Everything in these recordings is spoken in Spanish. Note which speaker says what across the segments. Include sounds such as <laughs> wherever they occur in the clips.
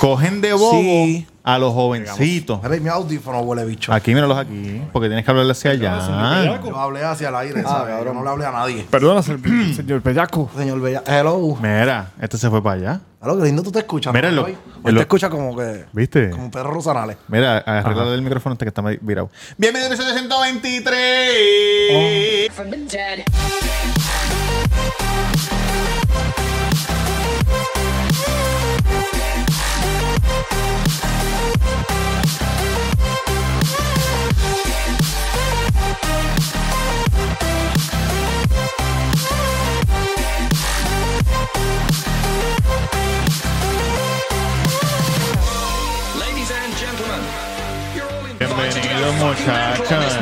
Speaker 1: Cogen de bobo
Speaker 2: Sí.
Speaker 1: a los jovencitos.
Speaker 3: Mira, y mi audífono huele bicho.
Speaker 1: Aquí, míralos aquí, porque tienes que hablarle hacia allá.
Speaker 3: Yo hablé hacia el aire, ¿sabes? Yo no le hablé a nadie.
Speaker 4: Perdona,
Speaker 2: <clears throat>
Speaker 4: señor, señor Bellaco.
Speaker 3: Señor Bella. Hello.
Speaker 1: Mira, este se fue para allá.
Speaker 3: Hello, qué lindo tú te escuchas.
Speaker 1: Mira,
Speaker 3: ¿no?
Speaker 1: lo-
Speaker 3: Hoy
Speaker 1: lo-
Speaker 3: te escuchas como que...
Speaker 1: ¿Viste?
Speaker 3: Como un perro rosanales.
Speaker 1: Mira, arregla el micrófono este que está mal virado. Bienvenido al episodio 123.
Speaker 5: from the dead.
Speaker 1: Bienvenidos, muchachos.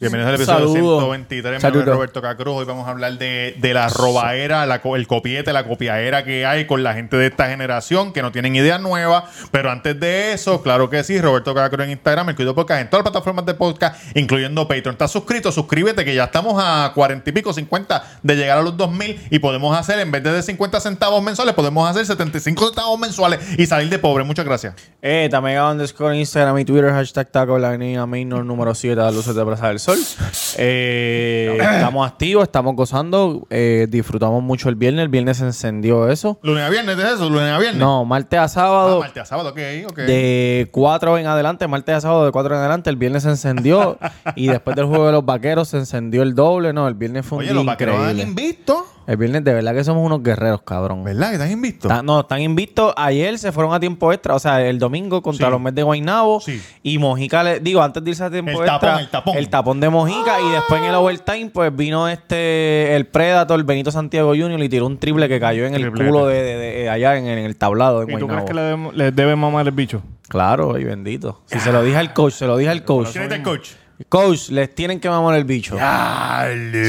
Speaker 1: Bienvenidos al episodio
Speaker 2: Saludos.
Speaker 1: 123. Mi nombre es
Speaker 2: Saludos.
Speaker 1: Roberto Cacruz. Hoy vamos a hablar de, de la robaera, la co- el copiete, la copiaera que hay con la gente de esta generación que no tienen ideas nuevas. Pero antes de eso, claro que sí, Roberto Cacruz en Instagram, el Cuido Podcast, en todas las plataformas de podcast, incluyendo Patreon. ¿Estás suscrito? Suscríbete que ya estamos a 40 y pico, 50 de llegar a los 2000 y podemos hacer, en vez de 50 centavos mensuales, podemos hacer 75 centavos mensuales y salir de pobre. Muchas gracias.
Speaker 2: Eh, también a underscore Instagram y Twitter, hashtag taco la avenida Mainor número 7 a las luces de Plaza del Sol.
Speaker 1: <laughs>
Speaker 2: Eh, estamos activos, estamos gozando, eh, disfrutamos mucho el viernes. El viernes se encendió eso.
Speaker 1: Lunes a viernes, ¿es eso? Lunes a viernes.
Speaker 2: No, martes a
Speaker 1: Ah,
Speaker 2: sábado.
Speaker 1: martes a sábado, ok, ok.
Speaker 2: Oh. De 4 en adelante, martes a sábado de 4 en adelante, el viernes se encendió y después del juego de los vaqueros se encendió el doble. No, el viernes fue un
Speaker 1: Oye,
Speaker 2: día
Speaker 1: los vaqueros están
Speaker 2: increíble.
Speaker 1: invictos.
Speaker 2: El viernes de verdad que somos unos guerreros, cabrón.
Speaker 1: ¿Verdad? Que están invictos.
Speaker 2: Está- no, están invictos. Ayer se fueron a tiempo extra, o sea, el domingo contra
Speaker 1: Sí.
Speaker 2: los Mets de Guaynabo.
Speaker 1: Sí.
Speaker 2: Y Mojica, le, digo, antes de irse a tiempo
Speaker 1: El
Speaker 2: extra.
Speaker 1: tapón, el tapón.
Speaker 2: de Mojica. Y después en el overtime, pues vino este, el Predator, Benito Santiago Jr., y tiró un triple que cayó en el
Speaker 4: Triplete.
Speaker 2: culo de, de- de- allá en, en el tablado de
Speaker 4: ¿Y tú
Speaker 2: Guaynabo.
Speaker 4: crees que le debemos- le deben mamar el bicho?
Speaker 2: Claro, y bendito. Si se lo dije al coach, se lo dije al coach.
Speaker 1: ¿Quién es el coach?
Speaker 2: Coach, les tienen que mamar el bicho.
Speaker 4: Un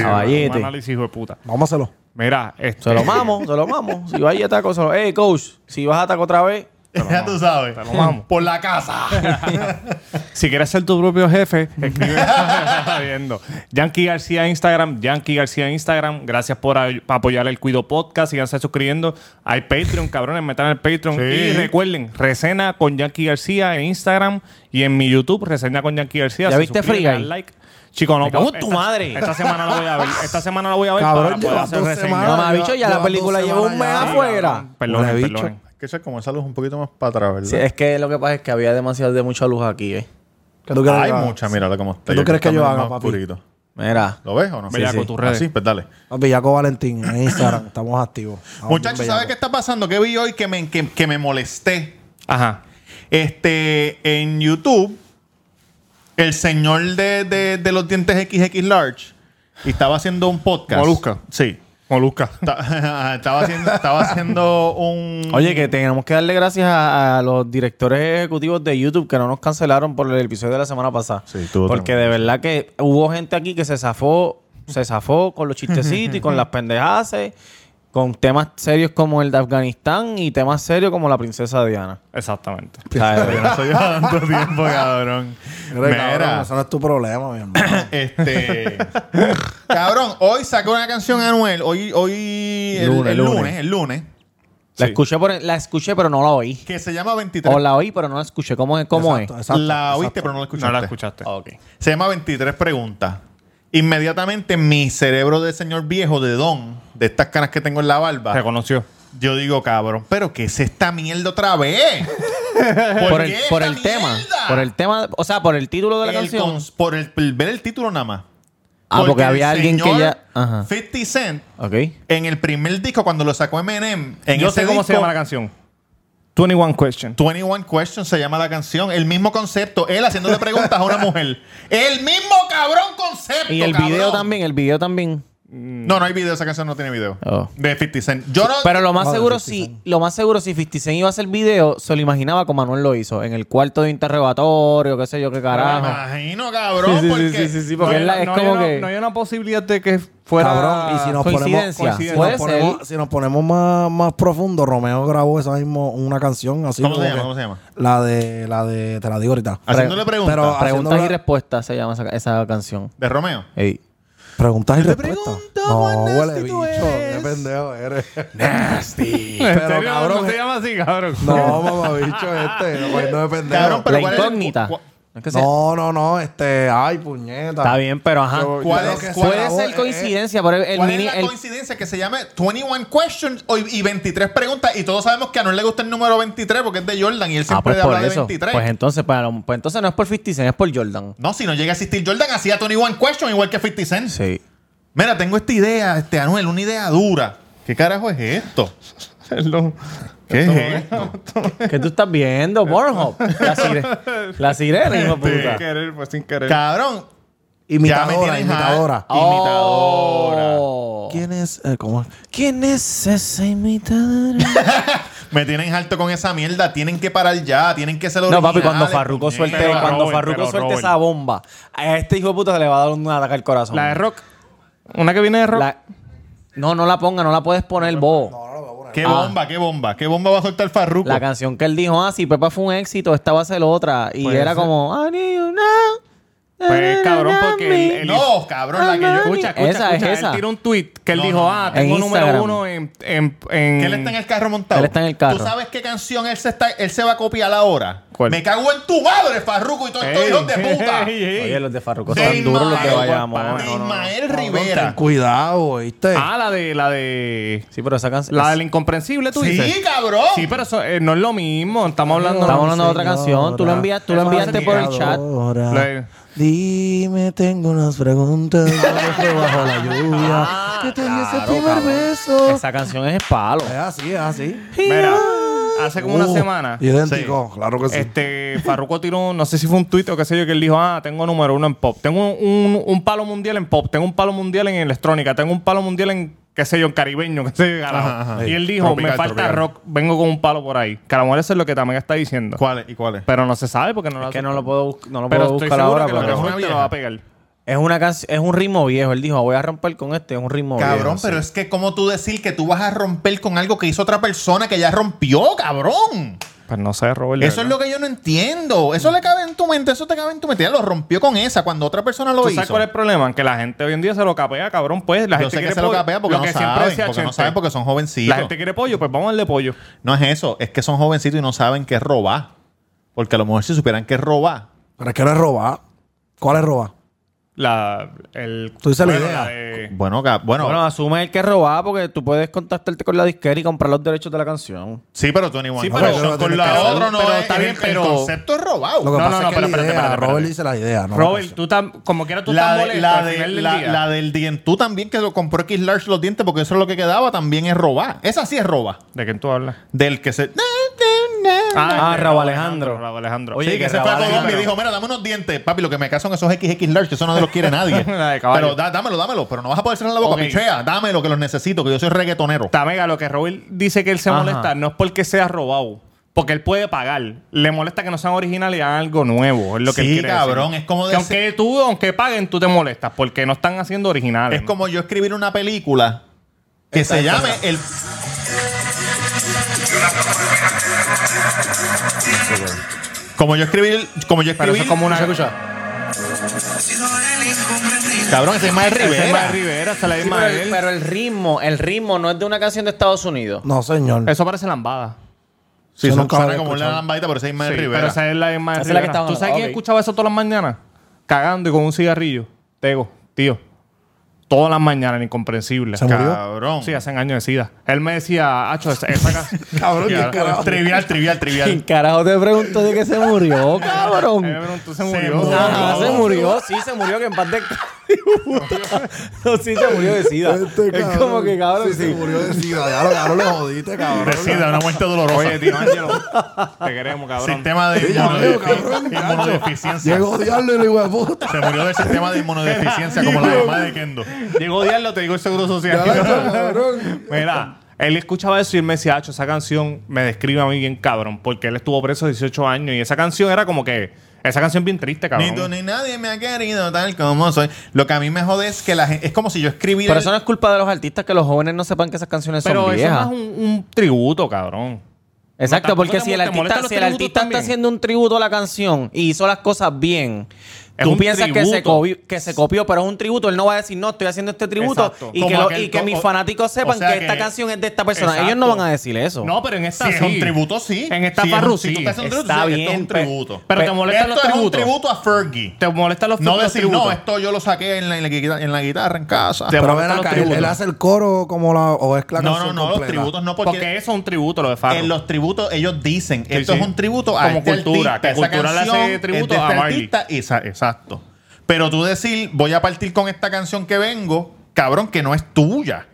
Speaker 2: Caballete.
Speaker 4: análisis hijo de puta.
Speaker 3: Vamos a hacerlo.
Speaker 4: Mira, este, esto.
Speaker 2: este. Se lo mamo, se lo mamo. Si vas a taco, se lo. Hey, coach, si vas a taco otra vez,
Speaker 1: Ya tú sabes.
Speaker 4: Te lo mamo.
Speaker 1: Por la casa.
Speaker 4: <laughs> Si quieres ser tu propio jefe, <laughs> escribe. Jodiendo. Yankee García Instagram, Yankee García Instagram. Gracias por ay- apoyar el Cuido Podcast. Síganse suscribiendo al Patreon, cabrones. Metan el Patreon.
Speaker 1: Sí.
Speaker 4: Y recuerden, reseña con Yankee García en Instagram y en mi YouTube, reseña con Yankee García.
Speaker 2: ¿Ya
Speaker 4: Se
Speaker 2: viste
Speaker 4: suscriben,
Speaker 2: Free Guy?
Speaker 4: dan like. Chico, no
Speaker 2: Me cago
Speaker 4: puedo-
Speaker 2: en tu
Speaker 4: esta-
Speaker 2: madre.
Speaker 4: Esta semana la voy a ver. Esta semana la voy a ver
Speaker 3: Cabrón,
Speaker 4: para poder
Speaker 3: lleva
Speaker 4: hacer
Speaker 3: dos
Speaker 4: reseña.
Speaker 3: semanas.
Speaker 2: mamá, bicho,
Speaker 3: lleva-
Speaker 2: ya la
Speaker 3: lleva
Speaker 2: película
Speaker 3: dos
Speaker 2: lleva un mes
Speaker 3: semanas ya.
Speaker 2: afuera.
Speaker 4: Perdón,
Speaker 3: Huele bicho.
Speaker 4: perdón.
Speaker 1: <laughs> que eso es como esa luz un poquito más para atrás, ¿verdad?
Speaker 2: Sí, es que lo que pasa es que había demasiado de mucha luz aquí, eh.
Speaker 3: ¿Qué tú crees
Speaker 1: Hay
Speaker 3: que haga?
Speaker 1: mucha, mírala cómo está.
Speaker 3: ¿Qué tú crees que
Speaker 1: está
Speaker 3: yo
Speaker 1: más-
Speaker 3: haga,
Speaker 1: más
Speaker 3: papi?
Speaker 1: oscurito.
Speaker 2: Mira.
Speaker 1: ¿Lo ves o no?
Speaker 4: Bellaco,
Speaker 2: sí.
Speaker 4: tus redes.
Speaker 1: Así, pues dale.
Speaker 3: No, Bellaco Valentín en Instagram. Estamos activos. Estamos
Speaker 1: Muchachos,
Speaker 3: bien
Speaker 1: ¿sabes qué
Speaker 3: bellacos.
Speaker 1: está pasando? ¿Qué vi hoy que me, que, que me molesté?
Speaker 4: Ajá.
Speaker 1: Este, en YouTube, el señor de, de, de los dientes XX Large estaba haciendo un podcast.
Speaker 4: Molusca.
Speaker 1: Sí.
Speaker 4: Molusca.
Speaker 1: Ta- <laughs> estaba haciendo, estaba haciendo un.
Speaker 2: Oye, que tenemos que darle gracias a, a los directores ejecutivos de YouTube que no nos cancelaron por el episodio de la semana pasada.
Speaker 1: Sí, estuvo
Speaker 2: Porque de verdad que hubo gente aquí que se zafó, se zafó con los chistecitos y con las pendejadas, con temas serios como el de Afganistán y temas serios como la princesa <laughs> Diana.
Speaker 4: Exactamente.
Speaker 2: O sea, de
Speaker 1: Yo
Speaker 2: verdad.
Speaker 1: no soy yo tanto tiempo, cabrón.
Speaker 3: Mira, cabrón,
Speaker 1: Mira,
Speaker 3: Eso no es tu problema, mi hermano.
Speaker 1: este. cabrón, hoy sacó una canción Anuel. Hoy, hoy. El
Speaker 2: Lunes,
Speaker 1: el
Speaker 2: lunes.
Speaker 1: lunes, el lunes.
Speaker 2: la,
Speaker 1: Sí.
Speaker 2: escuché por- la escuché, pero no la oí.
Speaker 1: Que se llama 23.
Speaker 2: O la oí, pero no la escuché. ¿Cómo es? ¿Cómo
Speaker 3: Exacto,
Speaker 2: es?
Speaker 3: exacto,
Speaker 1: la
Speaker 3: exacto.
Speaker 1: oíste, pero no la escuchaste.
Speaker 4: No la escuchaste.
Speaker 2: Ah, ok.
Speaker 1: Se llama 23 preguntas. Inmediatamente mi cerebro de señor viejo, de don, de estas canas que tengo en la barba,
Speaker 4: Reconoció.
Speaker 1: yo digo, cabrón, pero ¿qué es esta mierda otra vez? ¿Por,
Speaker 2: <laughs> Por
Speaker 1: qué
Speaker 2: el,
Speaker 1: esta
Speaker 2: por el tema.
Speaker 1: mierda?
Speaker 2: Por el tema. O sea, por el título de la
Speaker 1: El
Speaker 2: canción.
Speaker 1: cons- por el, el ver el título nada más.
Speaker 2: Ah, porque
Speaker 1: el
Speaker 2: había alguien que
Speaker 1: señor
Speaker 2: ya- ajá.
Speaker 1: 50 Cent
Speaker 2: Ok.
Speaker 1: en el primer disco cuando lo sacó Eminem. En
Speaker 4: Yo
Speaker 1: ese
Speaker 4: sé cómo
Speaker 1: disco,
Speaker 4: se llama la canción. 21 Question.
Speaker 1: 21 Questions se llama la canción. El mismo concepto. Él haciéndole preguntas a
Speaker 2: <laughs>
Speaker 1: una mujer. El mismo cabrón concepto.
Speaker 2: Y el
Speaker 1: cabrón.
Speaker 2: video también, el video también.
Speaker 1: No, no hay video. Esa canción no tiene video.
Speaker 2: Oh.
Speaker 1: De 50 Cent. Yo no.
Speaker 2: Pero lo más
Speaker 3: No, de
Speaker 2: seguro
Speaker 3: 50
Speaker 2: si,
Speaker 3: Cent.
Speaker 2: lo más seguro si 50 Cent iba a hacer video, se lo imaginaba como Manuel lo hizo, en el cuarto de interrogatorio, qué sé yo, qué
Speaker 1: me
Speaker 2: carajo.
Speaker 1: imagino, cabrón.
Speaker 2: Sí, sí, sí,
Speaker 1: porque
Speaker 2: sí, sí, sí, porque
Speaker 4: No,
Speaker 2: él la-
Speaker 4: no,
Speaker 2: es
Speaker 4: no,
Speaker 2: como
Speaker 4: no,
Speaker 2: que-
Speaker 4: No hay una posibilidad de que fuera.
Speaker 3: Cabrón, y si nos ponemos,
Speaker 2: Coincidencia.
Speaker 3: si
Speaker 4: coincidencia.
Speaker 3: nos
Speaker 2: Puede ser.
Speaker 3: ponemos, si nos ponemos más, más profundo, Romeo grabó esa mismo una canción así.
Speaker 1: ¿Cómo se
Speaker 3: como
Speaker 1: llama?
Speaker 3: que-
Speaker 1: ¿Cómo se llama?
Speaker 3: La de, la de, te la digo ahorita.
Speaker 1: Haciéndole preguntas.
Speaker 3: pero-
Speaker 2: Preguntas
Speaker 3: haciéndola-
Speaker 2: y respuestas se llama esa, esa canción.
Speaker 1: de Romeo.
Speaker 2: Ey.
Speaker 3: Preguntas y respuestas.
Speaker 1: Preguntas
Speaker 3: No, huele
Speaker 2: nasty
Speaker 3: bicho.
Speaker 2: tú
Speaker 3: Qué
Speaker 2: eres.
Speaker 3: pendejo eres.
Speaker 1: Nasty.
Speaker 4: ¿En
Speaker 3: Pero,
Speaker 4: serio?
Speaker 3: cabrón,
Speaker 4: ¿No
Speaker 3: eh.
Speaker 4: se llama así, cabrón?
Speaker 3: No, <laughs> mamá, bicho, este. No, pues, no es pendejo.
Speaker 1: Cabrón, pero
Speaker 2: La
Speaker 1: ¿cuál es el-
Speaker 2: incógnita.
Speaker 1: cu- cu-
Speaker 2: No es que sea-
Speaker 3: No, no, no, este. Ay, puñeta.
Speaker 2: Está bien, pero ajá.
Speaker 3: Yo- yo
Speaker 1: ¿Cuál
Speaker 3: creo
Speaker 1: es-
Speaker 3: que
Speaker 1: cuál
Speaker 3: se
Speaker 2: Puede
Speaker 3: acabó,
Speaker 2: ser
Speaker 3: eh,
Speaker 2: coincidencia, pero el
Speaker 1: ¿Cuál
Speaker 2: mini.
Speaker 1: es la
Speaker 2: el-
Speaker 1: coincidencia que se llame 21 questions o- y 23 preguntas? Y todos sabemos que a Anuel le gusta el número 23 porque es de Jordan y él
Speaker 2: Ah,
Speaker 1: siempre
Speaker 2: pues por
Speaker 1: habla de
Speaker 2: eso.
Speaker 1: 23.
Speaker 2: Pues entonces, pues, a lo- pues entonces no es por 50 Cent, es por Jordan.
Speaker 1: no, si no llega a existir Jordan, hacía 21 questions igual que 50 Cent.
Speaker 2: Sí.
Speaker 1: Mira, tengo esta idea, este Anuel, una idea dura. ¿Qué carajo es esto?
Speaker 4: Perdón.
Speaker 1: ¿Qué es esto?
Speaker 2: ¿Qué tú estás viendo, Pornhub? La, sire- la sirena, hijo de
Speaker 4: Sin
Speaker 2: puta.
Speaker 4: querer, pues sin querer.
Speaker 1: Cabrón. Ya me
Speaker 3: Imitadora,
Speaker 1: tienes
Speaker 3: imitadora.
Speaker 1: harto. Imitadora.
Speaker 2: Oh.
Speaker 3: ¿Quién es? eh, ¿Cómo es? ¿Quién es esa imitadora?
Speaker 1: Me tienen harto con esa mierda. Tienen que parar ya. Tienen que ser
Speaker 2: No,
Speaker 1: originales.
Speaker 2: papi, cuando Farruko
Speaker 1: puñeta.
Speaker 2: suelte,
Speaker 4: Pero
Speaker 2: cuando
Speaker 4: Robert,
Speaker 2: Farruko
Speaker 4: pero
Speaker 2: suelte
Speaker 4: Robert.
Speaker 2: esa bomba, a este hijo de puta se le va a dar un ataque al corazón.
Speaker 4: La de rock. Una que viene de rock.
Speaker 2: La- No, no la ponga, no la puedes poner vos.
Speaker 1: Qué
Speaker 2: Ah.
Speaker 1: bomba, qué bomba. Qué bomba va a soltar Farruko.
Speaker 2: La canción que él dijo, ah, si Pepa fue un éxito, esta va a ser otra. Y
Speaker 4: Puede
Speaker 2: era
Speaker 4: ser.
Speaker 2: como, I need you now.
Speaker 4: Pues, cabrón, porque
Speaker 2: me.
Speaker 4: el- el-
Speaker 1: No, cabrón, la que yo...
Speaker 4: Escucha, escucha,
Speaker 2: Esa es
Speaker 4: escucha.
Speaker 2: esa.
Speaker 4: Él tiró un tweet que él
Speaker 1: No,
Speaker 4: dijo,
Speaker 1: no,
Speaker 4: ah,
Speaker 1: no.
Speaker 4: tengo
Speaker 2: En
Speaker 4: número
Speaker 2: Instagram.
Speaker 4: uno en... en, en-
Speaker 1: Que él está en el carro montado.
Speaker 2: Mm. Él está en el carro.
Speaker 1: ¿Tú sabes qué canción él se, está, él se va a copiar ahora?
Speaker 4: ¿Cuál?
Speaker 1: Me cago en tu madre, Farruko, y todos estos
Speaker 4: Ey,
Speaker 1: hijos de puta.
Speaker 4: ey, ey.
Speaker 2: Oye, los de Farruko
Speaker 1: De
Speaker 2: están duros los de
Speaker 1: Ismael,
Speaker 2: Bayamón.
Speaker 1: de
Speaker 2: No, no, no.
Speaker 1: Ismael
Speaker 3: Cabrón, Ten
Speaker 1: Rivera.
Speaker 3: cuidado, ¿viste?
Speaker 4: Ah, la de... La de...
Speaker 2: Sí, pero esa canción.
Speaker 4: La del incomprensible, tú
Speaker 1: Sí,
Speaker 4: dices.
Speaker 1: cabrón.
Speaker 4: Sí, pero eso eh, no es lo mismo. Estamos hablando...
Speaker 2: Estamos hablando de otra canción. Tú lo envías- tú lo
Speaker 3: Esa
Speaker 2: enviaste por el chat.
Speaker 3: imitadora.
Speaker 4: La-
Speaker 3: Dime, tengo unas preguntas. ¿Dónde fue bajo la lluvia?
Speaker 2: Ah,
Speaker 3: que te di
Speaker 2: claro,
Speaker 3: ese primer
Speaker 2: cabrón.
Speaker 3: beso.
Speaker 2: Esa canción es el palo.
Speaker 3: Es así, es así.
Speaker 4: Mira, hace como una
Speaker 3: Uh,
Speaker 4: semana...
Speaker 3: Idéntico, claro que sí.
Speaker 4: Este, Farruko tiró, no sé si fue un tuit o qué sé yo, que él dijo, ah, tengo número uno en pop, tengo un, un- un palo mundial en pop, tengo un palo mundial en electrónica, tengo un palo mundial en, qué sé yo, en caribeño, qué sé yo, carajo".
Speaker 1: Ajá, ajá.
Speaker 4: Y él dijo,
Speaker 1: Tropical,
Speaker 4: me falta
Speaker 1: tropical.
Speaker 4: rock, vengo con un palo por ahí. Que a lo mejor eso es lo que también está diciendo.
Speaker 1: ¿Cuál es? ¿Y cuál es?
Speaker 4: Pero no se sabe porque no lo
Speaker 2: Es que
Speaker 4: hace.
Speaker 2: no lo puedo, bus- no lo
Speaker 4: Pero
Speaker 2: puedo
Speaker 4: estoy
Speaker 2: buscar
Speaker 4: seguro
Speaker 2: ahora.
Speaker 4: que lo
Speaker 2: pero-
Speaker 4: que
Speaker 1: es
Speaker 4: es
Speaker 1: una
Speaker 4: te lo
Speaker 1: vieja.
Speaker 4: va a pegar.
Speaker 2: Es una canción, es un ritmo viejo. Él dijo, voy a romper con este, es un ritmo
Speaker 1: Cabrón,
Speaker 2: viejo.
Speaker 1: pero
Speaker 2: sí.
Speaker 1: es que como tú decir que tú vas a romper con algo que hizo otra persona que ya rompió, cabrón.
Speaker 4: Pues no sé, Robert.
Speaker 1: Eso es lo que yo no entiendo. Eso le cabe en tu mente, eso te cabe en tu mente. Ya lo rompió con esa cuando otra persona lo
Speaker 4: ¿Tú
Speaker 1: hizo.
Speaker 4: sabes cuál es el problema? Que la gente hoy en día se lo capea, cabrón. Pues la
Speaker 1: yo
Speaker 4: gente
Speaker 1: sé que
Speaker 4: quiere
Speaker 1: se lo
Speaker 4: pollo.
Speaker 1: capea porque,
Speaker 4: Lo
Speaker 1: no
Speaker 4: que siempre
Speaker 1: saben,
Speaker 4: decía
Speaker 1: porque no
Speaker 4: Chente,
Speaker 1: saben, porque son
Speaker 4: La
Speaker 1: jovencitos.
Speaker 4: gente quiere pollo, pues vamos a darle pollo.
Speaker 1: No es eso, es que son jovencitos y no saben qué es robar. Porque a lo mejor si supieran qué es robar.
Speaker 3: Pero es que no es robar. ¿Cuál es robar?
Speaker 4: La, el,
Speaker 3: Tú dices la
Speaker 4: bueno,
Speaker 3: idea.
Speaker 4: de-
Speaker 1: Bueno, ca- bueno,
Speaker 2: Bueno, asume el que robaba porque tú puedes contactarte con la disquera y comprar los derechos de la canción.
Speaker 1: sí, pero tú ni
Speaker 4: Sí,
Speaker 1: no,
Speaker 4: pero-
Speaker 1: eso
Speaker 3: pero lo
Speaker 1: con
Speaker 3: tienes
Speaker 1: la
Speaker 3: que hacer.
Speaker 1: otra no
Speaker 4: Pero
Speaker 1: es-
Speaker 4: está
Speaker 1: el-
Speaker 4: bien, pero-
Speaker 1: el concepto es robado.
Speaker 3: Lo que
Speaker 4: No,
Speaker 3: pasa
Speaker 4: no, no,
Speaker 3: es que
Speaker 4: pero
Speaker 3: la
Speaker 4: espérate,
Speaker 3: idea,
Speaker 4: espérate, espérate.
Speaker 3: Robert dice la idea, ¿no?
Speaker 4: Robert, tú tam- como quiera tú
Speaker 1: la,
Speaker 4: estás
Speaker 1: de,
Speaker 4: molesto
Speaker 1: la,
Speaker 4: al
Speaker 1: de-
Speaker 4: final del
Speaker 1: la-
Speaker 4: día.
Speaker 1: la del dientú también, que lo compró X Large los dientes, porque eso es lo que quedaba, también es robar. Esa sí es roba.
Speaker 4: ¿De quién tú hablas?
Speaker 1: Del que se.
Speaker 2: Ah,
Speaker 4: de
Speaker 2: Raúl Alejandro.
Speaker 4: Raúl Alejandro.
Speaker 2: Oye,
Speaker 1: Sí, que se fue a Colombia y dijo, mira, dame unos dientes. Papi, lo que me casan esos XX large, que eso no los quiere
Speaker 4: <laughs>
Speaker 1: nadie.
Speaker 4: La de caballo.
Speaker 1: pero da- dámelo, dámelo. Pero no vas a poder cerrar la boca,
Speaker 4: Ok.
Speaker 1: pichea. Dámelo, que los necesito, que yo soy reggaetonero.
Speaker 4: Tamega, lo que Raúl dice que él se
Speaker 2: Ajá.
Speaker 4: molesta no es porque sea robado. Porque él puede pagar. Le molesta que no sean originales y hagan algo nuevo. Es lo que
Speaker 1: Sí,
Speaker 4: él quiere decir.
Speaker 1: cabrón, es como
Speaker 4: Que
Speaker 1: decir-
Speaker 4: aunque tú, aunque paguen, tú te molestas. Porque no están haciendo originales.
Speaker 1: Es como yo escribir una película que se llame el... Como yo escribir, como yo
Speaker 4: Pero
Speaker 1: escribir,
Speaker 4: eso es como una...
Speaker 1: cabrón, ese es
Speaker 4: <laughs>
Speaker 1: más
Speaker 4: Esa es
Speaker 1: Rivera.
Speaker 4: más Rivera, esa es la
Speaker 2: Sí,
Speaker 4: misma
Speaker 2: pero,
Speaker 4: de
Speaker 2: el,
Speaker 4: él.
Speaker 2: pero el ritmo, el ritmo no es de una canción de Estados Unidos.
Speaker 3: No, señor.
Speaker 4: Eso parece lambada.
Speaker 1: Sí,
Speaker 3: Yo
Speaker 1: son
Speaker 3: nunca lo
Speaker 1: suena
Speaker 3: había
Speaker 1: como una
Speaker 3: escuchado.
Speaker 1: lambadita, pero ese es más
Speaker 4: Sí,
Speaker 1: Rivera.
Speaker 4: pero esa es la misma de
Speaker 2: Esa es la que
Speaker 4: Rivera.
Speaker 2: estaba-
Speaker 4: ¿Tú sabes quién
Speaker 2: ok.
Speaker 4: escuchaba eso todas las mañanas? Cagando y con un cigarrillo. Tego, tío. Todas las mañanas, incomprensible.
Speaker 3: Se murió.
Speaker 1: Cabrón.
Speaker 4: Sí, hace años de SIDA. Él me decía, Acho, esa, esa ca-
Speaker 3: <laughs> Cabrón,
Speaker 4: Ya,
Speaker 3: qué carajo.
Speaker 1: Trivial, trivial,
Speaker 2: ¿Quién
Speaker 1: trivial.
Speaker 2: carajo te preguntó de que se <laughs> murió,
Speaker 4: Él
Speaker 2: cabrón?
Speaker 4: me preguntó,
Speaker 1: Se
Speaker 4: se eh, murió.
Speaker 1: murió.
Speaker 2: Ajá, Ah, se murió, sí, se murió, que en paz de... <laughs> no, sí, se murió de sida.
Speaker 3: Este
Speaker 2: es como que, cabrón,
Speaker 3: Sí, se
Speaker 2: sí.
Speaker 3: murió de sida. Ya lo, ya lo le jodiste, cabrón.
Speaker 1: Decida, una muerte dolorosa.
Speaker 4: Oye, tío
Speaker 1: <laughs>
Speaker 4: Ángelo, te queremos, cabrón.
Speaker 1: Sistema de
Speaker 3: Ya veo, cabrón,
Speaker 1: inmunodefi- inmunodeficiencia.
Speaker 3: Llegó diablo y le digo, puta.
Speaker 1: Se murió del sistema de inmunodeficiencia como la mamá de Kendo.
Speaker 4: Llegó odiarlo, te digo el seguro social.
Speaker 3: Ya la hizo, cabrón.
Speaker 4: Mira, él escuchaba eso y él me decía, Acho, esa canción me describe a mí bien, cabrón. Porque él estuvo preso 18 años y esa canción era como que. Esa canción bien triste,
Speaker 1: Ni tú
Speaker 4: cabrón.
Speaker 1: ni nadie me ha querido tal como soy. Lo que a mí me jode es que la gente... Es como si yo escribiera...
Speaker 2: Pero
Speaker 1: el-
Speaker 2: eso no es culpa de los artistas que los jóvenes no sepan que esas canciones
Speaker 4: Pero
Speaker 2: son
Speaker 4: eso no
Speaker 2: viejas.
Speaker 4: es un, un tributo, cabrón.
Speaker 2: Exacto,
Speaker 4: No, tampoco
Speaker 2: porque
Speaker 4: te
Speaker 2: si el
Speaker 4: mol- te molestan
Speaker 2: artista,
Speaker 4: los
Speaker 2: si el
Speaker 4: tributos
Speaker 2: artista está
Speaker 4: también.
Speaker 2: haciendo un tributo a la canción y hizo las cosas bien,
Speaker 4: Es
Speaker 2: Tú
Speaker 4: un
Speaker 2: piensas que se,
Speaker 4: tributo.
Speaker 2: copi- que se copió, pero es un tributo. Él no va a decir, no, estoy haciendo este tributo.
Speaker 4: Exacto.
Speaker 2: Y
Speaker 1: Como
Speaker 2: que, lo-
Speaker 1: aquel-
Speaker 2: y que mis
Speaker 1: o-
Speaker 2: fanáticos sepan
Speaker 1: o sea
Speaker 2: que esta
Speaker 1: que-
Speaker 2: canción es de esta persona. Ellos
Speaker 4: Exacto.
Speaker 2: no van a decir eso.
Speaker 4: No, pero en esta
Speaker 1: Si es
Speaker 4: sí.
Speaker 1: un tributo, sí.
Speaker 4: En esta
Speaker 1: Si es un-
Speaker 4: Farru,
Speaker 1: si
Speaker 4: sí.
Speaker 1: tú estás en un tributo,
Speaker 2: Está
Speaker 1: sí,
Speaker 2: bien,
Speaker 1: esto es un
Speaker 2: pe-
Speaker 1: tributo.
Speaker 4: pero te molestan
Speaker 1: esto
Speaker 4: los
Speaker 1: es un
Speaker 4: tributos.
Speaker 1: tributo a Fergie.
Speaker 4: Te molestan los
Speaker 1: No
Speaker 4: los
Speaker 1: decir,
Speaker 4: tributos.
Speaker 1: no, esto yo lo saqué en la, en la guita- en la guitarra en casa.
Speaker 4: Te
Speaker 3: Pero
Speaker 4: molestan
Speaker 3: ven
Speaker 4: los
Speaker 3: acá, él,
Speaker 4: tributos.
Speaker 3: él hace el coro como la, o es la
Speaker 1: no, no,
Speaker 3: canción
Speaker 1: no, los
Speaker 3: completa.
Speaker 1: tributos no, porque,
Speaker 4: Porque, eso es un tributo, lo de Farro.
Speaker 1: en los tributos ellos dicen, esto
Speaker 4: sí.
Speaker 1: es un tributo a
Speaker 4: Como
Speaker 1: este
Speaker 4: cultura,
Speaker 1: artista,
Speaker 4: que
Speaker 1: esa
Speaker 4: cultura le hace
Speaker 1: canción es
Speaker 4: tributo
Speaker 1: de
Speaker 4: a
Speaker 1: este
Speaker 4: Miley.
Speaker 1: artista, esa- exacto. Pero tú decir, voy a partir con esta canción que vengo, cabrón, que no es tuya.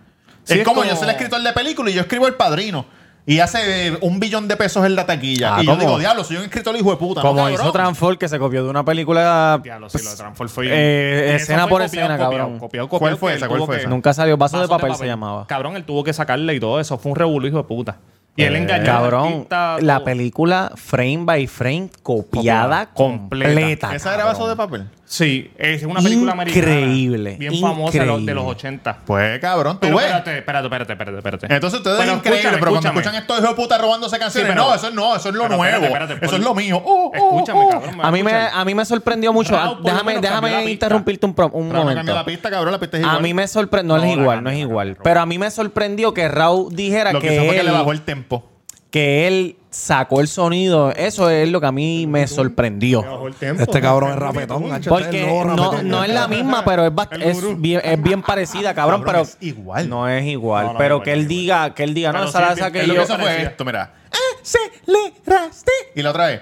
Speaker 4: Sí,
Speaker 1: es,
Speaker 4: es
Speaker 1: como,
Speaker 4: como-
Speaker 1: yo soy el escritor de película y yo escribo El Padrino. Y hace eh, un billón de pesos en la taquilla.
Speaker 2: Ah,
Speaker 1: y
Speaker 2: ¿cómo?
Speaker 1: yo digo, diablo, soy un escritor hijo de puta. ¿no,
Speaker 2: Como
Speaker 1: cabrón?
Speaker 2: hizo Transform, que se copió de una película.
Speaker 4: Diablo, sí, lo de Transform fue-
Speaker 2: Eh,
Speaker 4: Eso
Speaker 2: escena
Speaker 4: fue copiado,
Speaker 2: por escena,
Speaker 4: copiado,
Speaker 2: cabrón.
Speaker 4: copiado,
Speaker 1: Pues ¿Cuál
Speaker 4: copiado,
Speaker 1: fue
Speaker 4: que
Speaker 1: esa?
Speaker 4: él
Speaker 1: ¿Cuál
Speaker 4: tuvo
Speaker 1: fue
Speaker 4: que-
Speaker 1: esa?
Speaker 2: Nunca salió. Vaso de papel se llamaba.
Speaker 4: Cabrón, él tuvo que sacarle y todo eso. Fue un revuelo, hijo de puta. Y él
Speaker 2: Eh,
Speaker 4: engañó al
Speaker 2: Cabrón,
Speaker 4: artista,
Speaker 2: la
Speaker 4: todo.
Speaker 2: película frame by frame copiada
Speaker 4: Copiada, completa.
Speaker 2: completa.
Speaker 1: ¿Esa era vaso de papel?
Speaker 4: Sí, es una película americana.
Speaker 2: Increíble,
Speaker 4: Bien famosa de los,
Speaker 2: increíble.
Speaker 4: de los 80.
Speaker 1: Pues cabrón, tú
Speaker 4: Pero
Speaker 1: ves.
Speaker 4: espérate, espérate, espérate, espérate, espérate.
Speaker 1: Entonces ustedes
Speaker 4: Pero
Speaker 1: es increíble,
Speaker 4: escúchame,
Speaker 1: pero cuando
Speaker 4: escúchame.
Speaker 1: escuchan estos hijos de puta robándose canciones,
Speaker 4: pero-
Speaker 1: no, eso no, eso es lo
Speaker 4: Pero
Speaker 1: nuevo.
Speaker 4: espérate, espérate,
Speaker 1: eso
Speaker 4: pon-
Speaker 1: es lo mío. Oh, oh,
Speaker 4: Escúchame,
Speaker 1: oh.
Speaker 4: cabrón.
Speaker 2: a, mí me,
Speaker 4: escúchame.
Speaker 2: a mí me sorprendió mucho.
Speaker 4: Raúl,
Speaker 2: Ah,
Speaker 4: por lo
Speaker 2: déjame
Speaker 4: menos cambió la
Speaker 2: déjame
Speaker 4: pista.
Speaker 2: interrumpirte un, pro- un
Speaker 1: Pero no
Speaker 2: momento.
Speaker 1: cambió la pista, cabrón, la pista es igual.
Speaker 2: A mí me sorprendió. No,
Speaker 4: No,
Speaker 2: es
Speaker 4: la
Speaker 2: igual,
Speaker 4: cambió,
Speaker 2: no es
Speaker 4: la
Speaker 2: igual.
Speaker 4: cambió.
Speaker 2: Pero a mí me sorprendió que Raúl dijera
Speaker 1: Lo que,
Speaker 2: que,
Speaker 1: hizo fue que
Speaker 2: él,
Speaker 1: le bajó el tempo.
Speaker 2: que él sacó el sonido. Eso es lo que a mí me sorprendió.
Speaker 3: Este cabrón es rapetón. hacho, este es
Speaker 2: Porque
Speaker 3: el nuevo
Speaker 2: no,
Speaker 3: rapetón.
Speaker 2: no es la misma, pero es, bast-
Speaker 4: El
Speaker 2: es
Speaker 4: gurú.
Speaker 2: bien, es bien parecida, cabrón.
Speaker 1: Ah, Cabrón,
Speaker 2: pero
Speaker 1: es igual.
Speaker 2: No es igual.
Speaker 4: No, no,
Speaker 2: pero
Speaker 4: no,
Speaker 2: que
Speaker 4: no,
Speaker 2: él
Speaker 4: no,
Speaker 2: diga, que él diga, no,
Speaker 4: Pero
Speaker 2: esa
Speaker 4: sí,
Speaker 2: la
Speaker 4: es
Speaker 2: saqué
Speaker 4: bien-
Speaker 1: Lo
Speaker 2: yo.
Speaker 1: que hizo fue
Speaker 4: parecía.
Speaker 1: esto, mira. Aceleraste. Y la otra vez.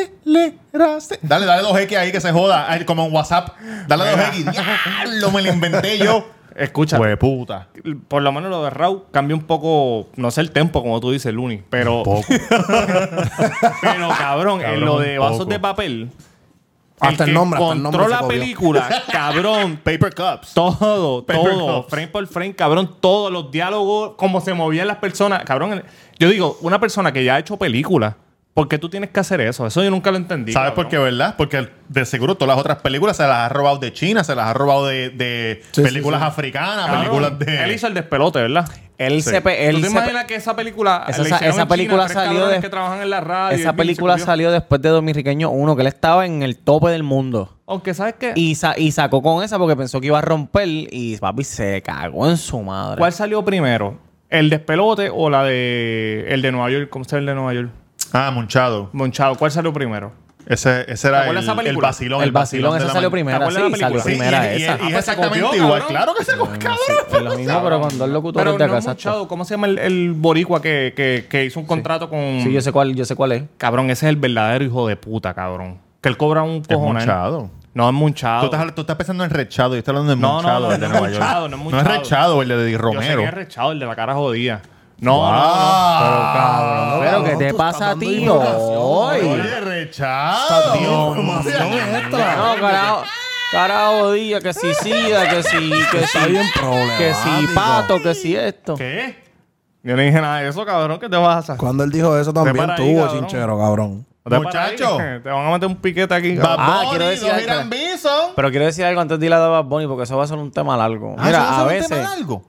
Speaker 1: Aceleraste. Dale, dale dos X ahí que se joda. Ay, Como en WhatsApp. Dale dos X. Diablo, me lo inventé yo.
Speaker 2: <laughs>
Speaker 4: Escucha,
Speaker 1: Hue puta.
Speaker 4: por lo menos lo de Raw cambia un poco, no sé el tempo, como tú dices, Luni, pero.
Speaker 1: Poco.
Speaker 4: <laughs> Pero cabrón, en
Speaker 1: Cabrón,
Speaker 4: lo de
Speaker 1: un
Speaker 4: vasos
Speaker 1: poco.
Speaker 4: de papel.
Speaker 3: Hasta el
Speaker 4: que
Speaker 3: nombre, hasta el
Speaker 4: controla
Speaker 3: nombre se
Speaker 4: la
Speaker 1: <laughs>
Speaker 3: copió.
Speaker 4: película, cabrón.
Speaker 1: Paper cups.
Speaker 4: Todo,
Speaker 1: Paper
Speaker 4: todo,
Speaker 1: cups.
Speaker 4: frame por frame, cabrón, todos los diálogos, cómo se movían las personas, cabrón. Yo digo, una persona que ya ha hecho películas, ¿por qué tú tienes que hacer eso? Eso yo nunca lo entendí.
Speaker 1: ¿Sabes
Speaker 4: cabrón.
Speaker 1: por qué, verdad? Porque de seguro todas las otras películas se las ha robado de China, se las ha robado de, de
Speaker 3: Sí, sí,
Speaker 1: películas
Speaker 3: sí.
Speaker 1: africanas,
Speaker 4: Cabrón,
Speaker 1: películas de.
Speaker 4: Ah, Él hizo el despelote, ¿verdad?
Speaker 2: Él
Speaker 1: Sí.
Speaker 2: se pe- él
Speaker 4: ¿Tú te
Speaker 2: se pe-
Speaker 4: imaginas que esa película.
Speaker 2: Esa-
Speaker 4: la
Speaker 2: esa-
Speaker 4: hicieron
Speaker 2: esa
Speaker 4: en
Speaker 2: película
Speaker 4: tres
Speaker 2: salió
Speaker 4: cabrones
Speaker 2: de-
Speaker 4: que trabajan en la radio? y
Speaker 2: Esa
Speaker 4: se
Speaker 2: película
Speaker 4: copió.
Speaker 2: salió después de Dominriqueño 1, que él estaba en el tope del mundo.
Speaker 4: Aunque, ¿sabes qué?
Speaker 2: Y, sa- y sacó con esa porque pensó que iba a romper y papi se cagó en su madre.
Speaker 4: ¿Cuál salió primero? ¿El despelote o la de. El de Nueva York? ¿Cómo se llama el de Nueva York?
Speaker 1: Ah, Monchado.
Speaker 4: Monchado, ¿cuál salió primero?
Speaker 1: Ese, ese
Speaker 4: ¿Te
Speaker 1: era el,
Speaker 4: acuerdas de esa
Speaker 1: el
Speaker 4: película?
Speaker 1: vacilón.
Speaker 2: El vacilón,
Speaker 1: de
Speaker 2: esa
Speaker 1: la
Speaker 2: salió
Speaker 1: ma-
Speaker 2: primera.
Speaker 4: acuerdas de
Speaker 2: Sí,
Speaker 4: la
Speaker 2: salió
Speaker 4: película?
Speaker 1: Sí,
Speaker 2: primera
Speaker 1: y- y- y es
Speaker 2: esa.
Speaker 4: Ah, pues se
Speaker 1: exactamente
Speaker 4: copió,
Speaker 1: igual.
Speaker 4: cabrón.
Speaker 1: Claro que se copió, cabrón.
Speaker 2: Es lo mismo, pero con dos locutores
Speaker 4: Pero
Speaker 2: de
Speaker 4: no
Speaker 2: acá. exacto.
Speaker 4: Monchado, ¿cómo se llama el, el boricua que, que- que hizo un contrato con.
Speaker 2: Sí, yo sé cuál, yo sé cuál es.
Speaker 4: Cabrón, ese es el verdadero hijo de puta, cabrón. Que él cobra un cojón.
Speaker 1: Monchado.
Speaker 4: No, es Monchado.
Speaker 1: Tú estás, tú estás pensando en Rechado, yo estoy hablando de
Speaker 4: No, no,
Speaker 1: Monchado,
Speaker 4: no,
Speaker 1: el de
Speaker 4: no,
Speaker 1: Nueva
Speaker 4: no,
Speaker 1: York.
Speaker 4: Monchado, no es
Speaker 1: No es
Speaker 4: Monchado.
Speaker 1: Romero. el de Di
Speaker 4: Yo sé que es
Speaker 1: Romero.
Speaker 4: rechado, el de la cara jodida. No,
Speaker 1: Wow.
Speaker 4: no, no, no. Pero, cabrón.
Speaker 2: Pero, ¿qué te
Speaker 3: tú
Speaker 2: pasa
Speaker 3: estás
Speaker 2: a
Speaker 3: dando
Speaker 2: ti
Speaker 3: información,
Speaker 2: hoy?
Speaker 1: Ah. Oye, Rechado.
Speaker 3: Información extra.
Speaker 2: No, carajo. Carajo, día, que si sida, que si, que si,
Speaker 3: Está bien
Speaker 2: que si
Speaker 3: problemático.
Speaker 2: pato, que si esto.
Speaker 4: ¿Qué? Yo no dije nada de eso, cabrón. ¿Qué te vas a sacar?
Speaker 3: Cuando él dijo eso también
Speaker 4: para ahí,
Speaker 3: tuvo
Speaker 4: cabrón.
Speaker 3: chinchero, cabrón.
Speaker 4: No te pares ahí,
Speaker 1: Muchacho.
Speaker 4: Te van a meter un piquete aquí.
Speaker 1: Bad
Speaker 2: Ah,
Speaker 1: Bunny,
Speaker 2: quiero decir
Speaker 1: los
Speaker 2: algo.
Speaker 1: Irán Bison.
Speaker 2: Pero quiero decir algo antes de ir a la de Bad Bunny, porque eso va a ser un tema largo.
Speaker 1: Ah,
Speaker 2: Mira, a veces,
Speaker 1: algo?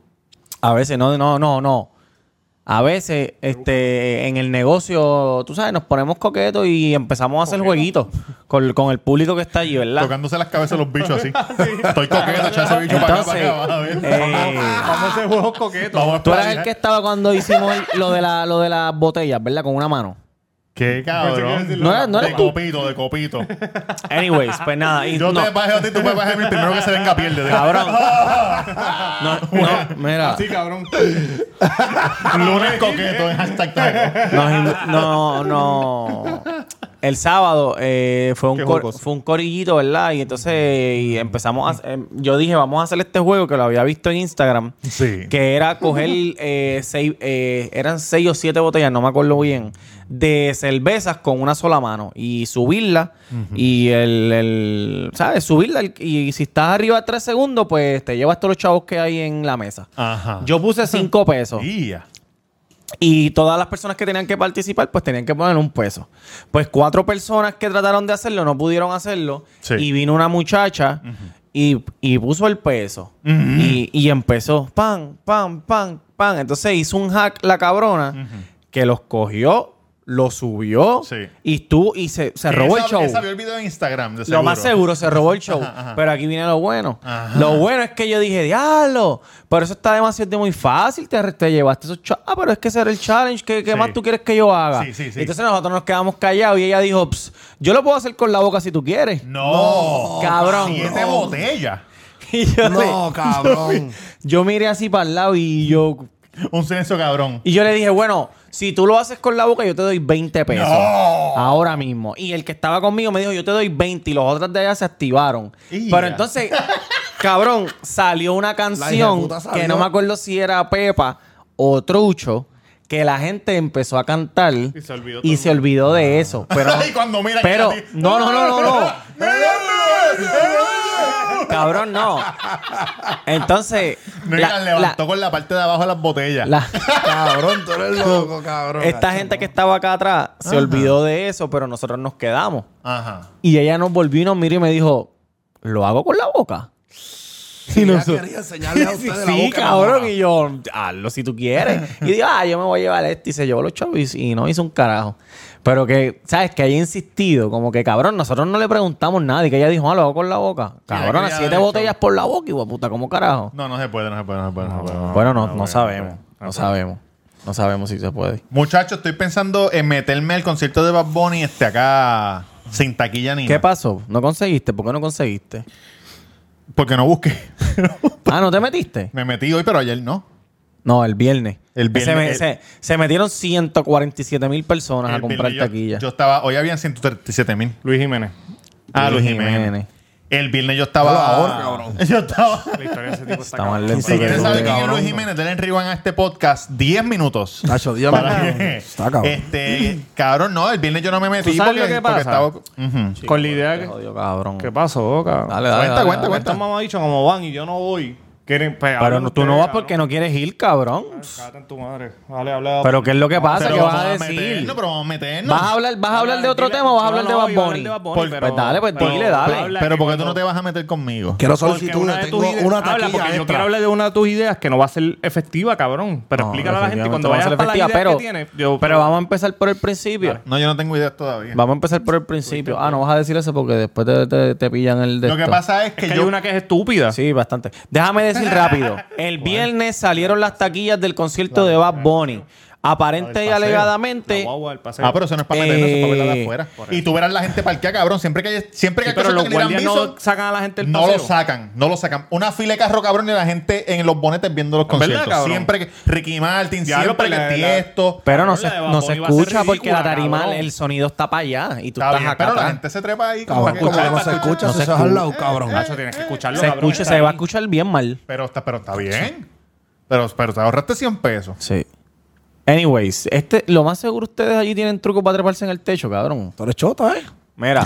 Speaker 2: a veces, no, no, no, no. A veces, este, en el negocio, tú sabes, nos ponemos coquetos y empezamos a hacer jueguitos con, con el público que está allí, ¿verdad?
Speaker 1: Tocándose las cabezas los bichos así. Estoy coqueto, echar ese bicho para acá,
Speaker 2: Entonces,
Speaker 1: para acá. vas a ver.
Speaker 2: eh,
Speaker 4: Vamos a hacer juegos coquetos.
Speaker 1: Vamos a
Speaker 2: tú eras
Speaker 1: explorar.
Speaker 2: el que estaba cuando hicimos el- lo, de la, lo de las botellas, ¿verdad? Con una mano.
Speaker 1: Qué cabrón.
Speaker 2: No era- no
Speaker 1: de
Speaker 2: eras tú.
Speaker 1: copito, de copito.
Speaker 2: Anyways, pues nada. Y
Speaker 1: Yo
Speaker 2: no,
Speaker 1: te bajé a ti, tú me bajes a mí. Primero que se venga pierde.
Speaker 2: cabrón. No, no, mira.
Speaker 4: Sí, cabrón.
Speaker 1: <laughs> Lunes coqueto en hashtag taco.
Speaker 2: Nos in- no, no. El sábado eh, fue, un
Speaker 4: Qué
Speaker 2: cor-
Speaker 4: jocoso.
Speaker 2: fue un corillito, ¿verdad? Y entonces y empezamos a... eh, yo dije, vamos a hacer este juego que lo había visto en Instagram.
Speaker 1: Sí.
Speaker 2: Que era coger eh, seis, eh, eran seis o siete botellas, no me acuerdo bien, de cervezas con una sola mano y subirla y el, el- ¿sabes? Subirla el- y si estás arriba de tres segundos, pues te llevas todos los chavos que hay en la mesa.
Speaker 4: Ah.
Speaker 1: Ajá.
Speaker 2: Yo puse cinco pesos.
Speaker 1: Ia.
Speaker 2: Y todas las personas que tenían que participar, pues tenían que poner un peso. Pues cuatro personas que trataron de hacerlo no pudieron hacerlo.
Speaker 1: Sí.
Speaker 2: Y vino una muchacha y, y puso el peso. y, y empezó pan, pan, pan, pan. Entonces hizo un hack la cabrona que los cogió, lo subió
Speaker 1: Sí.
Speaker 2: y tú y se, se robó
Speaker 1: Esa-
Speaker 2: el show.
Speaker 1: esa vio el video en Instagram, de
Speaker 2: Lo más seguro, se robó el show. Pero aquí viene lo bueno. Lo bueno es que yo dije, diablo, pero eso está demasiado muy fácil. Te, te llevaste esos cha- Ah, pero es que ese era el challenge. ¿Qué, qué
Speaker 1: Sí.
Speaker 2: más tú quieres que yo haga?
Speaker 1: Sí, sí, sí.
Speaker 2: Entonces nosotros nos quedamos callados y ella dijo, "Ps, yo lo puedo hacer con la boca si tú quieres.
Speaker 1: Mm. No,
Speaker 2: Cabrón.
Speaker 1: Siete
Speaker 2: No.
Speaker 1: botellas.
Speaker 2: Y <laughs> yo,
Speaker 3: No, cabrón.
Speaker 2: le- yo miré así para el lado y yo,
Speaker 1: Un censo cabrón.
Speaker 2: y yo le dije, bueno, si tú lo haces con la boca, yo te doy 20 pesos.
Speaker 1: Oh.
Speaker 2: Ahora mismo. Y el que estaba conmigo me dijo, yo te doy 20 y los otros de allá se activaron.
Speaker 1: Ya.
Speaker 2: Pero entonces, cabrón, salió una canción
Speaker 3: puta salió.
Speaker 2: que no me acuerdo si era Pepa o Trucho, que la gente empezó a cantar y
Speaker 4: se olvidó
Speaker 2: y se olvidó de eso.
Speaker 1: <laughs>
Speaker 2: Pero,
Speaker 1: Y Ah. cuando mira
Speaker 2: pero
Speaker 1: aquí a ti.
Speaker 2: no, no, no, no,
Speaker 1: <laughs>
Speaker 2: no. Cabrón, no.
Speaker 1: <laughs>
Speaker 2: Entonces,
Speaker 1: Mira,
Speaker 2: la-
Speaker 1: levantó
Speaker 2: la-
Speaker 1: con la parte de abajo de las botellas.
Speaker 2: la-
Speaker 3: cabrón, tú eres loco, cabrón.
Speaker 2: esta gente que estaba acá atrás se olvidó de eso, pero nosotros nos quedamos.
Speaker 1: Ajá.
Speaker 2: Y ella nos volvió y nos miró y me dijo, ¿lo hago con la boca?
Speaker 3: Y no quería enseñarle a
Speaker 2: <laughs> Sí,
Speaker 3: ustedes la
Speaker 2: sí,
Speaker 3: boca,
Speaker 2: cabrón.
Speaker 3: mamá.
Speaker 2: Y yo, hazlo si tú quieres. Y digo, ah, yo me voy a llevar este. Y se llevó los chavos y, y no hizo un carajo. Pero que, ¿sabes? Que haya insistido. Como que, cabrón, nosotros no le preguntamos nada. Y que ella dijo, ah, lo hago con la boca. Cabrón,
Speaker 1: quería
Speaker 2: a siete
Speaker 1: ver,
Speaker 2: botellas por la boca. Y puta, ¿cómo carajo?
Speaker 1: No, no se puede, no se puede, no se puede. No, se puede, no,
Speaker 2: bueno, no,
Speaker 1: no,
Speaker 2: no,
Speaker 1: bueno,
Speaker 2: sabemos.
Speaker 1: no puede.
Speaker 2: No sabemos. No sabemos si se puede.
Speaker 1: Muchachos, estoy pensando en meterme al concierto de Bad Bunny este acá sin taquilla ni
Speaker 2: ¿Qué
Speaker 1: nada.
Speaker 2: pasó? ¿No conseguiste? ¿Por qué no conseguiste?
Speaker 1: Porque no busqué. <laughs>
Speaker 2: Ah, ¿no te metiste?
Speaker 1: Me metí hoy, pero ayer no.
Speaker 2: No, el viernes.
Speaker 1: El
Speaker 2: Se, me-
Speaker 1: viernes-
Speaker 2: se- se metieron 147 mil personas a
Speaker 1: El
Speaker 2: comprar
Speaker 1: viernes yo-
Speaker 2: taquilla.
Speaker 1: Yo estaba, hoy habían 137 mil.
Speaker 4: Luis Jiménez.
Speaker 1: Ah, Luis
Speaker 2: Luis
Speaker 1: Jiménez.
Speaker 2: Jiménez.
Speaker 1: El viernes yo estaba.
Speaker 3: Hola, ahora,
Speaker 1: <laughs>
Speaker 3: cabrón.
Speaker 1: Yo estaba.
Speaker 4: La historia de ese tipo está
Speaker 2: Está mal
Speaker 4: cabrón.
Speaker 2: lento.
Speaker 1: Si quieres
Speaker 2: Cabrón,
Speaker 1: saber quién es
Speaker 3: cabrón.
Speaker 1: Luis Jiménez, denle rewind a este podcast 10 minutos.
Speaker 3: Nacho,
Speaker 1: <laughs>
Speaker 3: dígame.
Speaker 1: Para que-
Speaker 3: Está cabrón.
Speaker 1: Este, cabrón, no, el viernes yo no me metí.
Speaker 4: ¿Tú sabes lo que
Speaker 1: porque
Speaker 4: pasa?
Speaker 1: estaba- Ujú.
Speaker 4: Con la idea
Speaker 2: Te
Speaker 4: que...
Speaker 2: jodió, cabrón.
Speaker 4: ¿Qué pasó, cabrón?
Speaker 2: Dale, dale,
Speaker 1: Cuenta,
Speaker 2: dale,
Speaker 1: cuenta,
Speaker 2: dale.
Speaker 1: cuenta.
Speaker 4: Estos mamabichos como van y yo no voy. Quieren, pues,
Speaker 2: Pero
Speaker 4: hablen
Speaker 2: no- tú
Speaker 4: ustedes,
Speaker 2: no vas
Speaker 4: cabrón.
Speaker 2: porque no quieres ir, cabrón.
Speaker 4: Cágate en tu madre. Vale, habla.
Speaker 2: Pero ¿qué es lo que pasa?
Speaker 1: Pero
Speaker 2: ¿Qué vas a
Speaker 1: vamos
Speaker 2: decir?
Speaker 1: meternos, pero vamos a meternos.
Speaker 2: ¿Vas a hablar, vas a hablar de otro
Speaker 4: Dile-
Speaker 2: tema o vas a
Speaker 4: No,
Speaker 2: hablar de
Speaker 4: no,
Speaker 2: Bad
Speaker 4: iba a hablar
Speaker 2: Bunny?
Speaker 4: de Bad Bunny,
Speaker 2: Por-
Speaker 4: pero-
Speaker 2: Pues dale, pues
Speaker 4: pero-
Speaker 2: dile, dale.
Speaker 4: habla
Speaker 1: pero
Speaker 4: que
Speaker 1: ¿por qué tú no
Speaker 4: cuando-
Speaker 1: te vas a meter conmigo?
Speaker 3: Quiero
Speaker 4: Porque una de
Speaker 3: solicitudes.
Speaker 4: tus
Speaker 3: Tengo
Speaker 4: ideas-
Speaker 3: una
Speaker 4: habla, porque
Speaker 3: taquilla
Speaker 4: yo quiero
Speaker 3: extra.
Speaker 4: hablar de una de tus ideas que no va a ser efectiva, cabrón. Pero
Speaker 2: No,
Speaker 4: explícale a la gente
Speaker 2: definitivamente
Speaker 4: cuando
Speaker 2: no va a
Speaker 4: vayas
Speaker 2: ser
Speaker 4: para la idea
Speaker 2: efectiva, pero,
Speaker 4: que tienes. yo-
Speaker 2: pero vamos a empezar por el principio.
Speaker 1: No, yo no tengo ideas todavía.
Speaker 2: Vamos a empezar por el principio. Ah, no vas a decir eso porque después te, te- te pillan el de
Speaker 1: Lo que
Speaker 2: esto.
Speaker 1: pasa es
Speaker 4: Es
Speaker 1: que,
Speaker 4: que hay
Speaker 1: yo.
Speaker 4: una que es estúpida.
Speaker 2: Sí, bastante. Déjame decir rápido.
Speaker 4: <laughs>
Speaker 2: El viernes salieron las taquillas del concierto de Bad Bunny. Aparente y
Speaker 4: Paseo,
Speaker 2: alegadamente...
Speaker 4: la guagua, el paseo.
Speaker 1: Ah, pero eso no es para meternos, eso es para verla de
Speaker 2: Eh,
Speaker 1: afuera. Y tú verás la gente parqueada, cabrón. Siempre que hay, siempre que
Speaker 4: Sí,
Speaker 1: hay cosas
Speaker 4: pero los
Speaker 1: que le dan
Speaker 4: guardias no
Speaker 1: viso,
Speaker 4: sacan a la gente del
Speaker 1: no
Speaker 4: paseo.
Speaker 1: lo sacan, no lo sacan. Una fila de carro, cabrón, y la gente en los bonetes viendo los
Speaker 4: ¿Verdad,
Speaker 1: conciertos.
Speaker 4: cabrón?
Speaker 1: siempre que Ricky Martin,
Speaker 4: Diablo,
Speaker 1: siempre
Speaker 4: pero
Speaker 1: que
Speaker 4: la- la-
Speaker 1: Tiesto.
Speaker 2: Pero no
Speaker 4: Cabrón,
Speaker 2: se,
Speaker 4: la de Bad Bunny
Speaker 2: no se
Speaker 4: va a ser
Speaker 2: escucha porque
Speaker 4: ridícula,
Speaker 2: la tarima,
Speaker 4: cabrón.
Speaker 2: el sonido está para allá y tú
Speaker 1: Está
Speaker 2: estás
Speaker 1: bien,
Speaker 2: acá.
Speaker 1: pero la
Speaker 2: atrás.
Speaker 1: gente se trepa ahí. como
Speaker 3: Cabrón,
Speaker 1: que-
Speaker 3: como no se escucha,
Speaker 2: No
Speaker 3: se
Speaker 2: se
Speaker 3: se al lado, cabrón.
Speaker 1: Eh,
Speaker 4: Nacho, tienes que escucharlo,
Speaker 2: Se
Speaker 4: cabrón.
Speaker 2: escucha, se va a escuchar bien mal.
Speaker 1: Pero está, pero está bien. Pero, pero te ahorraste 100 pesos.
Speaker 2: Sí. Anyways, este, lo más seguro ustedes allí tienen truco para treparse en el techo, cabrón.
Speaker 3: Tú eres chota, ¿eh?
Speaker 4: <laughs>
Speaker 2: Mira.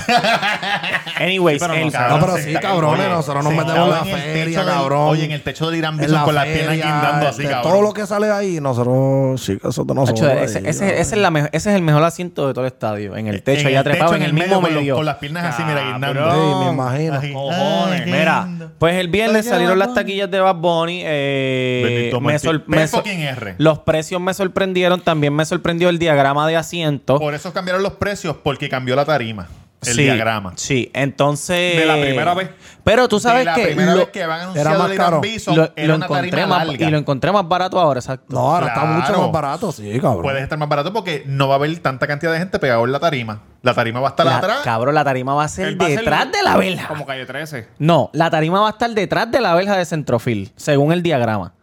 Speaker 2: Anyways,
Speaker 4: Sí, pero no,
Speaker 2: el-
Speaker 1: Cabrón,
Speaker 3: No, pero
Speaker 1: se
Speaker 3: sí,
Speaker 1: está-
Speaker 3: cabrones,
Speaker 1: oye,
Speaker 3: nosotros nos
Speaker 1: se
Speaker 3: metemos en la
Speaker 1: estaba el
Speaker 3: feria,
Speaker 1: techo del-
Speaker 3: cabrón.
Speaker 1: Oye, en el techo del Irán
Speaker 3: En
Speaker 1: Bison con las piernas
Speaker 3: feria,
Speaker 1: guindando así,
Speaker 3: de
Speaker 1: cabrón.
Speaker 3: Todo lo que sale ahí, nosotros, sí, eso te nos
Speaker 2: Nacho, ese, ese- ese es la mejo- ese es el mejor asiento de todo el estadio. En el techo,
Speaker 1: En
Speaker 2: allá trepado,
Speaker 1: techo,
Speaker 2: en el, mismo
Speaker 1: con los-
Speaker 2: medio.
Speaker 1: Con las piernas así, mira, guindando.
Speaker 4: Cabrón.
Speaker 3: Sí, me imagino.
Speaker 1: Así.
Speaker 4: Cojones.
Speaker 1: Ay,
Speaker 2: Mira,
Speaker 1: guindando.
Speaker 2: pues el viernes
Speaker 3: Oye,
Speaker 2: salieron
Speaker 3: Bad
Speaker 2: las
Speaker 3: Bunny.
Speaker 2: taquillas de Bad Bunny. eh,
Speaker 1: Bendito
Speaker 2: me
Speaker 1: Martín.
Speaker 2: sor-
Speaker 1: Pero
Speaker 2: me sor-
Speaker 1: fucking R.
Speaker 2: los precios me sorprendieron. También me sorprendió el diagrama de asiento.
Speaker 1: Por eso cambiaron los precios, porque cambió la tarima, el
Speaker 2: Sí,
Speaker 1: diagrama.
Speaker 2: Sí, entonces.
Speaker 4: De la primera vez.
Speaker 2: Pero tú sabes
Speaker 1: Y la
Speaker 2: que.
Speaker 1: primera
Speaker 2: lo-
Speaker 1: vez que van
Speaker 3: era
Speaker 1: anunciando
Speaker 3: más
Speaker 1: el
Speaker 3: caro.
Speaker 1: Irán Bison,
Speaker 2: lo,
Speaker 1: era
Speaker 2: lo
Speaker 1: una
Speaker 2: encontré
Speaker 1: tarima
Speaker 2: más,
Speaker 1: larga.
Speaker 2: y lo encontré más barato ahora, exacto.
Speaker 3: No, ahora
Speaker 1: Claro.
Speaker 3: está mucho más barato, sí, cabrón.
Speaker 1: Puedes estar más barato porque no va a haber tanta cantidad de gente pegado en la tarima. La tarima va a estar
Speaker 2: La-
Speaker 1: atrás.
Speaker 2: Cabrón, la tarima va a ser
Speaker 4: Él va a ser
Speaker 2: detrás de la verja.
Speaker 4: Como calle 13.
Speaker 2: No, la tarima va a estar detrás de la verja de Centrofil, según el diagrama.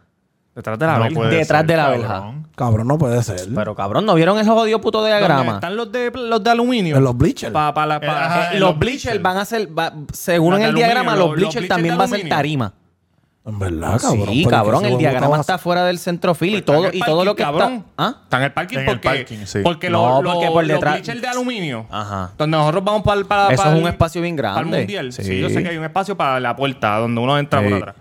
Speaker 4: Detrás de la
Speaker 1: No
Speaker 4: verga.
Speaker 1: puede
Speaker 2: Detrás de la
Speaker 1: cabrón.
Speaker 2: verja.
Speaker 3: Cabrón, no puede ser.
Speaker 1: ¿Mm?
Speaker 2: Pero cabrón, ¿no vieron el jodido puto
Speaker 4: ¿Dónde
Speaker 2: diagrama?
Speaker 4: están los de, los de aluminio?
Speaker 3: En los bleachers.
Speaker 4: Pa, pa, la- pa-
Speaker 1: Ajá,
Speaker 2: Eh,
Speaker 1: en
Speaker 2: los
Speaker 1: los
Speaker 2: bleachers
Speaker 1: bleachers.
Speaker 2: van a ser, va- según
Speaker 4: Los
Speaker 2: en
Speaker 4: de
Speaker 2: el
Speaker 4: aluminio,
Speaker 2: diagrama,
Speaker 4: los-
Speaker 2: los
Speaker 4: los
Speaker 2: bleachers
Speaker 4: bleachers
Speaker 2: también
Speaker 4: de
Speaker 2: va a ser
Speaker 4: aluminio.
Speaker 2: tarima.
Speaker 3: En verdad, cabrón.
Speaker 2: sí, Ah, cabrón, pues, el diagrama está fuera del centrofil y
Speaker 4: Están
Speaker 2: todo,
Speaker 4: Pues en el
Speaker 2: y todo lo que
Speaker 4: parking, cabrón.
Speaker 2: está. ¿Ah?
Speaker 4: Está en el parking
Speaker 1: En el
Speaker 4: porque,
Speaker 1: parking, sí.
Speaker 4: porque
Speaker 2: No,
Speaker 4: los, los-
Speaker 2: porque por
Speaker 4: los
Speaker 2: detrás-
Speaker 4: bleachers de aluminio.
Speaker 2: Ajá.
Speaker 4: Donde nosotros vamos para, para,
Speaker 2: Eso
Speaker 4: para
Speaker 2: es
Speaker 4: el-
Speaker 2: un espacio bien
Speaker 4: para el
Speaker 2: grande.
Speaker 4: mundial. Sí.
Speaker 2: Sí.
Speaker 4: yo sé que hay un espacio para la puerta donde uno entra por
Speaker 2: Sí.
Speaker 4: atrás.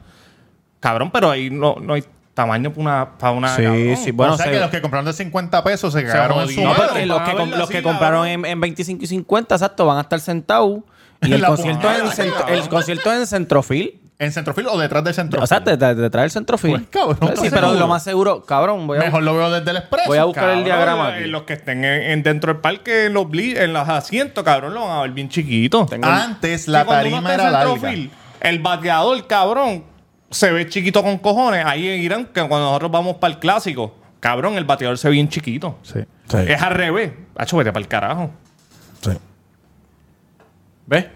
Speaker 4: Cabrón, pero ahí no, no hay tamaño para una. Para una
Speaker 2: Sí,
Speaker 4: cabrón.
Speaker 2: sí, bueno,
Speaker 1: o sea
Speaker 2: se-
Speaker 1: que los que compraron de 50 pesos se cagaron en su
Speaker 4: jodió.
Speaker 2: No,
Speaker 1: madre.
Speaker 4: Claro,
Speaker 2: porque los
Speaker 4: van
Speaker 2: que,
Speaker 4: a
Speaker 2: com-
Speaker 4: verla
Speaker 2: los
Speaker 4: así,
Speaker 2: que
Speaker 4: cabrón.
Speaker 2: compraron en, en 25 y 50, exacto, van a estar sentados. Y el
Speaker 1: La
Speaker 2: concierto,
Speaker 1: puta
Speaker 2: es en
Speaker 1: madre,
Speaker 2: centro-
Speaker 1: cabrón.
Speaker 2: el concierto es en Centrofil.
Speaker 1: ¿En centrofil o detrás del centrofil?
Speaker 2: O sea, te, te- te trae el centrofil.
Speaker 1: Pues, cabrón,
Speaker 2: Pues sí,
Speaker 1: entonces,
Speaker 2: pero
Speaker 1: seguro.
Speaker 2: lo más seguro, cabrón, voy a
Speaker 1: Mejor lo veo desde el expreso.
Speaker 2: Voy a buscar el diagrama aquí.
Speaker 4: eh, Los que estén en, en- dentro del parque, en los, bli- en los asientos, cabrón, lo van a ver bien chiquito.
Speaker 1: Antes
Speaker 4: Sí,
Speaker 1: la
Speaker 4: cuando uno
Speaker 1: tarima
Speaker 4: está
Speaker 1: era
Speaker 4: en
Speaker 1: larga.
Speaker 4: centrofil, el bateador, cabrón, se ve chiquito con cojones. Ahí en Irán, que cuando nosotros vamos para el clásico, cabrón, el bateador se ve bien chiquito.
Speaker 1: Sí.
Speaker 3: Sí,
Speaker 4: Es al revés. Hacho, vete para el carajo.
Speaker 3: sí.
Speaker 2: ¿Ves?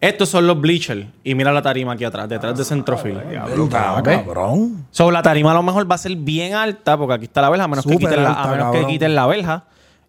Speaker 2: Estos son los bleachers. Y mira la tarima aquí atrás, detrás de centrofil.
Speaker 3: Verdad, cabrón.
Speaker 2: Sobre la tarima a lo mejor va a ser bien alta, porque aquí está la verja, a menos, que
Speaker 3: Súper
Speaker 2: quiten, la, a
Speaker 3: alta,
Speaker 2: menos que
Speaker 3: cabrón.
Speaker 2: quiten la verja.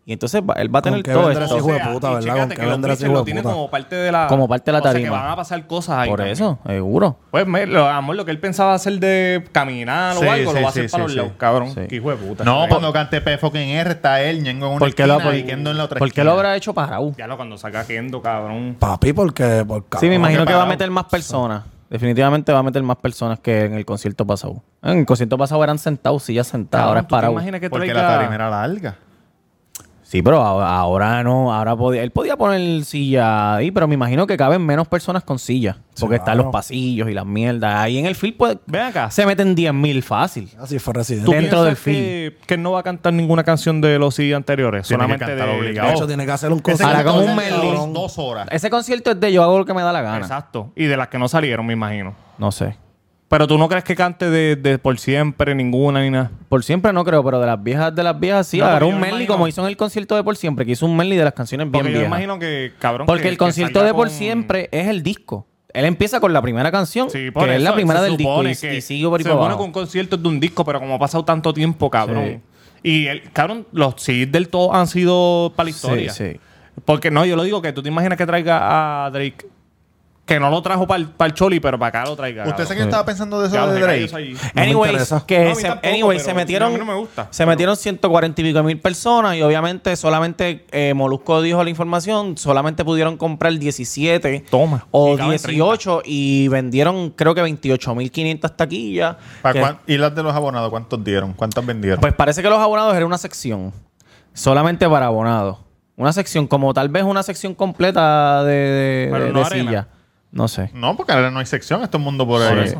Speaker 2: Y entonces va- él va a
Speaker 3: ¿Con
Speaker 2: tener
Speaker 3: qué
Speaker 2: todo
Speaker 3: vendrá ese
Speaker 2: esto.
Speaker 3: hijo de puta,
Speaker 4: y
Speaker 3: ¿verdad?
Speaker 4: chécate
Speaker 3: ¿Con
Speaker 4: que
Speaker 3: qué
Speaker 4: los
Speaker 3: vendrá ese
Speaker 4: Blazers
Speaker 3: hijo
Speaker 4: lo
Speaker 3: de
Speaker 4: tienen
Speaker 3: puta?
Speaker 4: como parte de la...
Speaker 2: Como parte de la
Speaker 4: o sea, que
Speaker 2: tarima.
Speaker 4: van a pasar cosas ahí.
Speaker 2: Por
Speaker 4: también.
Speaker 2: eso, seguro.
Speaker 4: Pues, me- lo, amor, lo que él pensaba hacer de caminar
Speaker 1: Sí,
Speaker 4: o algo,
Speaker 1: sí,
Speaker 4: lo va a
Speaker 1: sí,
Speaker 4: hacer
Speaker 1: sí,
Speaker 4: para los
Speaker 1: sí.
Speaker 4: lados, cabrón.
Speaker 2: Sí.
Speaker 4: Qué hijo de puta.
Speaker 1: No,
Speaker 4: Cabrón.
Speaker 1: cuando cante P fucking R está él, Ñengo en una
Speaker 2: ¿Por qué lo-
Speaker 1: esquina
Speaker 2: por-
Speaker 1: y Kendo en la otra
Speaker 2: ¿Por qué lo habrá hecho Pajarau?
Speaker 4: Ya lo cuando saca Kendo, cabrón.
Speaker 3: Papi, porque. Por,
Speaker 2: Sí, me imagino
Speaker 1: que
Speaker 2: que va a
Speaker 1: Pajarau.
Speaker 2: meter más personas. Definitivamente va a meter más personas que en el concierto pasado. En el concierto pasado eran sentados, sillas sentadas, ahora es
Speaker 4: Cabrón, ¿tú te
Speaker 2: parado.
Speaker 4: imaginas que
Speaker 1: Porque
Speaker 4: traiga-
Speaker 1: la tarima era larga.
Speaker 2: Sí, pero a- ahora no, ahora podía, él podía poner silla ahí, pero me imagino que caben menos personas con silla, porque están
Speaker 3: claro.
Speaker 2: los pasillos y las mierdas. Ahí en el field pues,
Speaker 4: Ven acá.
Speaker 2: se meten 10.000 fácil.
Speaker 3: Así fue residente.
Speaker 2: Tú dentro del
Speaker 4: piensas que, que no va a cantar ninguna canción de los CD anteriores.
Speaker 1: Tiene que
Speaker 4: solamente
Speaker 1: cantar
Speaker 4: de,
Speaker 1: obligado.
Speaker 3: De
Speaker 1: cabrón.
Speaker 3: hecho, tiene que hacer un
Speaker 1: Ese
Speaker 3: cosa.
Speaker 2: Ahora, como un
Speaker 1: concierto
Speaker 2: Merlín.
Speaker 1: duró Dos horas.
Speaker 2: Ese concierto es de yo hago lo que me da la gana.
Speaker 4: Exacto. Y de las que no salieron, me imagino.
Speaker 2: No sé.
Speaker 4: Pero tú no crees que cante de, de por siempre, ninguna ni nada.
Speaker 2: Por siempre no creo, pero de las viejas de las viejas sí,
Speaker 4: No, porque
Speaker 2: agarró
Speaker 4: yo
Speaker 2: un
Speaker 4: me
Speaker 2: medley
Speaker 4: imagino-
Speaker 2: como hizo en el concierto de por siempre, que hizo un medley de las canciones bien
Speaker 4: Porque yo me
Speaker 2: viejas.
Speaker 4: imagino que, cabrón.
Speaker 2: Porque
Speaker 4: que-
Speaker 2: el
Speaker 4: que
Speaker 2: concierto
Speaker 4: salga
Speaker 2: de por
Speaker 4: con-
Speaker 2: siempre es el disco. Él empieza con la primera canción,
Speaker 4: Sí,
Speaker 2: que
Speaker 4: por
Speaker 2: es
Speaker 4: eso,
Speaker 2: la primera
Speaker 4: se
Speaker 2: del disco, y,
Speaker 4: supone
Speaker 2: y
Speaker 4: que-
Speaker 2: sigue por ahí
Speaker 4: Se
Speaker 2: para
Speaker 4: supone
Speaker 2: abajo.
Speaker 4: que un concierto es de un disco, pero como ha pasado tanto tiempo, cabrón. Y el, cabrón, los CDs del todo han sido para la historia.
Speaker 2: Sí, sí.
Speaker 4: Porque no, yo lo digo que tú te imaginas que traiga a Drake. Que no lo trajo para el, Choli, pero para acá lo traiga.
Speaker 1: ¿Usted
Speaker 4: cabrón.
Speaker 1: sabe que yo estaba pensando de eso
Speaker 4: Cabrón,
Speaker 1: de
Speaker 4: que ellos
Speaker 1: Drake?
Speaker 4: ahí-
Speaker 3: No me
Speaker 2: Anyways,
Speaker 3: interesa.
Speaker 2: que
Speaker 4: No, a mí
Speaker 2: se,
Speaker 4: tampoco,
Speaker 2: anyway,
Speaker 4: pero
Speaker 2: se metieron,
Speaker 4: a mí no me gusta.
Speaker 2: se metieron 140 y pico mil personas y obviamente solamente eh, Molusco dijo la información, solamente pudieron comprar 17
Speaker 4: Toma.
Speaker 2: o
Speaker 4: Y caben
Speaker 2: 18 y vendieron creo que 28 mil 500 taquillas.
Speaker 1: ¿Para
Speaker 2: que-
Speaker 1: cuán- ¿Y las de los abonados? ¿Cuántos dieron? ¿Cuántas vendieron?
Speaker 2: pues parece que los abonados era una sección solamente para abonados, una sección como tal vez una sección completa de, de,
Speaker 4: Pero
Speaker 2: de-
Speaker 4: no
Speaker 2: de
Speaker 4: arena.
Speaker 2: silla, no sé.
Speaker 1: no, porque ahora no hay sección. Esto es mundo por ahí.
Speaker 2: Sí.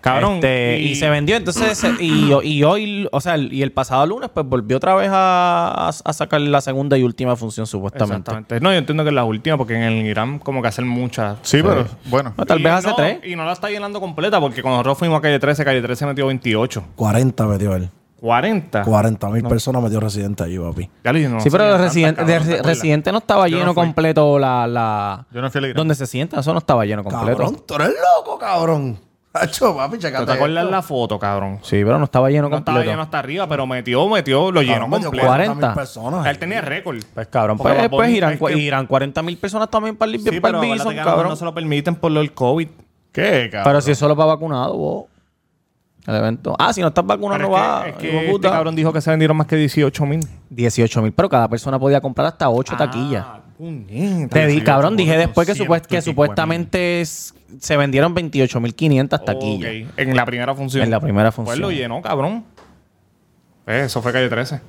Speaker 4: Cabrón,
Speaker 2: Este, y...
Speaker 4: y-
Speaker 2: se vendió. Entonces, se- y, y hoy, o sea, y el pasado lunes, pues volvió otra vez a, a sacar la segunda y última función, supuestamente.
Speaker 4: Exactamente. No, yo entiendo que es la última, porque en el Irán como que hacen muchas.
Speaker 1: Sí, pero bueno.
Speaker 2: No, tal
Speaker 4: Y
Speaker 2: vez hace
Speaker 4: no,
Speaker 2: tres.
Speaker 4: Y no la está llenando completa, porque cuando nosotros fuimos a calle 13, calle 13 metió 28.
Speaker 3: 40 metió él.
Speaker 4: 40.
Speaker 2: Ah,
Speaker 3: 40 mil personas metió residente allí, papi.
Speaker 4: Ya le dije, no,
Speaker 2: sí, pero
Speaker 4: no
Speaker 2: el
Speaker 4: tantas,
Speaker 2: residente,
Speaker 4: cabrón,
Speaker 2: de-
Speaker 4: ¿te acuerdas?
Speaker 2: residente no estaba
Speaker 1: Yo no
Speaker 2: lleno
Speaker 1: fui.
Speaker 2: completo la, la-
Speaker 1: Yo no fui a la iglesia.
Speaker 2: donde se sienta, eso no estaba lleno completo.
Speaker 3: Cabrón, tú eres loco, cabrón. Hacho, papi,
Speaker 4: ¿Te
Speaker 3: checate.
Speaker 4: acuerdas
Speaker 3: esto.
Speaker 4: la foto, cabrón?
Speaker 2: Sí, pero no estaba lleno
Speaker 4: No estaba
Speaker 2: completo.
Speaker 4: lleno hasta arriba, pero metió, metió, lo llenó
Speaker 3: Cabrón, metió
Speaker 4: completo.
Speaker 3: 40.000
Speaker 2: 40.
Speaker 3: personas.
Speaker 4: Él tenía récord.
Speaker 2: Pues cabrón,
Speaker 4: Porque
Speaker 2: pues,
Speaker 4: Bad Bunny-
Speaker 2: pues, irán,
Speaker 4: es que-
Speaker 2: irán 40 mil personas también para el,
Speaker 4: Sí,
Speaker 2: para
Speaker 4: pero
Speaker 2: el
Speaker 4: acuérdate
Speaker 2: Bison,
Speaker 4: que a nosotros
Speaker 2: cabrón.
Speaker 4: no se lo permiten por lo del COVID.
Speaker 1: ¿Qué, cabrón?
Speaker 2: Pero si es solo para vacunado, vos. El evento. Ah, si no estás vacunado,
Speaker 4: Pero
Speaker 2: no
Speaker 4: es que-
Speaker 2: va.
Speaker 4: es que
Speaker 2: hijo de
Speaker 4: este
Speaker 2: puta.
Speaker 4: cabrón dijo que se vendieron más que 18 mil.
Speaker 2: 18 mil, pero cada persona podía comprar hasta 8
Speaker 4: Ah,
Speaker 2: taquillas. Te di,
Speaker 1: 18,
Speaker 2: cabrón, dije
Speaker 1: son
Speaker 2: después que, supuest-
Speaker 1: 100 y
Speaker 2: que
Speaker 1: pico
Speaker 2: supuestamente es- se vendieron 28.500 taquillas.
Speaker 4: En la primera función.
Speaker 2: En la primera
Speaker 4: Pues
Speaker 2: función.
Speaker 4: lo llenó, cabrón. Eh, Eso fue calle 13.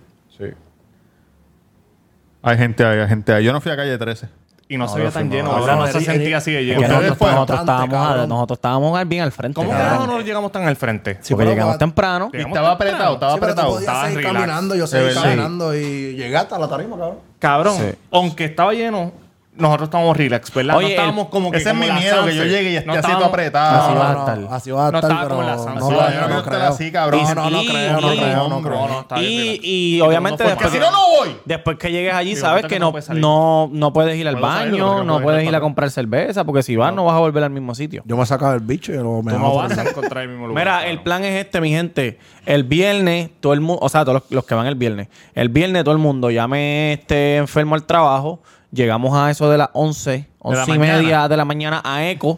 Speaker 1: Hay gente ahí, hay gente ahí. Yo no fui a calle 13.
Speaker 4: Y no, se veía tan lleno.
Speaker 3: no,
Speaker 4: cabrón.
Speaker 3: no,
Speaker 4: No, se
Speaker 3: sí, sí.
Speaker 4: sentía así de
Speaker 2: Es
Speaker 4: lleno.
Speaker 2: que
Speaker 1: Ustedes
Speaker 2: nosotros,
Speaker 1: fueron
Speaker 2: nosotros
Speaker 3: tanto,
Speaker 2: estábamos, a-
Speaker 3: cabrón.
Speaker 2: nosotros estábamos al- bien al frente.
Speaker 4: ¿Cómo
Speaker 2: cabrón,
Speaker 4: carajo no llegamos tan al frente?
Speaker 3: Sí,
Speaker 2: porque
Speaker 3: pero
Speaker 2: llegamos
Speaker 3: va-
Speaker 2: temprano.
Speaker 1: Y
Speaker 4: Llegamos
Speaker 1: estaba
Speaker 4: temprano.
Speaker 1: apretado, estaba
Speaker 3: Sí, pero tú
Speaker 1: apretado.
Speaker 3: podías
Speaker 4: estaba
Speaker 3: seguir
Speaker 4: relax.
Speaker 3: caminando, yo
Speaker 1: De
Speaker 3: seguí
Speaker 1: verdad.
Speaker 3: caminando y llegaste a la tarima, cabrón.
Speaker 4: Cabrón,
Speaker 2: Sí.
Speaker 4: aunque estaba lleno, nosotros estábamos relax, ¿verdad?
Speaker 2: Oye,
Speaker 4: no estábamos
Speaker 2: el-
Speaker 4: como que.
Speaker 1: Ese es
Speaker 4: como
Speaker 1: mi
Speaker 4: la
Speaker 1: miedo, que yo
Speaker 4: Sunset.
Speaker 1: llegue y esté
Speaker 4: No
Speaker 1: así todo
Speaker 4: estábamos-
Speaker 1: apretado.
Speaker 2: Así
Speaker 3: no,
Speaker 2: va a
Speaker 3: no,
Speaker 2: estar.
Speaker 3: Así va a
Speaker 4: No
Speaker 3: estar,
Speaker 4: estaba
Speaker 3: pero
Speaker 4: como la
Speaker 3: no,
Speaker 4: Sansa.
Speaker 3: no,
Speaker 1: Sí,
Speaker 3: no,
Speaker 1: yo no quiero
Speaker 3: no
Speaker 1: estar
Speaker 3: creo.
Speaker 1: así, cabrón.
Speaker 3: Y- no, no
Speaker 2: Y-
Speaker 3: creo, no
Speaker 2: y-
Speaker 3: creo, no
Speaker 2: y-
Speaker 3: creo.
Speaker 4: No, no, está bien,
Speaker 2: Y,
Speaker 4: relax.
Speaker 2: y
Speaker 4: Que
Speaker 2: obviamente
Speaker 4: todo el mundo
Speaker 2: después,
Speaker 1: Que si no, no voy.
Speaker 2: después que llegues
Speaker 4: Sí,
Speaker 2: allí, sabes
Speaker 4: ahorita
Speaker 2: que
Speaker 4: que no
Speaker 2: no,
Speaker 4: puedes salir.
Speaker 2: no, no puedes ir al
Speaker 1: Puedo salir,
Speaker 2: baño,
Speaker 1: pero creo que
Speaker 2: no
Speaker 1: puedo
Speaker 2: puedes
Speaker 1: ir
Speaker 2: ir a
Speaker 1: para
Speaker 2: comprar cerveza, porque si vas no vas a volver al mismo sitio.
Speaker 3: Yo me sacaba el bicho y lo me
Speaker 4: Tú no
Speaker 3: dejaba
Speaker 4: vas a encontrar el mismo lugar.
Speaker 2: Mira,
Speaker 4: cabrón.
Speaker 2: el plan es este, mi gente. El viernes, todo el mundo, o sea, todos los, los que van el viernes, el viernes todo el mundo llame este enfermo al trabajo. Llegamos a eso de las 11, 11 y
Speaker 1: mañana.
Speaker 2: media de la mañana a ECO.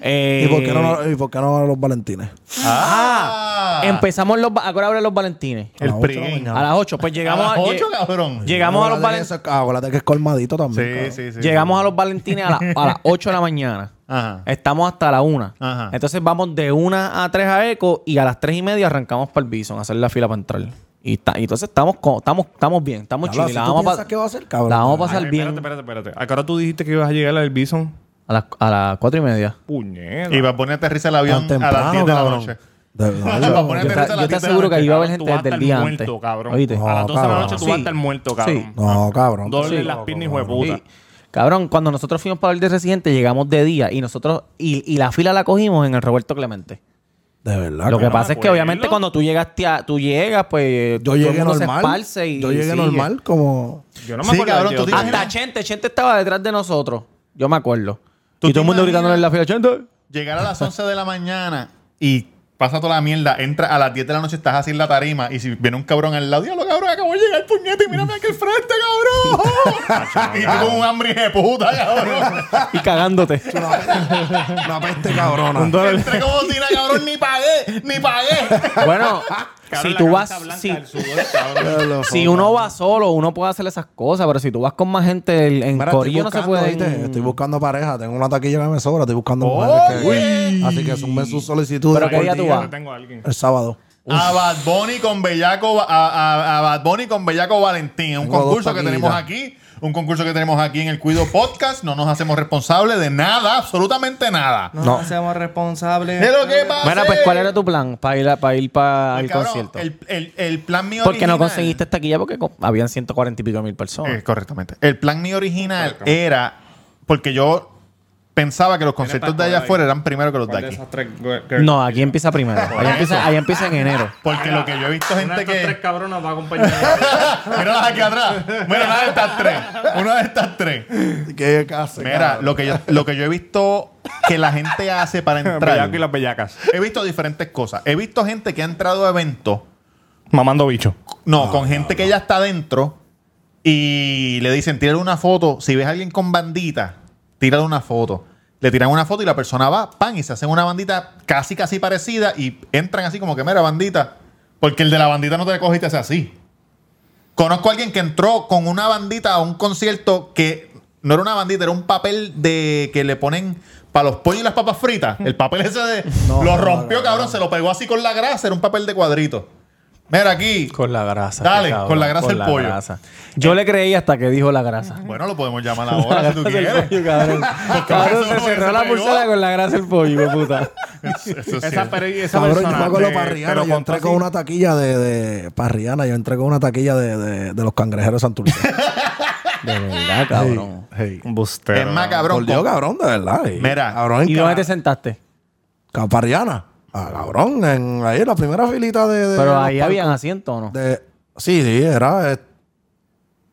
Speaker 2: Eh,
Speaker 3: ¿Y por qué no, y por qué no los Valentines?
Speaker 2: Ah, empezamos los. va- Ahora abren los Valentines.
Speaker 3: A las
Speaker 1: El
Speaker 3: ocho de la
Speaker 1: pregame.
Speaker 3: mañana.
Speaker 2: A las 8, pues llegamos
Speaker 1: a las 8,
Speaker 2: lle-
Speaker 1: cabrón.
Speaker 2: Llegamos a los
Speaker 3: Acuérdate que
Speaker 2: Valentines.
Speaker 3: eso- Acuérdate que es colmadito también.
Speaker 1: Sí,
Speaker 3: cabrón.
Speaker 1: sí, sí.
Speaker 2: Llegamos a los Valentines a, la- a las 8 de la mañana.
Speaker 1: Ajá.
Speaker 2: Estamos hasta la 1.
Speaker 1: Ajá.
Speaker 2: Entonces vamos de 1 a 3 a Eco y a las 3 y media arrancamos para el Bison a hacer la fila para entrar. Y, ta- y entonces estamos, co- estamos, estamos bien, estamos
Speaker 3: Diablo,
Speaker 2: chill.
Speaker 3: así
Speaker 2: La
Speaker 3: tú
Speaker 2: vamos a
Speaker 3: piensas
Speaker 2: pa-
Speaker 3: que va a ser, cabrón.
Speaker 2: la vamos a
Speaker 4: Ay,
Speaker 2: pasar bien.
Speaker 4: Espérate, espérate, espérate. Acá ahora tú dijiste que ibas a llegar al Bison.
Speaker 2: A las, a las cuatro y media.
Speaker 4: Puñeta.
Speaker 1: Y va a poner aterriza el avión
Speaker 3: Tan
Speaker 1: a las 10 de
Speaker 3: temprano,
Speaker 1: la
Speaker 3: cabrón.
Speaker 1: noche.
Speaker 3: De
Speaker 1: Yo
Speaker 3: verdad.
Speaker 1: voy a poner
Speaker 2: Yo,
Speaker 1: aterriza
Speaker 2: te-
Speaker 1: a las
Speaker 2: yo
Speaker 1: 10 de
Speaker 2: te
Speaker 1: la
Speaker 2: aseguro que ahí va a haber
Speaker 4: Cabrón, tú
Speaker 2: gente
Speaker 4: vas a
Speaker 2: desde el
Speaker 4: estar
Speaker 2: día
Speaker 4: muerto,
Speaker 2: antes.
Speaker 4: Cabrón.
Speaker 2: ¿Oíste?
Speaker 4: A las 12 de la
Speaker 3: No,
Speaker 4: noche tú vas a
Speaker 2: sí.
Speaker 4: estar muerto, cabrón.
Speaker 3: No, cabrón.
Speaker 4: Doble
Speaker 2: Sí.
Speaker 4: las piernas, hijo de puta.
Speaker 2: Sí. Cabrón, cuando nosotros fuimos para el de residente, llegamos de día y nosotros, y, y la fila la cogimos en el Roberto Clemente.
Speaker 3: De verdad.
Speaker 2: Lo que
Speaker 3: cabrón.
Speaker 2: pasa es que
Speaker 4: acuerdo.
Speaker 2: obviamente cuando tú llegaste a, tú llegas, pues
Speaker 3: Yo
Speaker 2: todo el
Speaker 3: llegué
Speaker 2: mundo se
Speaker 3: normal.
Speaker 2: esparce y
Speaker 3: yo llegué
Speaker 2: sigue.
Speaker 3: normal como...
Speaker 4: Yo
Speaker 1: Sí,
Speaker 4: acuerdo
Speaker 1: cabrón,
Speaker 4: de
Speaker 1: tú te
Speaker 4: otro.
Speaker 1: imaginas-
Speaker 2: Hasta Chente, Chente estaba detrás de nosotros. Yo me acuerdo.
Speaker 1: ¿Tú
Speaker 2: Y todo
Speaker 1: te
Speaker 2: el mundo
Speaker 1: imaginas?
Speaker 2: gritándole en la fila, Chente.
Speaker 1: Llegar a las 11 de la mañana y pasa toda la mierda, entra a las 10 de la noche, estás así en la tarima y si viene un cabrón al lado, diablo cabrón, acabo de llegar puñete y mírame aquí al frente,
Speaker 3: <laughs>
Speaker 1: cabrón. y tú con un hambre de puta, cabrón. <laughs>
Speaker 2: Y cagándote.
Speaker 3: <laughs> Una peste <laughs> cabrona.
Speaker 1: Entré como tina, cabrón, ni pagué, ni pagué. <laughs>
Speaker 2: bueno,
Speaker 4: Cabrón,
Speaker 2: si
Speaker 4: la
Speaker 2: tú vas.
Speaker 4: camisa blanca,
Speaker 2: si-
Speaker 4: el sudor, cabrón.
Speaker 2: si uno va solo, uno puede hacer esas cosas, pero si tú vas con más gente, el- en
Speaker 3: Mira,
Speaker 2: Corillo no
Speaker 3: estoy
Speaker 2: se
Speaker 3: buscando,
Speaker 2: puede.
Speaker 3: ¿viste? Estoy buscando pareja. Tengo una taquilla que me sobra. Estoy buscando mujeres que- Así que sumen sus solicitudes.
Speaker 2: Pero ¿qué
Speaker 3: por
Speaker 2: día tú
Speaker 3: día.
Speaker 2: vas?
Speaker 4: Tengo a alguien.
Speaker 3: El sábado.
Speaker 1: A Bad Bunny con Bellaco, a, a- a Bad Bunny con Bellaco Valentín. Un
Speaker 3: Tengo dos
Speaker 1: concurso que
Speaker 3: taquillas.
Speaker 1: tenemos aquí. Un concurso que tenemos aquí en el Cuido Podcast. No nos hacemos responsables de nada, absolutamente nada.
Speaker 2: No.
Speaker 4: seamos responsables.
Speaker 1: ¿Qué es lo que pasa?
Speaker 2: Mira, pues, ¿cuál era tu plan para ir, a- para ir para el concierto?
Speaker 1: El, el- el plan mío
Speaker 2: Porque no
Speaker 1: original-
Speaker 2: conseguiste taquilla porque co- habían 140 y pico mil personas.
Speaker 1: Eh, correctamente. El plan mío original era... Porque yo pensaba que los conciertos de allá
Speaker 4: pascual
Speaker 1: afuera eran primero que los de
Speaker 4: ¿Cuál de
Speaker 1: aquí.
Speaker 4: esas tres girl- girl-
Speaker 2: no, aquí empieza primero. Allá empieza, allá empieza en enero.
Speaker 1: Porque lo que yo he visto
Speaker 4: Una de
Speaker 1: gente
Speaker 4: estas tres
Speaker 1: que...
Speaker 4: cabronas va
Speaker 1: <laughs>
Speaker 4: a acompañar.
Speaker 1: Míralas aquí atrás. Mira, una de estas tres. Una de estas tres.
Speaker 3: ¿Qué hace?
Speaker 1: Mira, lo que, yo, lo que yo he visto que la gente hace para entrar.
Speaker 4: <laughs> Bellaco y las bellacas.
Speaker 1: He visto diferentes cosas. He visto gente que ha entrado a eventos,
Speaker 4: Mamando bicho.
Speaker 1: no, con gente que ya está dentro y le dicen, tírale una foto. Si ves a alguien con bandita, tírale una foto. Le tiran una foto y la persona va, pan, y se hacen una bandita casi, casi parecida y entran así como que, mira, bandita. Porque el de la bandita no te coge y te hace así. Conozco a alguien que entró con una bandita a un concierto que no era una bandita, era un papel de que le ponen para los pollos y las papas fritas. El papel ese <laughs> de. lo rompió, cabrón, se lo pegó así con la grasa, era un papel de cuadrito. Mira aquí.
Speaker 2: Con la grasa.
Speaker 1: Dale,
Speaker 2: qué cabrón,
Speaker 1: con la grasa el pollo. Eh,
Speaker 2: Yo le creí hasta que dijo la grasa.
Speaker 1: Bueno, lo podemos
Speaker 2: <laughs>
Speaker 1: llamar ahora si tú quieres.
Speaker 2: pollo, cabrón.
Speaker 1: eso
Speaker 2: cabrón
Speaker 1: no
Speaker 2: se
Speaker 1: se
Speaker 2: cerró la
Speaker 1: pegó.
Speaker 2: pulsera con la grasa el pollo, hijo de puta.
Speaker 1: Eso <laughs> sí.
Speaker 4: Esa, peri- esa
Speaker 3: Cabrón, yo
Speaker 4: persona.
Speaker 3: me
Speaker 2: eh,
Speaker 3: acuerdo
Speaker 4: de-
Speaker 3: para
Speaker 4: te
Speaker 3: Rihanna.
Speaker 4: lo
Speaker 3: Yo
Speaker 4: contó
Speaker 3: entré con
Speaker 4: así.
Speaker 3: una taquilla de, de para Rihanna. Yo entré con una taquilla de, de, de los cangrejeros de
Speaker 2: <laughs>
Speaker 3: Santurce.
Speaker 2: <laughs> De verdad, cabrón.
Speaker 3: Hey.
Speaker 4: Bustero.
Speaker 1: Es más,
Speaker 3: Por
Speaker 1: cabrón.
Speaker 3: Dios,
Speaker 1: con-
Speaker 3: cabrón, de verdad. hey.
Speaker 1: Mira.
Speaker 3: Cabrón, en
Speaker 2: ¿Y
Speaker 3: ca-
Speaker 2: dónde te sentaste?
Speaker 3: ca- para Rihanna. Ah, cabrón, en, ahí en la primera filita de... de
Speaker 2: Pero
Speaker 3: los
Speaker 2: ahí
Speaker 3: palcos.
Speaker 2: habían asiento o no.
Speaker 3: De- sí, sí, era. eh,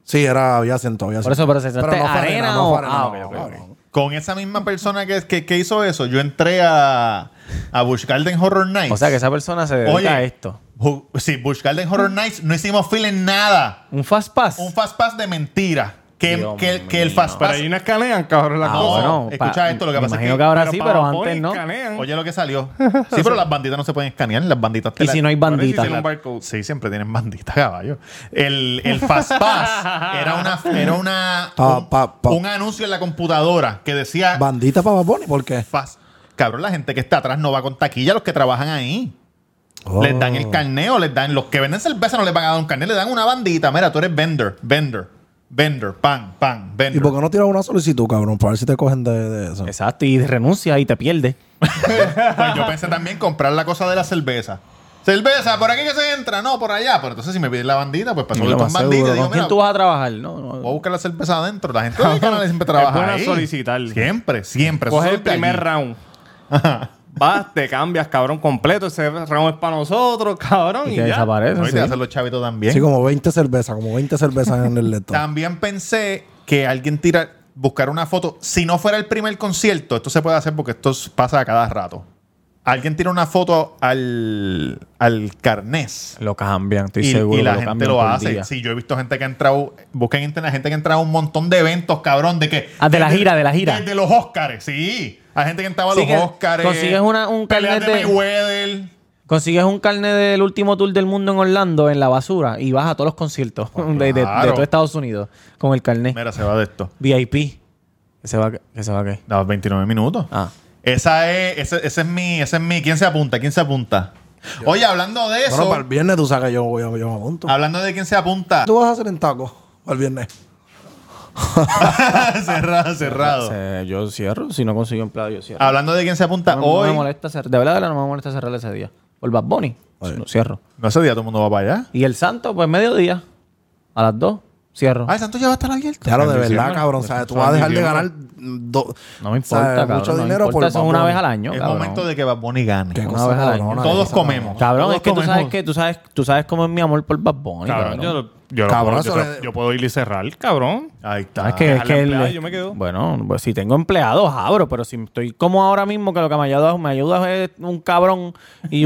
Speaker 3: sí, era, había asiento, había
Speaker 2: Por
Speaker 3: asiento.
Speaker 2: eso, pero se sentaste
Speaker 3: fue
Speaker 2: arena
Speaker 3: no
Speaker 2: o-
Speaker 3: fue arena,
Speaker 2: ah,
Speaker 3: no,
Speaker 2: ok, ok,
Speaker 3: cabrón.
Speaker 1: Con esa misma persona que, que, que hizo eso, yo entré a, a Busch Garden Horror Nights.
Speaker 2: O sea que esa persona se dedica
Speaker 1: Oye,
Speaker 2: a esto.
Speaker 1: Bu- sí, Busch Garden Horror Nights no hicimos fila en nada.
Speaker 2: Un fast pass.
Speaker 1: Un fast pass de mentira. Que,
Speaker 2: Dios
Speaker 1: que, que el
Speaker 2: mío.
Speaker 1: fast
Speaker 4: Pero
Speaker 1: pass.
Speaker 4: ahí no escanean, cabrón, la
Speaker 2: Ah,
Speaker 4: cosa.
Speaker 2: bueno,
Speaker 1: escucha
Speaker 2: pa-
Speaker 1: esto, lo que
Speaker 2: me
Speaker 1: pasa es
Speaker 2: imagino
Speaker 1: que-
Speaker 2: que ahora sí,
Speaker 4: para
Speaker 2: pero
Speaker 4: Bad Bunny
Speaker 2: antes no.
Speaker 4: escanean.
Speaker 1: Oye lo que salió. Sí, pero las banditas no se pueden escanear. Las banditas te
Speaker 2: Y
Speaker 1: la-
Speaker 2: si no hay
Speaker 1: Bueno,
Speaker 2: bandita.
Speaker 1: si
Speaker 4: tienen
Speaker 1: la-
Speaker 4: un barcode.
Speaker 1: Sí, siempre tienen bandita, caballo. El, el Fast Pass era una, era una
Speaker 3: Pa-
Speaker 1: un,
Speaker 3: pa- pa-
Speaker 1: un anuncio en la computadora que decía
Speaker 3: Bandita para Bad Bunny, ¿por qué?
Speaker 1: Fast. Cabrón, la gente que está atrás no va con taquilla, los que trabajan ahí. Les dan
Speaker 3: Oh.
Speaker 2: Oh.
Speaker 1: el carneo, les dan. Los que venden cerveza no les van a dar un carneo, le dan una bandita. Mira, tú eres vendor, vendor, vendor, pan, pan,
Speaker 3: ¿Y
Speaker 1: vendor.
Speaker 3: por qué no tiras una solicitud, cabrón? Para ver si te cogen de, de eso.
Speaker 2: Exacto, y renuncia y te pierdes.
Speaker 1: Pues yo pensé también comprar la cosa de la cerveza. Cerveza, por aquí que se entra, no, por allá. Pero entonces si me piden la bandita, pues pasó
Speaker 2: Lo
Speaker 1: con
Speaker 2: más
Speaker 1: bandita.
Speaker 2: seguro.
Speaker 1: y
Speaker 2: ¿Con
Speaker 1: Digo, mira, Oh.
Speaker 2: quién tú vas a trabajar? No, no.
Speaker 1: voy a buscar la cerveza adentro. La
Speaker 4: <laughs>
Speaker 1: gente de canal siempre trabaja
Speaker 4: Es bueno
Speaker 1: ahí.
Speaker 4: solicitar.
Speaker 1: Siempre, siempre. Eso
Speaker 4: Coge
Speaker 1: es
Speaker 4: el primer
Speaker 1: allí.
Speaker 4: round. Vas, te cambias, cabrón, completo. Ese round es para nosotros, cabrón.
Speaker 2: Y
Speaker 4: Y,
Speaker 2: te
Speaker 4: ya.
Speaker 2: desaparece.
Speaker 1: No, y
Speaker 2: sí.
Speaker 1: te hacen los chavitos también.
Speaker 3: Sí, como 20 cervezas, como 20 cervezas en el lector.
Speaker 1: También pensé que alguien tira, buscar una foto. Si no fuera el primer concierto, esto se puede hacer porque esto s- pasa a cada rato. Alguien tira una foto al, al carnés.
Speaker 2: Lo cambian, estoy
Speaker 1: Y,
Speaker 2: seguro.
Speaker 1: y
Speaker 2: que
Speaker 1: la gente
Speaker 2: cambian
Speaker 1: lo
Speaker 2: por
Speaker 1: hace.
Speaker 2: día.
Speaker 1: Sí, yo he visto gente que ha entrado, busca en internet, gente que ha entrado a un montón de eventos, cabrón, de que...
Speaker 2: Ah, de la
Speaker 1: desde-
Speaker 2: gira, de la gira.
Speaker 1: Desde los Óscares, sí. Hay gente que entraba a
Speaker 2: Sí,
Speaker 1: los
Speaker 2: que
Speaker 1: Óscares.
Speaker 2: consigues una- un
Speaker 1: peleas
Speaker 2: carnet
Speaker 1: de
Speaker 2: de-
Speaker 1: Mayweather.
Speaker 2: Consigues un carnet del último tour del mundo en Orlando, en la basura, y vas a todos los conciertos <laughs> de, de- de
Speaker 1: claro.
Speaker 2: todo Estados Unidos con el carnet
Speaker 1: Mira, se va de esto.
Speaker 2: VIP. ¿Que se va, a- que se va a qué?
Speaker 1: No, 29 minutos.
Speaker 2: Ah.
Speaker 1: Esa es, ese, ese es mi, ese es mi. ¿Quién se apunta? ¿Quién se apunta? Oye, hablando de eso,
Speaker 3: Bueno, para el viernes tú sabes que yo, voy a- yo me apunto.
Speaker 1: hablando de quién se apunta,
Speaker 3: ¿Tú vas a hacer en taco para el viernes?
Speaker 1: <laughs> cerrado, cerrado.
Speaker 2: Se- yo cierro. Si no consigo empleado, yo cierro.
Speaker 1: Hablando de quién se apunta
Speaker 2: no, no
Speaker 1: Ah, hoy.
Speaker 2: me molesta cer- De verdad, de verdad, no me molesta cerrar ese día. Por Bad Bunny, no, cierro.
Speaker 1: No, ese día todo el mundo va para allá.
Speaker 2: Y el santo, pues mediodía. A las 2, cierro.
Speaker 1: Ah, el Santo ya va a estar abierto.
Speaker 3: Ya lo de
Speaker 4: En
Speaker 3: verdad,
Speaker 4: diciembre.
Speaker 3: cabrón. ¿sabes? Tú vas a dejar de ganar mm, do-
Speaker 2: no me importa,
Speaker 3: ¿sabes?
Speaker 2: cabrón.
Speaker 3: mucho
Speaker 2: no me
Speaker 3: dinero
Speaker 2: importa,
Speaker 3: por
Speaker 2: eso es una
Speaker 3: Bad
Speaker 2: vez al
Speaker 3: Bunny.
Speaker 2: año,
Speaker 1: Es
Speaker 2: cabrón.
Speaker 1: momento de que Bad Bunny gane.
Speaker 3: Qué
Speaker 2: Una
Speaker 3: cosa
Speaker 2: vez al año.
Speaker 3: cabrona
Speaker 1: Todos
Speaker 3: esa,
Speaker 1: comemos.
Speaker 2: Cabrón,
Speaker 1: Todos
Speaker 2: es que tú
Speaker 1: comemos.
Speaker 2: sabes que tú sabes, tú sabes cómo es mi amor por Bad Bunny,
Speaker 4: Cabrón,
Speaker 2: cabrón.
Speaker 4: yo, lo- yo, lo
Speaker 3: Cabrón,
Speaker 4: puedo,
Speaker 3: eso
Speaker 4: yo, lo-
Speaker 3: le-
Speaker 4: yo puedo ir y cerrar, cabrón.
Speaker 1: Ahí
Speaker 2: Ah,
Speaker 1: está.
Speaker 2: es que, es
Speaker 4: dejarle
Speaker 2: que
Speaker 4: empleado,
Speaker 2: el-
Speaker 4: yo me quedo.
Speaker 2: Bueno, pues si tengo empleados, abro, pero si estoy como ahora mismo, que lo que me ayuda, me ayuda es un cabrón y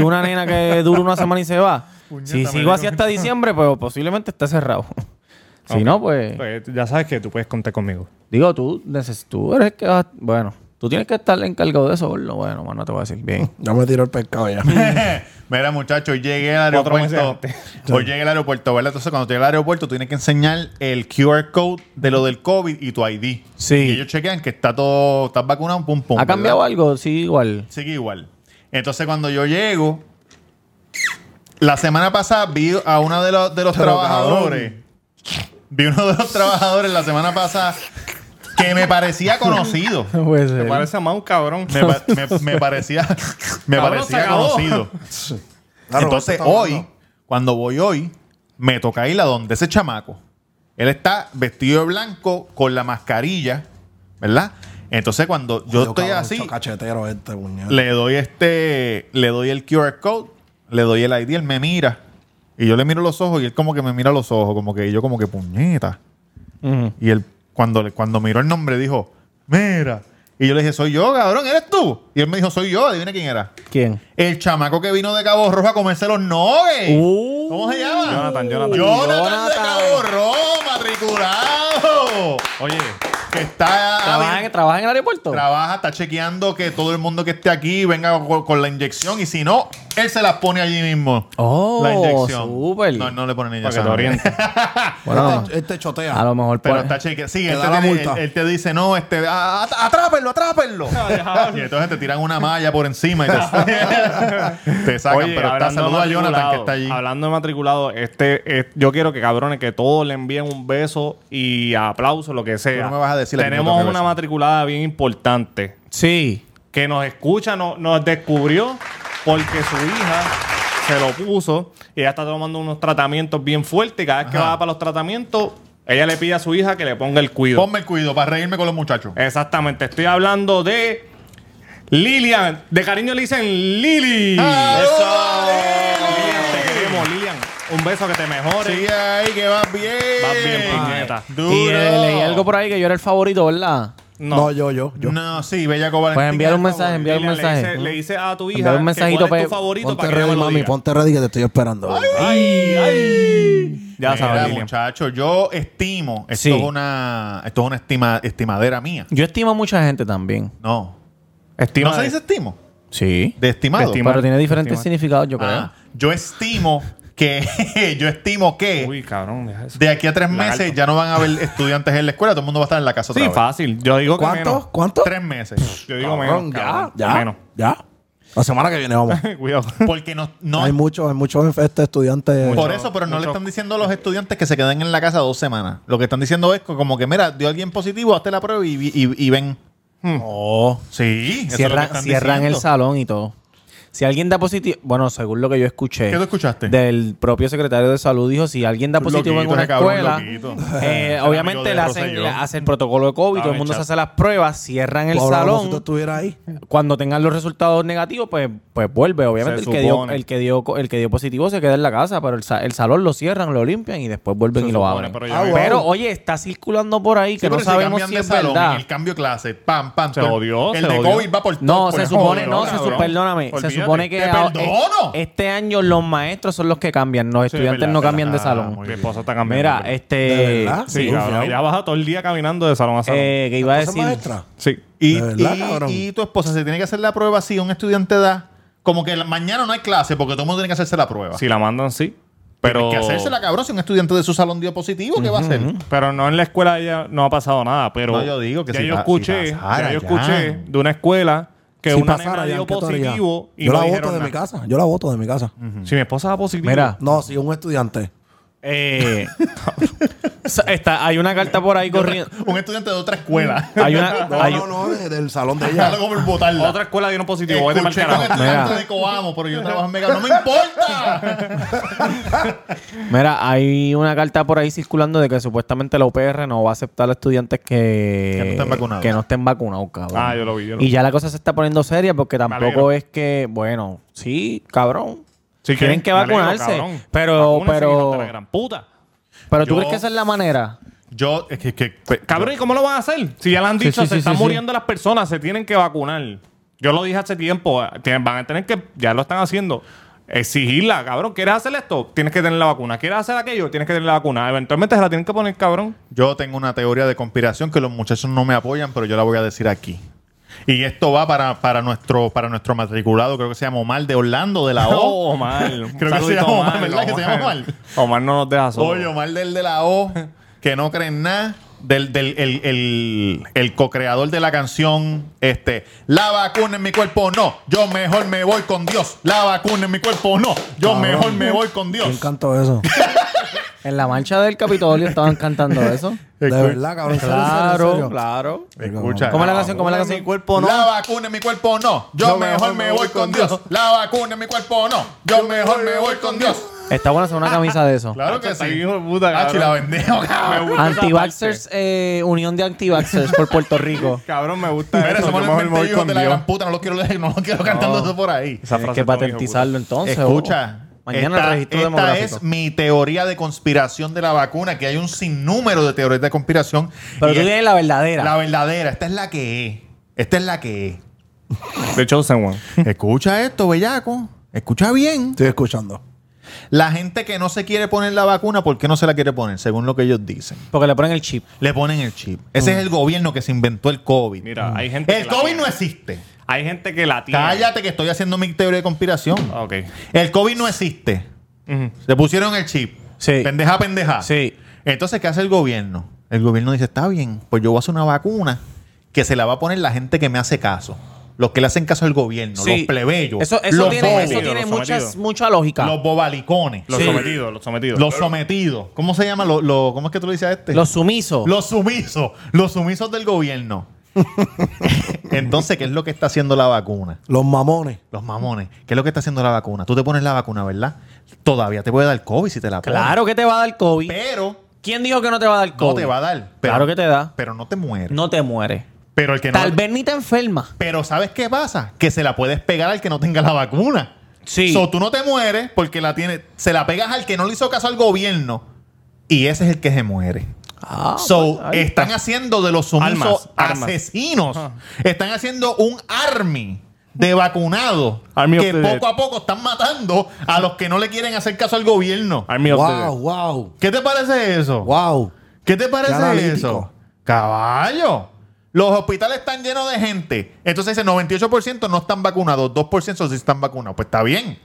Speaker 1: <laughs>
Speaker 2: una nena que dura una semana y se va. si
Speaker 1: Puñeta, me
Speaker 2: sigo así
Speaker 1: dieron
Speaker 2: hasta diciembre, pues posiblemente
Speaker 1: <laughs>
Speaker 2: esté cerrado. si no, pues.
Speaker 4: Pues, ya sabes que tú puedes contar conmigo.
Speaker 2: Digo, tú, neces- tú eres el que vas. Bueno, tú tienes que estar encargado de eso, gordo. Bueno, mano, te voy a decir bien.
Speaker 3: Ya me tiró el
Speaker 1: <laughs>
Speaker 3: pescado ya.
Speaker 1: <laughs> Mira, muchachos, hoy llegué al
Speaker 4: Cuatro meses
Speaker 1: aeropuerto. <laughs> Hoy llegué al aeropuerto, ¿verdad? Entonces, cuando llegué al aeropuerto, tú tienes que enseñar el QR code de lo del COVID y tu ID.
Speaker 2: Sí.
Speaker 1: Y ellos chequean que está todo, estás vacunado, pum, pum.
Speaker 2: ¿Ha
Speaker 1: Oh, ¿verdad?
Speaker 2: cambiado algo? Sí,
Speaker 1: <laughs>
Speaker 2: igual.
Speaker 1: Sigue igual. Entonces, cuando yo llego, la semana pasada vi a uno de los, de los
Speaker 3: Pero,
Speaker 1: trabajadores. Vi uno de los trabajadores la semana pasada que me parecía conocido.
Speaker 2: No puede
Speaker 4: Me parece más un cabrón.
Speaker 1: Me, pa- me- me parecía, me
Speaker 4: Cabrón, se
Speaker 1: parecía
Speaker 4: acabó. <laughs>
Speaker 1: conocido.
Speaker 3: Claro,
Speaker 1: Entonces,
Speaker 3: Roberto está
Speaker 1: hoy,
Speaker 3: hablando.
Speaker 1: cuando voy hoy, me toca ir a donde ese chamaco. Él está vestido de blanco con la mascarilla, ¿verdad? Entonces, cuando yo
Speaker 3: Yo,
Speaker 1: estoy
Speaker 3: cabrón,
Speaker 1: así,
Speaker 3: mucho cachetero este, puñeta.
Speaker 1: le doy este, le doy el QR code, le doy el ID, él me mira. Y yo le miro los ojos y él como que me mira los ojos, como que y yo como que puñeta. Y él, cuando, le- cuando miró el nombre, dijo, mira. Y yo le dije, soy yo, cabrón, eres tú. Y él me dijo, soy yo, adivina quién era.
Speaker 2: ¿Quién?
Speaker 1: El chamaco que vino de Cabo Rojo a comerse los nuggets.
Speaker 2: Uh.
Speaker 1: ¿Cómo se llama?
Speaker 4: Jonathan, Jonathan.
Speaker 1: Jonathan de
Speaker 2: Jonathan.
Speaker 1: Cabo Rojo, matriculado.
Speaker 4: <laughs> Oye,
Speaker 1: Que está...
Speaker 2: ¿Trabaja en, trabaja en el aeropuerto?
Speaker 1: Trabaja, está chequeando que todo el mundo que esté aquí venga con, con la inyección y si no, él se las pone allí mismo.
Speaker 2: Oh,
Speaker 1: la inyección.
Speaker 2: súper.
Speaker 1: No, no le pone ni
Speaker 4: para que te
Speaker 1: inyección.
Speaker 4: orientes.
Speaker 2: Bueno,
Speaker 3: este, este chotea.
Speaker 2: a lo mejor
Speaker 1: Pero
Speaker 2: pues,
Speaker 1: está chequeando. Sí,
Speaker 3: Te
Speaker 1: él
Speaker 3: da
Speaker 1: te,
Speaker 3: la
Speaker 1: tiene-
Speaker 3: multa.
Speaker 1: él- él te dice, no, este, a- a- atrápenlo, atrápenlo.
Speaker 4: Ah.
Speaker 1: y entonces te tiran una malla por encima y
Speaker 4: <laughs>
Speaker 1: te, te sacan.
Speaker 4: Oye,
Speaker 1: pero está
Speaker 4: hablando
Speaker 1: saludo a Jonathan
Speaker 4: matriculado,
Speaker 1: que está allí.
Speaker 4: Hablando de matriculado, este, es- yo quiero que cabrones, que todos le envíen un beso y aplauso, lo que sea.
Speaker 1: Tú no me vas a decir a quién le
Speaker 4: Tenemos
Speaker 1: toca el
Speaker 4: una
Speaker 1: beso.
Speaker 4: matriculada bien importante
Speaker 2: Sí.
Speaker 4: que nos escucha, no- nos descubrió porque su hija se lo puso y ella está tomando unos tratamientos bien fuertes. y Cada vez que va para los tratamientos, ella le pide a su hija que le ponga el cuido.
Speaker 1: Ponme el cuido para reírme con los muchachos.
Speaker 4: Exactamente, estoy hablando de Lilian. De cariño le dicen Lili.
Speaker 2: Ah,
Speaker 4: Lilian, te queremos, Lilian. Un beso que te mejore.
Speaker 1: Sigue ahí que vas bien.
Speaker 4: Vas bien, pues, puñeta.
Speaker 1: Duro.
Speaker 2: Y eh, leí algo por ahí que yo era el favorito, ¿verdad?
Speaker 3: no. yo, yo, yo.
Speaker 1: No, sí, Bellaco Valentín.
Speaker 2: Pues enviar un
Speaker 1: es
Speaker 2: mensaje,
Speaker 1: favorito.
Speaker 2: enviar un
Speaker 4: Lilian, le
Speaker 2: mensaje.
Speaker 4: dice, le dice a tu
Speaker 2: Enviar
Speaker 4: hija
Speaker 2: un
Speaker 4: que
Speaker 2: mensajito,
Speaker 4: cuál es
Speaker 2: pe-
Speaker 4: tu favorito
Speaker 3: Ponte
Speaker 4: para que ella
Speaker 3: ready,
Speaker 4: me lo
Speaker 3: mami,
Speaker 4: diga.
Speaker 3: ponte ready que te estoy esperando.
Speaker 4: Ay, ay. Ya
Speaker 1: Mira,
Speaker 4: sabes, Lilian.
Speaker 1: muchacho, yo estimo. Esto
Speaker 2: Sí.
Speaker 1: es una, esto es una estima, estimadera mía.
Speaker 2: Yo estimo a mucha gente también.
Speaker 1: No.
Speaker 4: Estima
Speaker 1: ¿No se
Speaker 4: de-
Speaker 1: dice estimo?
Speaker 2: Sí.
Speaker 1: De estimado.
Speaker 4: De estimado.
Speaker 2: Pero tiene diferentes
Speaker 4: Estimado.
Speaker 2: significados, yo creo.
Speaker 1: Ah, yo estimo que. <laughs> yo estimo que.
Speaker 4: Uy, cabrón, deja eso.
Speaker 1: De aquí a tres meses
Speaker 4: Lagarto.
Speaker 1: ya no van a haber estudiantes en la escuela, todo el mundo va a estar en la casa otra
Speaker 4: Sí,
Speaker 1: vez.
Speaker 4: fácil. Yo digo que menos.
Speaker 3: ¿Cuánto? ¿Cuánto?
Speaker 1: Tres meses.
Speaker 4: Yo digo
Speaker 3: Cabrón,
Speaker 4: menos.
Speaker 3: ya,
Speaker 4: cabrón.
Speaker 3: ya,
Speaker 4: Menos.
Speaker 3: ya. La semana que viene
Speaker 4: <laughs>
Speaker 3: vamos.
Speaker 4: Cuidado.
Speaker 1: <laughs> Porque no, no
Speaker 3: Hay muchos, hay muchos este, estudiantes.
Speaker 1: Por eso, pero no le
Speaker 4: mucho-
Speaker 1: están diciendo a los estudiantes que se queden en la casa dos semanas. Lo que están diciendo es como que, mira, dio alguien positivo, hazte la prueba y, y- y ven.
Speaker 4: Hmm.
Speaker 1: No. Sí. eso es lo que
Speaker 2: Cierran,
Speaker 1: están
Speaker 2: cierran el
Speaker 1: diciendo.
Speaker 2: salón y todo. Si alguien da positivo, bueno, según lo que yo escuché,
Speaker 1: ¿Qué tú escuchaste?
Speaker 2: del propio secretario de salud dijo, si alguien da
Speaker 1: Un
Speaker 2: positivo en
Speaker 1: loquito,
Speaker 2: una
Speaker 1: ese cabrón,
Speaker 2: escuela,
Speaker 1: loquito.
Speaker 2: eh,
Speaker 1: Ese amigo
Speaker 2: obviamente
Speaker 1: de
Speaker 2: le hacen,
Speaker 1: Rosselló.
Speaker 2: le hacen el protocolo de COVID,
Speaker 4: Ah,
Speaker 2: todo el mundo se
Speaker 4: chato.
Speaker 2: hace las pruebas, cierran el
Speaker 3: Tú hablabas como Si tú
Speaker 2: salón.
Speaker 3: estuvieras ahí.
Speaker 2: Cuando tengan los resultados negativos, pues, pues vuelve. Obviamente el
Speaker 4: Se
Speaker 2: que, dio,
Speaker 4: supone.
Speaker 2: el, que dio, co- el que dio positivo se queda en la casa, pero el, sa- el salón lo cierran, lo limpian y después vuelven
Speaker 4: Se
Speaker 2: y lo
Speaker 4: supone,
Speaker 2: abren.
Speaker 4: pero
Speaker 2: Pero,
Speaker 4: ya
Speaker 3: Ah, wow.
Speaker 2: oye, está circulando por ahí
Speaker 1: Sí,
Speaker 2: que no
Speaker 1: pero si
Speaker 2: sabemos
Speaker 1: cambian
Speaker 2: si
Speaker 1: de
Speaker 2: es
Speaker 1: salón,
Speaker 2: verdad.
Speaker 1: El cambio de clase, pam, pam.
Speaker 4: Se
Speaker 1: todo-
Speaker 4: odió,
Speaker 1: El
Speaker 4: se
Speaker 1: de
Speaker 4: odió.
Speaker 1: COVID va por todo. pues,
Speaker 2: No, se supone,
Speaker 4: joder,
Speaker 2: no, se
Speaker 4: cabrón.
Speaker 2: supone, perdóname,
Speaker 4: Olvídate.
Speaker 2: se supone que
Speaker 1: ¡Te
Speaker 2: a-
Speaker 1: perdono!
Speaker 2: es- este año los maestros son los que cambian, los estudiantes
Speaker 4: verdad,
Speaker 2: no
Speaker 4: es
Speaker 2: cambian de
Speaker 1: verdad.
Speaker 2: salón.
Speaker 1: Muy
Speaker 4: Mi
Speaker 1: bien.
Speaker 4: esposa está cambiando.
Speaker 2: Mira,
Speaker 4: pero-
Speaker 2: este
Speaker 3: verdad?
Speaker 4: Sí,
Speaker 3: Sí,
Speaker 4: cabrón.
Speaker 3: fiao.
Speaker 4: Ella baja todo el día caminando de salón a salón.
Speaker 2: eh, que iba a
Speaker 3: ¿Tú eres
Speaker 2: decir
Speaker 3: maestra?
Speaker 4: sí.
Speaker 1: Y,
Speaker 3: De verdad,
Speaker 1: y-
Speaker 3: cabrón.
Speaker 1: y tu esposa se tiene que hacer la prueba si un estudiante da. Como que la- mañana no hay clase porque todo el mundo tiene que hacerse la prueba.
Speaker 4: Si la mandan, sí. Pero,
Speaker 1: Tienes que hacerse la cabrón si un estudiante de su salón dio positivo, ¿qué va a hacer?
Speaker 4: pero no en la escuela ya no ha pasado nada. Pero
Speaker 1: No, yo digo que
Speaker 4: ya
Speaker 1: si
Speaker 4: yo
Speaker 1: pa-
Speaker 4: escuché,
Speaker 1: si pasara,
Speaker 4: ya yo
Speaker 1: ya.
Speaker 4: escuché de una escuela que
Speaker 3: Si
Speaker 4: una
Speaker 3: pasara,
Speaker 4: nena dio
Speaker 3: Jan, ¿qué tú harías?
Speaker 4: positivo y
Speaker 3: Yo la
Speaker 4: no
Speaker 3: voto
Speaker 4: dijeron
Speaker 3: de
Speaker 4: nada.
Speaker 3: mi casa. Yo la voto de mi casa.
Speaker 4: Si mi esposa da positivo,
Speaker 2: Mira.
Speaker 4: <laughs>
Speaker 3: No, si un estudiante
Speaker 1: <laughs>
Speaker 2: Eh, sa- está, hay una carta por ahí corriendo.
Speaker 1: Un estudiante de <laughs> otra escuela.
Speaker 2: Hay una.
Speaker 3: No,
Speaker 2: hay-
Speaker 3: no, no, de- del salón
Speaker 4: <laughs>
Speaker 3: de
Speaker 1: Ya
Speaker 3: ella.
Speaker 1: lo como el botarla.
Speaker 4: Otra escuela dieron positivo. Vete pa'l
Speaker 1: Escuché con
Speaker 4: carajo.
Speaker 1: estudiante
Speaker 2: Mira.
Speaker 1: de Coamo, pero yo trabajo en Mega. ¡No me importa!
Speaker 2: Mira, hay una carta por ahí circulando de que supuestamente la UPR no va a aceptar a estudiantes que,
Speaker 1: Que no estén vacunados.
Speaker 2: que no estén vacunados, cabrón.
Speaker 4: Ah, yo lo vi, yo lo
Speaker 2: y
Speaker 4: vi.
Speaker 2: ya la cosa se está poniendo seria porque tampoco
Speaker 4: alegro.
Speaker 2: es que, bueno, sí, cabrón.
Speaker 4: Sí,
Speaker 2: tienen que
Speaker 4: me alegro,
Speaker 2: vacunarse.
Speaker 4: cabrón.
Speaker 2: pero,
Speaker 4: Vacúnense, hijos
Speaker 2: pero,
Speaker 4: de la gran puta.
Speaker 2: pero tú
Speaker 1: Yo-
Speaker 2: crees que esa es la manera.
Speaker 1: Yo, es que. que- pe-
Speaker 4: Cabrón, ¿y cómo lo van a hacer? Si ya lo han
Speaker 2: Sí,
Speaker 4: dicho,
Speaker 2: sí,
Speaker 4: se
Speaker 2: sí,
Speaker 4: están
Speaker 2: sí, sí.
Speaker 4: muriendo las personas, se tienen que vacunar. Yo lo dije hace tiempo, eh, tienen- van a tener que, ya lo están haciendo, exigirla, cabrón. ¿Quieres hacer esto? Tienes que tener la vacuna. ¿Quieres hacer aquello? Tienes que tener la vacuna. Eventualmente se la tienen que poner, cabrón.
Speaker 1: Yo tengo una teoría de conspiración que los muchachos no me apoyan, pero yo la voy a decir aquí. Y esto va para, para, nuestro, para nuestro matriculado, creo que se llama Omar de Orlando de la <laughs>
Speaker 4: <laughs>
Speaker 1: O.
Speaker 4: Omar.
Speaker 1: Creo que se llama Omar, ¿verdad? Que se llama Omar.
Speaker 4: Omar no nos deja solos.
Speaker 1: Oye, Omar del de la O, que no creen nada. Del, del el, el, el co-creador de la canción, este, la vacuna en mi cuerpo no, yo mejor me voy con Dios. La vacuna en mi cuerpo no, yo
Speaker 3: Cabrón.
Speaker 1: mejor me voy con
Speaker 3: Me
Speaker 1: Dios.
Speaker 3: encantó
Speaker 4: <laughs>
Speaker 3: eso.
Speaker 2: En la mancha del Capitolio estaban cantando eso.
Speaker 3: De verdad, cabrón.
Speaker 2: Claro, claro.
Speaker 1: Escucha.
Speaker 2: ¿Cómo es la canción? ¿Cómo es la canción? cuerpo
Speaker 1: La vacuna en mi cuerpo no, yo, mejor me voy con Dios. La vacuna en mi cuerpo no, yo mejor me voy con Dios.
Speaker 2: Está bueno hacer una camisa
Speaker 4: <laughs>
Speaker 2: de eso.
Speaker 1: Claro que
Speaker 4: Está
Speaker 1: sí.
Speaker 4: hijo de puta,
Speaker 1: Ah,
Speaker 4: cabrón.
Speaker 1: la vendemos, cabrón.
Speaker 2: Antivaxxers, eh, unión de antivaxxers por Puerto Rico.
Speaker 4: Cabrón, me gusta
Speaker 1: Mira,
Speaker 4: eso.
Speaker 1: se
Speaker 4: yo
Speaker 1: ponen
Speaker 4: mejor me voy
Speaker 1: 20 hijos
Speaker 4: con
Speaker 1: de la
Speaker 4: Dios.
Speaker 1: gran puta, no los quiero, no los quiero cantando eso por ahí.
Speaker 4: Esa
Speaker 2: Tienes
Speaker 4: frase
Speaker 2: Eh, que
Speaker 4: está muy
Speaker 2: patentizarlo entonces.
Speaker 1: Escucha.
Speaker 2: o- Mañana el
Speaker 1: esta,
Speaker 2: registro
Speaker 1: esta
Speaker 2: demográfico.
Speaker 1: es mi teoría de conspiración de la vacuna, que hay un sinnúmero de teorías de conspiración.
Speaker 2: Pero
Speaker 1: Y
Speaker 2: tú
Speaker 1: es-
Speaker 2: tienes la verdadera.
Speaker 1: la verdadera, esta es la que es. Esta es la que
Speaker 4: The Chosen One.
Speaker 1: es. Escucha esto, bellaco. Escucha bien.
Speaker 3: Estoy escuchando.
Speaker 1: La gente que no se quiere poner la vacuna, ¿por qué no se la quiere poner? Según lo que ellos dicen.
Speaker 2: Porque le ponen el chip.
Speaker 1: Le ponen el chip. Ese es el gobierno que se inventó el COVID.
Speaker 4: Mm. Mira, hay gente que
Speaker 1: el
Speaker 4: la
Speaker 1: COVID
Speaker 4: tiene.
Speaker 1: no existe.
Speaker 4: Hay gente que la tiene.
Speaker 1: Cállate que estoy haciendo mi teoría de conspiración.
Speaker 4: Ok.
Speaker 1: El COVID no existe.
Speaker 4: Ujú.
Speaker 1: Le pusieron el chip.
Speaker 2: Sí.
Speaker 1: Pendeja, pendeja.
Speaker 2: Sí.
Speaker 1: Entonces, ¿qué hace el gobierno? El gobierno dice, está bien, pues yo voy a hacer una vacuna que se la va a poner la gente que me hace caso. Los que le hacen caso al gobierno,
Speaker 2: Sí.
Speaker 1: los plebeyos,
Speaker 2: Eso, eso
Speaker 1: los,
Speaker 2: tiene,
Speaker 1: bobos,
Speaker 2: eso tiene
Speaker 4: los
Speaker 2: muchas,
Speaker 4: sometidos.
Speaker 2: mucha lógica.
Speaker 1: los
Speaker 2: Los,
Speaker 1: bobalicones, los,
Speaker 4: Los
Speaker 2: Sí.
Speaker 4: sometidos, los sometidos.
Speaker 1: sometidos. ¿Cómo se llama? Lo- lo- ¿Cómo es que tú le dices a este?
Speaker 2: sumisos.
Speaker 1: Los sumisos, los sumisos del
Speaker 2: <laughs>
Speaker 1: gobierno. Entonces, ¿qué es lo que está haciendo la vacuna?
Speaker 3: Los mamones.
Speaker 1: Los mamones, ¿qué es lo que está haciendo la vacuna? Tú te pones la vacuna, ¿verdad? Todavía te puede dar COVID si te la pones.
Speaker 2: claro que te va a dar COVID.
Speaker 1: Pero
Speaker 2: ¿Quién dijo que no te va a dar
Speaker 1: no
Speaker 2: COVID?
Speaker 1: te va a dar. Pero,
Speaker 2: Claro que te da.
Speaker 1: Pero no te mueres.
Speaker 2: No te mueres.
Speaker 1: Pero el que no.
Speaker 2: Tal vez ni te enfermas.
Speaker 1: Pero ¿sabes qué pasa? Que se la puedes pegar al que no tenga la vacuna.
Speaker 2: Sí.
Speaker 1: So, tú no te mueres porque la tienes. Se la pegas al que no le hizo caso al gobierno. Y ese es el que se muere.
Speaker 2: Ah,
Speaker 1: So,
Speaker 2: pues, ahí está.
Speaker 1: están haciendo de los sumisos
Speaker 4: Armas, armas.
Speaker 1: asesinos. Están haciendo un army de vacunados
Speaker 4: Army of
Speaker 1: que
Speaker 4: the
Speaker 1: poco
Speaker 4: dead.
Speaker 1: a poco están matando a los que no le quieren hacer caso al gobierno.
Speaker 4: Army of the Dead.
Speaker 3: Wow, wow,
Speaker 1: ¿Qué te parece eso?
Speaker 3: wow.
Speaker 1: ¿Qué te parece
Speaker 3: Qué analítico.
Speaker 1: eso? Caballo. Los hospitales están llenos de gente. Entonces dice 98% no están vacunados, 2% sí están vacunados. Pues está bien.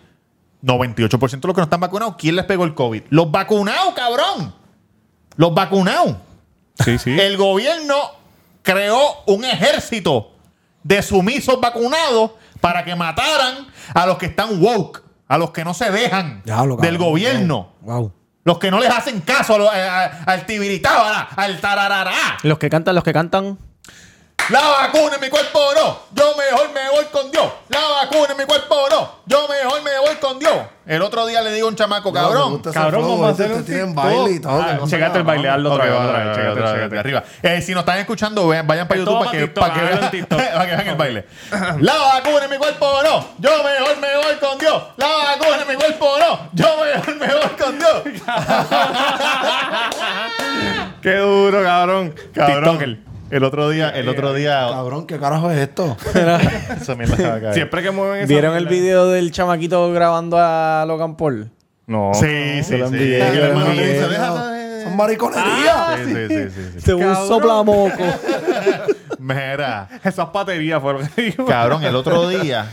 Speaker 1: 98% de los que no están vacunados, ¿quién les pegó el COVID? Los vacunados, cabrón. Los vacunados.
Speaker 4: Sí, sí.
Speaker 1: El gobierno creó un ejército de sumisos vacunados para que mataran a los que están woke, a los que no se dejan
Speaker 3: Ya lo
Speaker 1: del
Speaker 3: cabrón.
Speaker 1: gobierno.
Speaker 3: Wow.
Speaker 1: Los que no les hacen caso a lo- a- a- al tibiritábala, al tararará.
Speaker 2: Los que cantan, los que cantan.
Speaker 1: La vacuna en mi cuerpo no. Yo mejor me voy con Dios. La vacuna en mi cuerpo no. Yo mejor me voy con Dios. El otro día le digo a un chamaco,
Speaker 3: me
Speaker 1: cabrón.
Speaker 3: gusta ese
Speaker 4: Cabrón,
Speaker 3: flow,
Speaker 4: vamos a
Speaker 3: este
Speaker 4: hacer un
Speaker 3: tiene
Speaker 4: TikTok.
Speaker 3: baile y todo.
Speaker 4: Ah,
Speaker 3: que no se
Speaker 4: chégate el
Speaker 3: acaba,
Speaker 4: bailearlo
Speaker 1: Ok,
Speaker 4: otra vez,
Speaker 1: va,
Speaker 4: otra
Speaker 1: va,
Speaker 4: vez, chécate,
Speaker 1: otra vez,
Speaker 4: chécate.
Speaker 1: de arriba. Eh, si nos están escuchando, vean- vayan para
Speaker 4: Esto
Speaker 1: YouTube para
Speaker 4: va pa'
Speaker 1: que,
Speaker 4: TikTok,
Speaker 1: para que
Speaker 4: hágalo en
Speaker 1: vean,
Speaker 4: TikTok.
Speaker 1: <laughs> para que vean el baile. La vacuna en mi cuerpo no. Yo mejor me voy con Dios. La vacuna en mi cuerpo no. Yo mejor me voy con
Speaker 4: <laughs>
Speaker 1: Dios. <laughs>
Speaker 4: Qué duro, cabrón.
Speaker 1: TikToker. El otro día, el otro día.
Speaker 3: Cabrón, ¿qué carajo es
Speaker 4: <laughs>
Speaker 3: esto?
Speaker 1: Esa mierda se va a caer.
Speaker 4: Siempre que mueven esa
Speaker 2: <laughs> ¿Vieron el
Speaker 4: mierda-
Speaker 2: video del chamaquito grabando a Logan Paul?
Speaker 4: No.
Speaker 1: Sí, sí,
Speaker 2: lo
Speaker 1: sí.
Speaker 2: envié,
Speaker 1: El
Speaker 2: yo lo
Speaker 1: hermano le
Speaker 2: envié.
Speaker 1: dice, "Deja saber".
Speaker 3: Son
Speaker 4: Ah.
Speaker 3: mariconerías.
Speaker 1: Sí, sí, sí, sí, sí.
Speaker 2: Se un soplamoco.
Speaker 1: Mira,
Speaker 4: Esas paterías fueron que dijo.
Speaker 1: cabrón, el otro día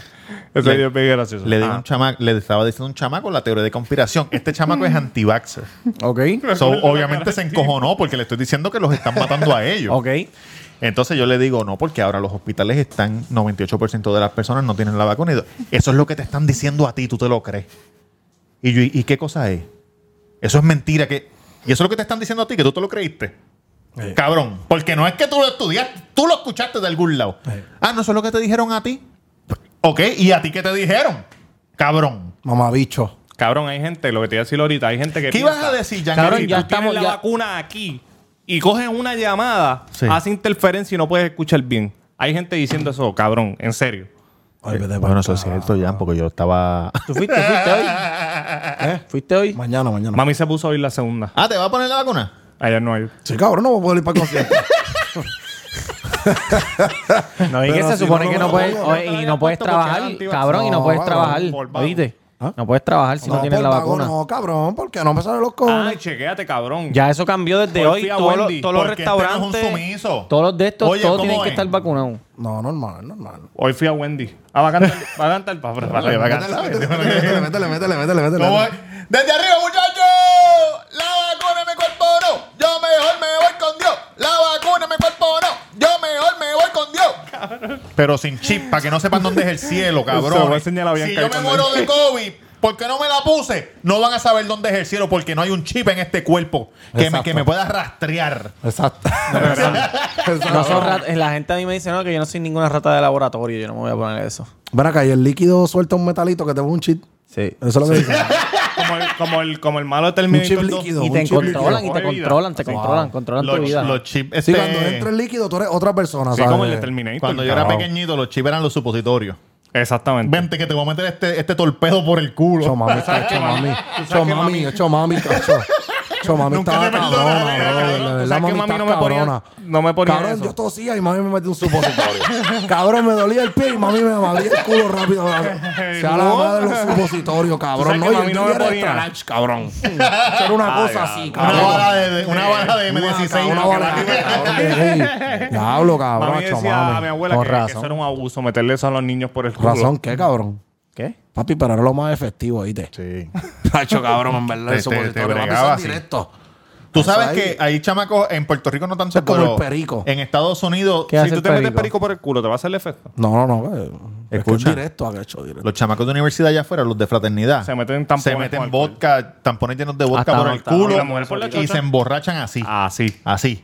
Speaker 4: Ese
Speaker 1: le-
Speaker 4: video es bien gracioso.
Speaker 1: le di
Speaker 4: Ah.
Speaker 1: un chamaco, le estaba diciendo a un chamaco la teoría de conspiración. Este chamaco es anti-vaxxer.
Speaker 2: ok.
Speaker 1: <laughs> So, obviamente se encojonó porque le estoy diciendo que los están matando a ellos.
Speaker 2: Ok.
Speaker 1: Entonces yo le digo, no, porque ahora los hospitales están, 98% de las personas no tienen la vacuna. Y yo, Eso es lo que te están diciendo a ti, tú te lo crees. Y yo, ¿y qué cosa es? Eso es mentira. Que, y eso es lo que te están diciendo a ti, que tú te lo creíste. Cabrón. Porque no es que tú lo estudiaste, tú lo escuchaste de algún lado. Ah, no, eso es lo que te dijeron a ti. Ok, ¿y a ti qué te dijeron? Cabrón.
Speaker 3: Mamabicho.
Speaker 4: Cabrón, hay gente, lo que te iba a decir ahorita, hay gente que.
Speaker 1: ¿Qué
Speaker 4: piensa,
Speaker 1: ibas a decir,
Speaker 2: Cabrón,
Speaker 1: Yankee?
Speaker 2: ya
Speaker 4: tú tienes
Speaker 2: estamos-
Speaker 4: la
Speaker 2: ya-
Speaker 4: vacuna aquí y coges una llamada,
Speaker 1: Sí.
Speaker 4: hace interferencia y no puedes escuchar bien. Hay gente diciendo eso, cabrón, en serio.
Speaker 3: Ay, vete
Speaker 1: Bueno,
Speaker 3: pa'l
Speaker 1: eso es cierto, Jan, porque yo estaba.
Speaker 2: ¿Tú fuiste, fuiste
Speaker 1: <laughs>
Speaker 2: hoy? ¿Eh? ¿Fuiste hoy?
Speaker 3: Mañana, mañana.
Speaker 4: Mami se puso a oír la segunda.
Speaker 1: Ah, ¿te va a poner la vacuna?
Speaker 4: Allá no hay.
Speaker 3: Sí, cabrón, no voy a poder ir para el concierto.
Speaker 2: No, y que
Speaker 3: Pero
Speaker 2: se
Speaker 3: si
Speaker 2: supone
Speaker 3: no,
Speaker 2: que
Speaker 3: no,
Speaker 2: no
Speaker 3: no,
Speaker 2: puedes.
Speaker 3: no,
Speaker 2: oye,
Speaker 4: no te
Speaker 2: y
Speaker 4: habías
Speaker 2: no puedes
Speaker 4: puesto porque eras
Speaker 2: trabajar,
Speaker 4: antivax-
Speaker 2: cabrón, y no
Speaker 3: No,
Speaker 2: puedes
Speaker 3: cabrón,
Speaker 2: trabajar.
Speaker 4: por vago.
Speaker 2: ¿Oíste?
Speaker 3: ¿Ah?
Speaker 2: No puedes trabajar <laughs> si no,
Speaker 3: por
Speaker 2: tienes la
Speaker 3: vago,
Speaker 2: vacuna.
Speaker 3: No, cabrón, porque no me salen los
Speaker 4: Ay,
Speaker 3: cojones.
Speaker 4: chequéate, cabrón.
Speaker 2: Ya eso cambió desde
Speaker 4: Por
Speaker 2: hoy.
Speaker 4: fin a
Speaker 2: Todos
Speaker 4: Wendy,
Speaker 2: los, todos los
Speaker 1: porque este no es un
Speaker 2: restaurantes.
Speaker 1: sumiso.
Speaker 2: todos los de estos,
Speaker 1: Oye,
Speaker 2: todos
Speaker 1: ¿cómo
Speaker 2: tienen que
Speaker 1: es?
Speaker 2: estar vacunados.
Speaker 3: No, normal, normal.
Speaker 4: Hoy fui a Wendy. Ah, va a cantar. va a cantar. pa- pa-
Speaker 1: Vale, va a cantar.
Speaker 3: Métele, métele, métele, métele, métele, métele.
Speaker 1: ¿Cómo es? Desde arriba, muchachos. La vacuna en mi cuerpo no. Yo mejor me voy con Dios. La vacuna en mi cuerpo no. Yo mejor me voy con Dios. Pero sin chip, para que no sepan dónde es el cielo,
Speaker 4: Se lo
Speaker 1: cabrón.
Speaker 4: voy a enseñar a Bianca
Speaker 1: si
Speaker 4: ahí
Speaker 1: yo me
Speaker 4: cuando-
Speaker 1: muero de COVID, porque no me la puse? No van a saber dónde es el cielo porque no hay un chip en este cuerpo que, me,
Speaker 3: Exacto.
Speaker 1: que me pueda rastrear.
Speaker 2: <laughs>
Speaker 3: Exacto. Exacto.
Speaker 2: No son rat- la gente a mí me dice, no, que yo no soy ninguna rata de laboratorio. Yo no me voy a poner eso.
Speaker 3: Ven acá, y el líquido suelta un metalito que te pone un chip.
Speaker 2: Sí.
Speaker 3: Eso es lo que dice.
Speaker 4: <laughs> como, el, como, el, como el malo de
Speaker 3: Un
Speaker 4: Terminator
Speaker 3: chip
Speaker 4: 2.
Speaker 3: líquido.
Speaker 2: Y te
Speaker 3: un chip
Speaker 2: controlan, y
Speaker 3: líquido.
Speaker 2: te
Speaker 4: Coge vida.
Speaker 2: controlan, te controlan, controlan tu vida.
Speaker 1: los chips.
Speaker 3: Sí,
Speaker 1: este,
Speaker 3: cuando entra el líquido, tú eres otra persona,
Speaker 4: Sí,
Speaker 3: ¿sabes?
Speaker 4: como el de Terminator.
Speaker 1: cuando yo era
Speaker 4: cabrón.
Speaker 1: pequeñito, los chips eran los supositorios.
Speaker 4: Exactamente.
Speaker 1: Vente que te voy a meter este, este torpedo por el culo. <laughs>
Speaker 3: Chomami, chomami. Chomami, chomami, cacho. Chomami
Speaker 1: Nunca
Speaker 3: estaba
Speaker 1: te perdonaré,
Speaker 3: cabrona,
Speaker 1: cabrón.
Speaker 3: brother. De
Speaker 4: O sea,
Speaker 3: verdad,
Speaker 4: que
Speaker 3: mami
Speaker 4: mami no
Speaker 3: estaba
Speaker 4: me ponía-
Speaker 3: cabrona.
Speaker 4: no me ponía
Speaker 3: Cabrón,
Speaker 4: eso.
Speaker 3: yo tosía y mami me metió un
Speaker 4: <laughs>
Speaker 3: supositorio. cabrón, me dolía el pie y mami me abría el culo rápido. cabrón. Sea la
Speaker 4: no.
Speaker 3: madre de los supositorios, cabrón.
Speaker 4: sabes
Speaker 3: No,
Speaker 4: que
Speaker 3: y
Speaker 4: mami
Speaker 3: el
Speaker 4: no
Speaker 3: día
Speaker 4: me
Speaker 3: era
Speaker 4: ponía.
Speaker 3: extra large,
Speaker 4: <laughs>
Speaker 3: cabrón. Eso era una cosa así,
Speaker 1: Una
Speaker 3: cabrón.
Speaker 1: bala de, una bala de M16.
Speaker 3: Una bala de cabrón.
Speaker 4: <laughs>
Speaker 3: Diablo, cabrón,
Speaker 4: Mami
Speaker 3: macho,
Speaker 4: decía a
Speaker 3: mami.
Speaker 4: mi abuela
Speaker 2: Con
Speaker 4: que, que
Speaker 2: razón.
Speaker 4: eso era un abuso, meterle eso a los niños por el culo.
Speaker 3: ¿Razón qué, cabrón?
Speaker 2: ¿Qué?
Speaker 3: Papi, pero era lo más efectivo, ¿viste?
Speaker 1: Sí.
Speaker 3: Tacho, cabrón, en verdad.
Speaker 1: Te-
Speaker 3: eso
Speaker 1: te-
Speaker 3: por
Speaker 1: te
Speaker 3: todo. Papi,
Speaker 1: bregaba
Speaker 3: son
Speaker 1: así.
Speaker 3: directos.
Speaker 1: Tú
Speaker 3: Eso
Speaker 1: sabes
Speaker 3: ahí.
Speaker 1: que hay chamacos en Puerto Rico no tanto,
Speaker 3: es como
Speaker 1: pero
Speaker 3: el perico.
Speaker 1: en Estados Unidos
Speaker 2: ¿Qué hace
Speaker 4: Si tú
Speaker 2: el
Speaker 4: te metes
Speaker 2: perico?
Speaker 4: perico por el culo, ¿te va a hacer el efecto?
Speaker 3: No, no, no. eh, Es que es
Speaker 1: Escucha.
Speaker 3: directo, ha hecho directo.
Speaker 1: los chamacos de universidad allá afuera, los de fraternidad,
Speaker 4: Se meten tampones
Speaker 1: se
Speaker 4: con
Speaker 1: meten
Speaker 4: alcohol.
Speaker 1: vodka, tampones llenos de vodka
Speaker 2: Hasta
Speaker 1: por
Speaker 2: no,
Speaker 1: el
Speaker 2: hasta no.
Speaker 1: culo
Speaker 4: Y la mujer por la
Speaker 1: y
Speaker 4: chocha.
Speaker 1: se emborrachan así,
Speaker 4: Ah, sí.
Speaker 1: así.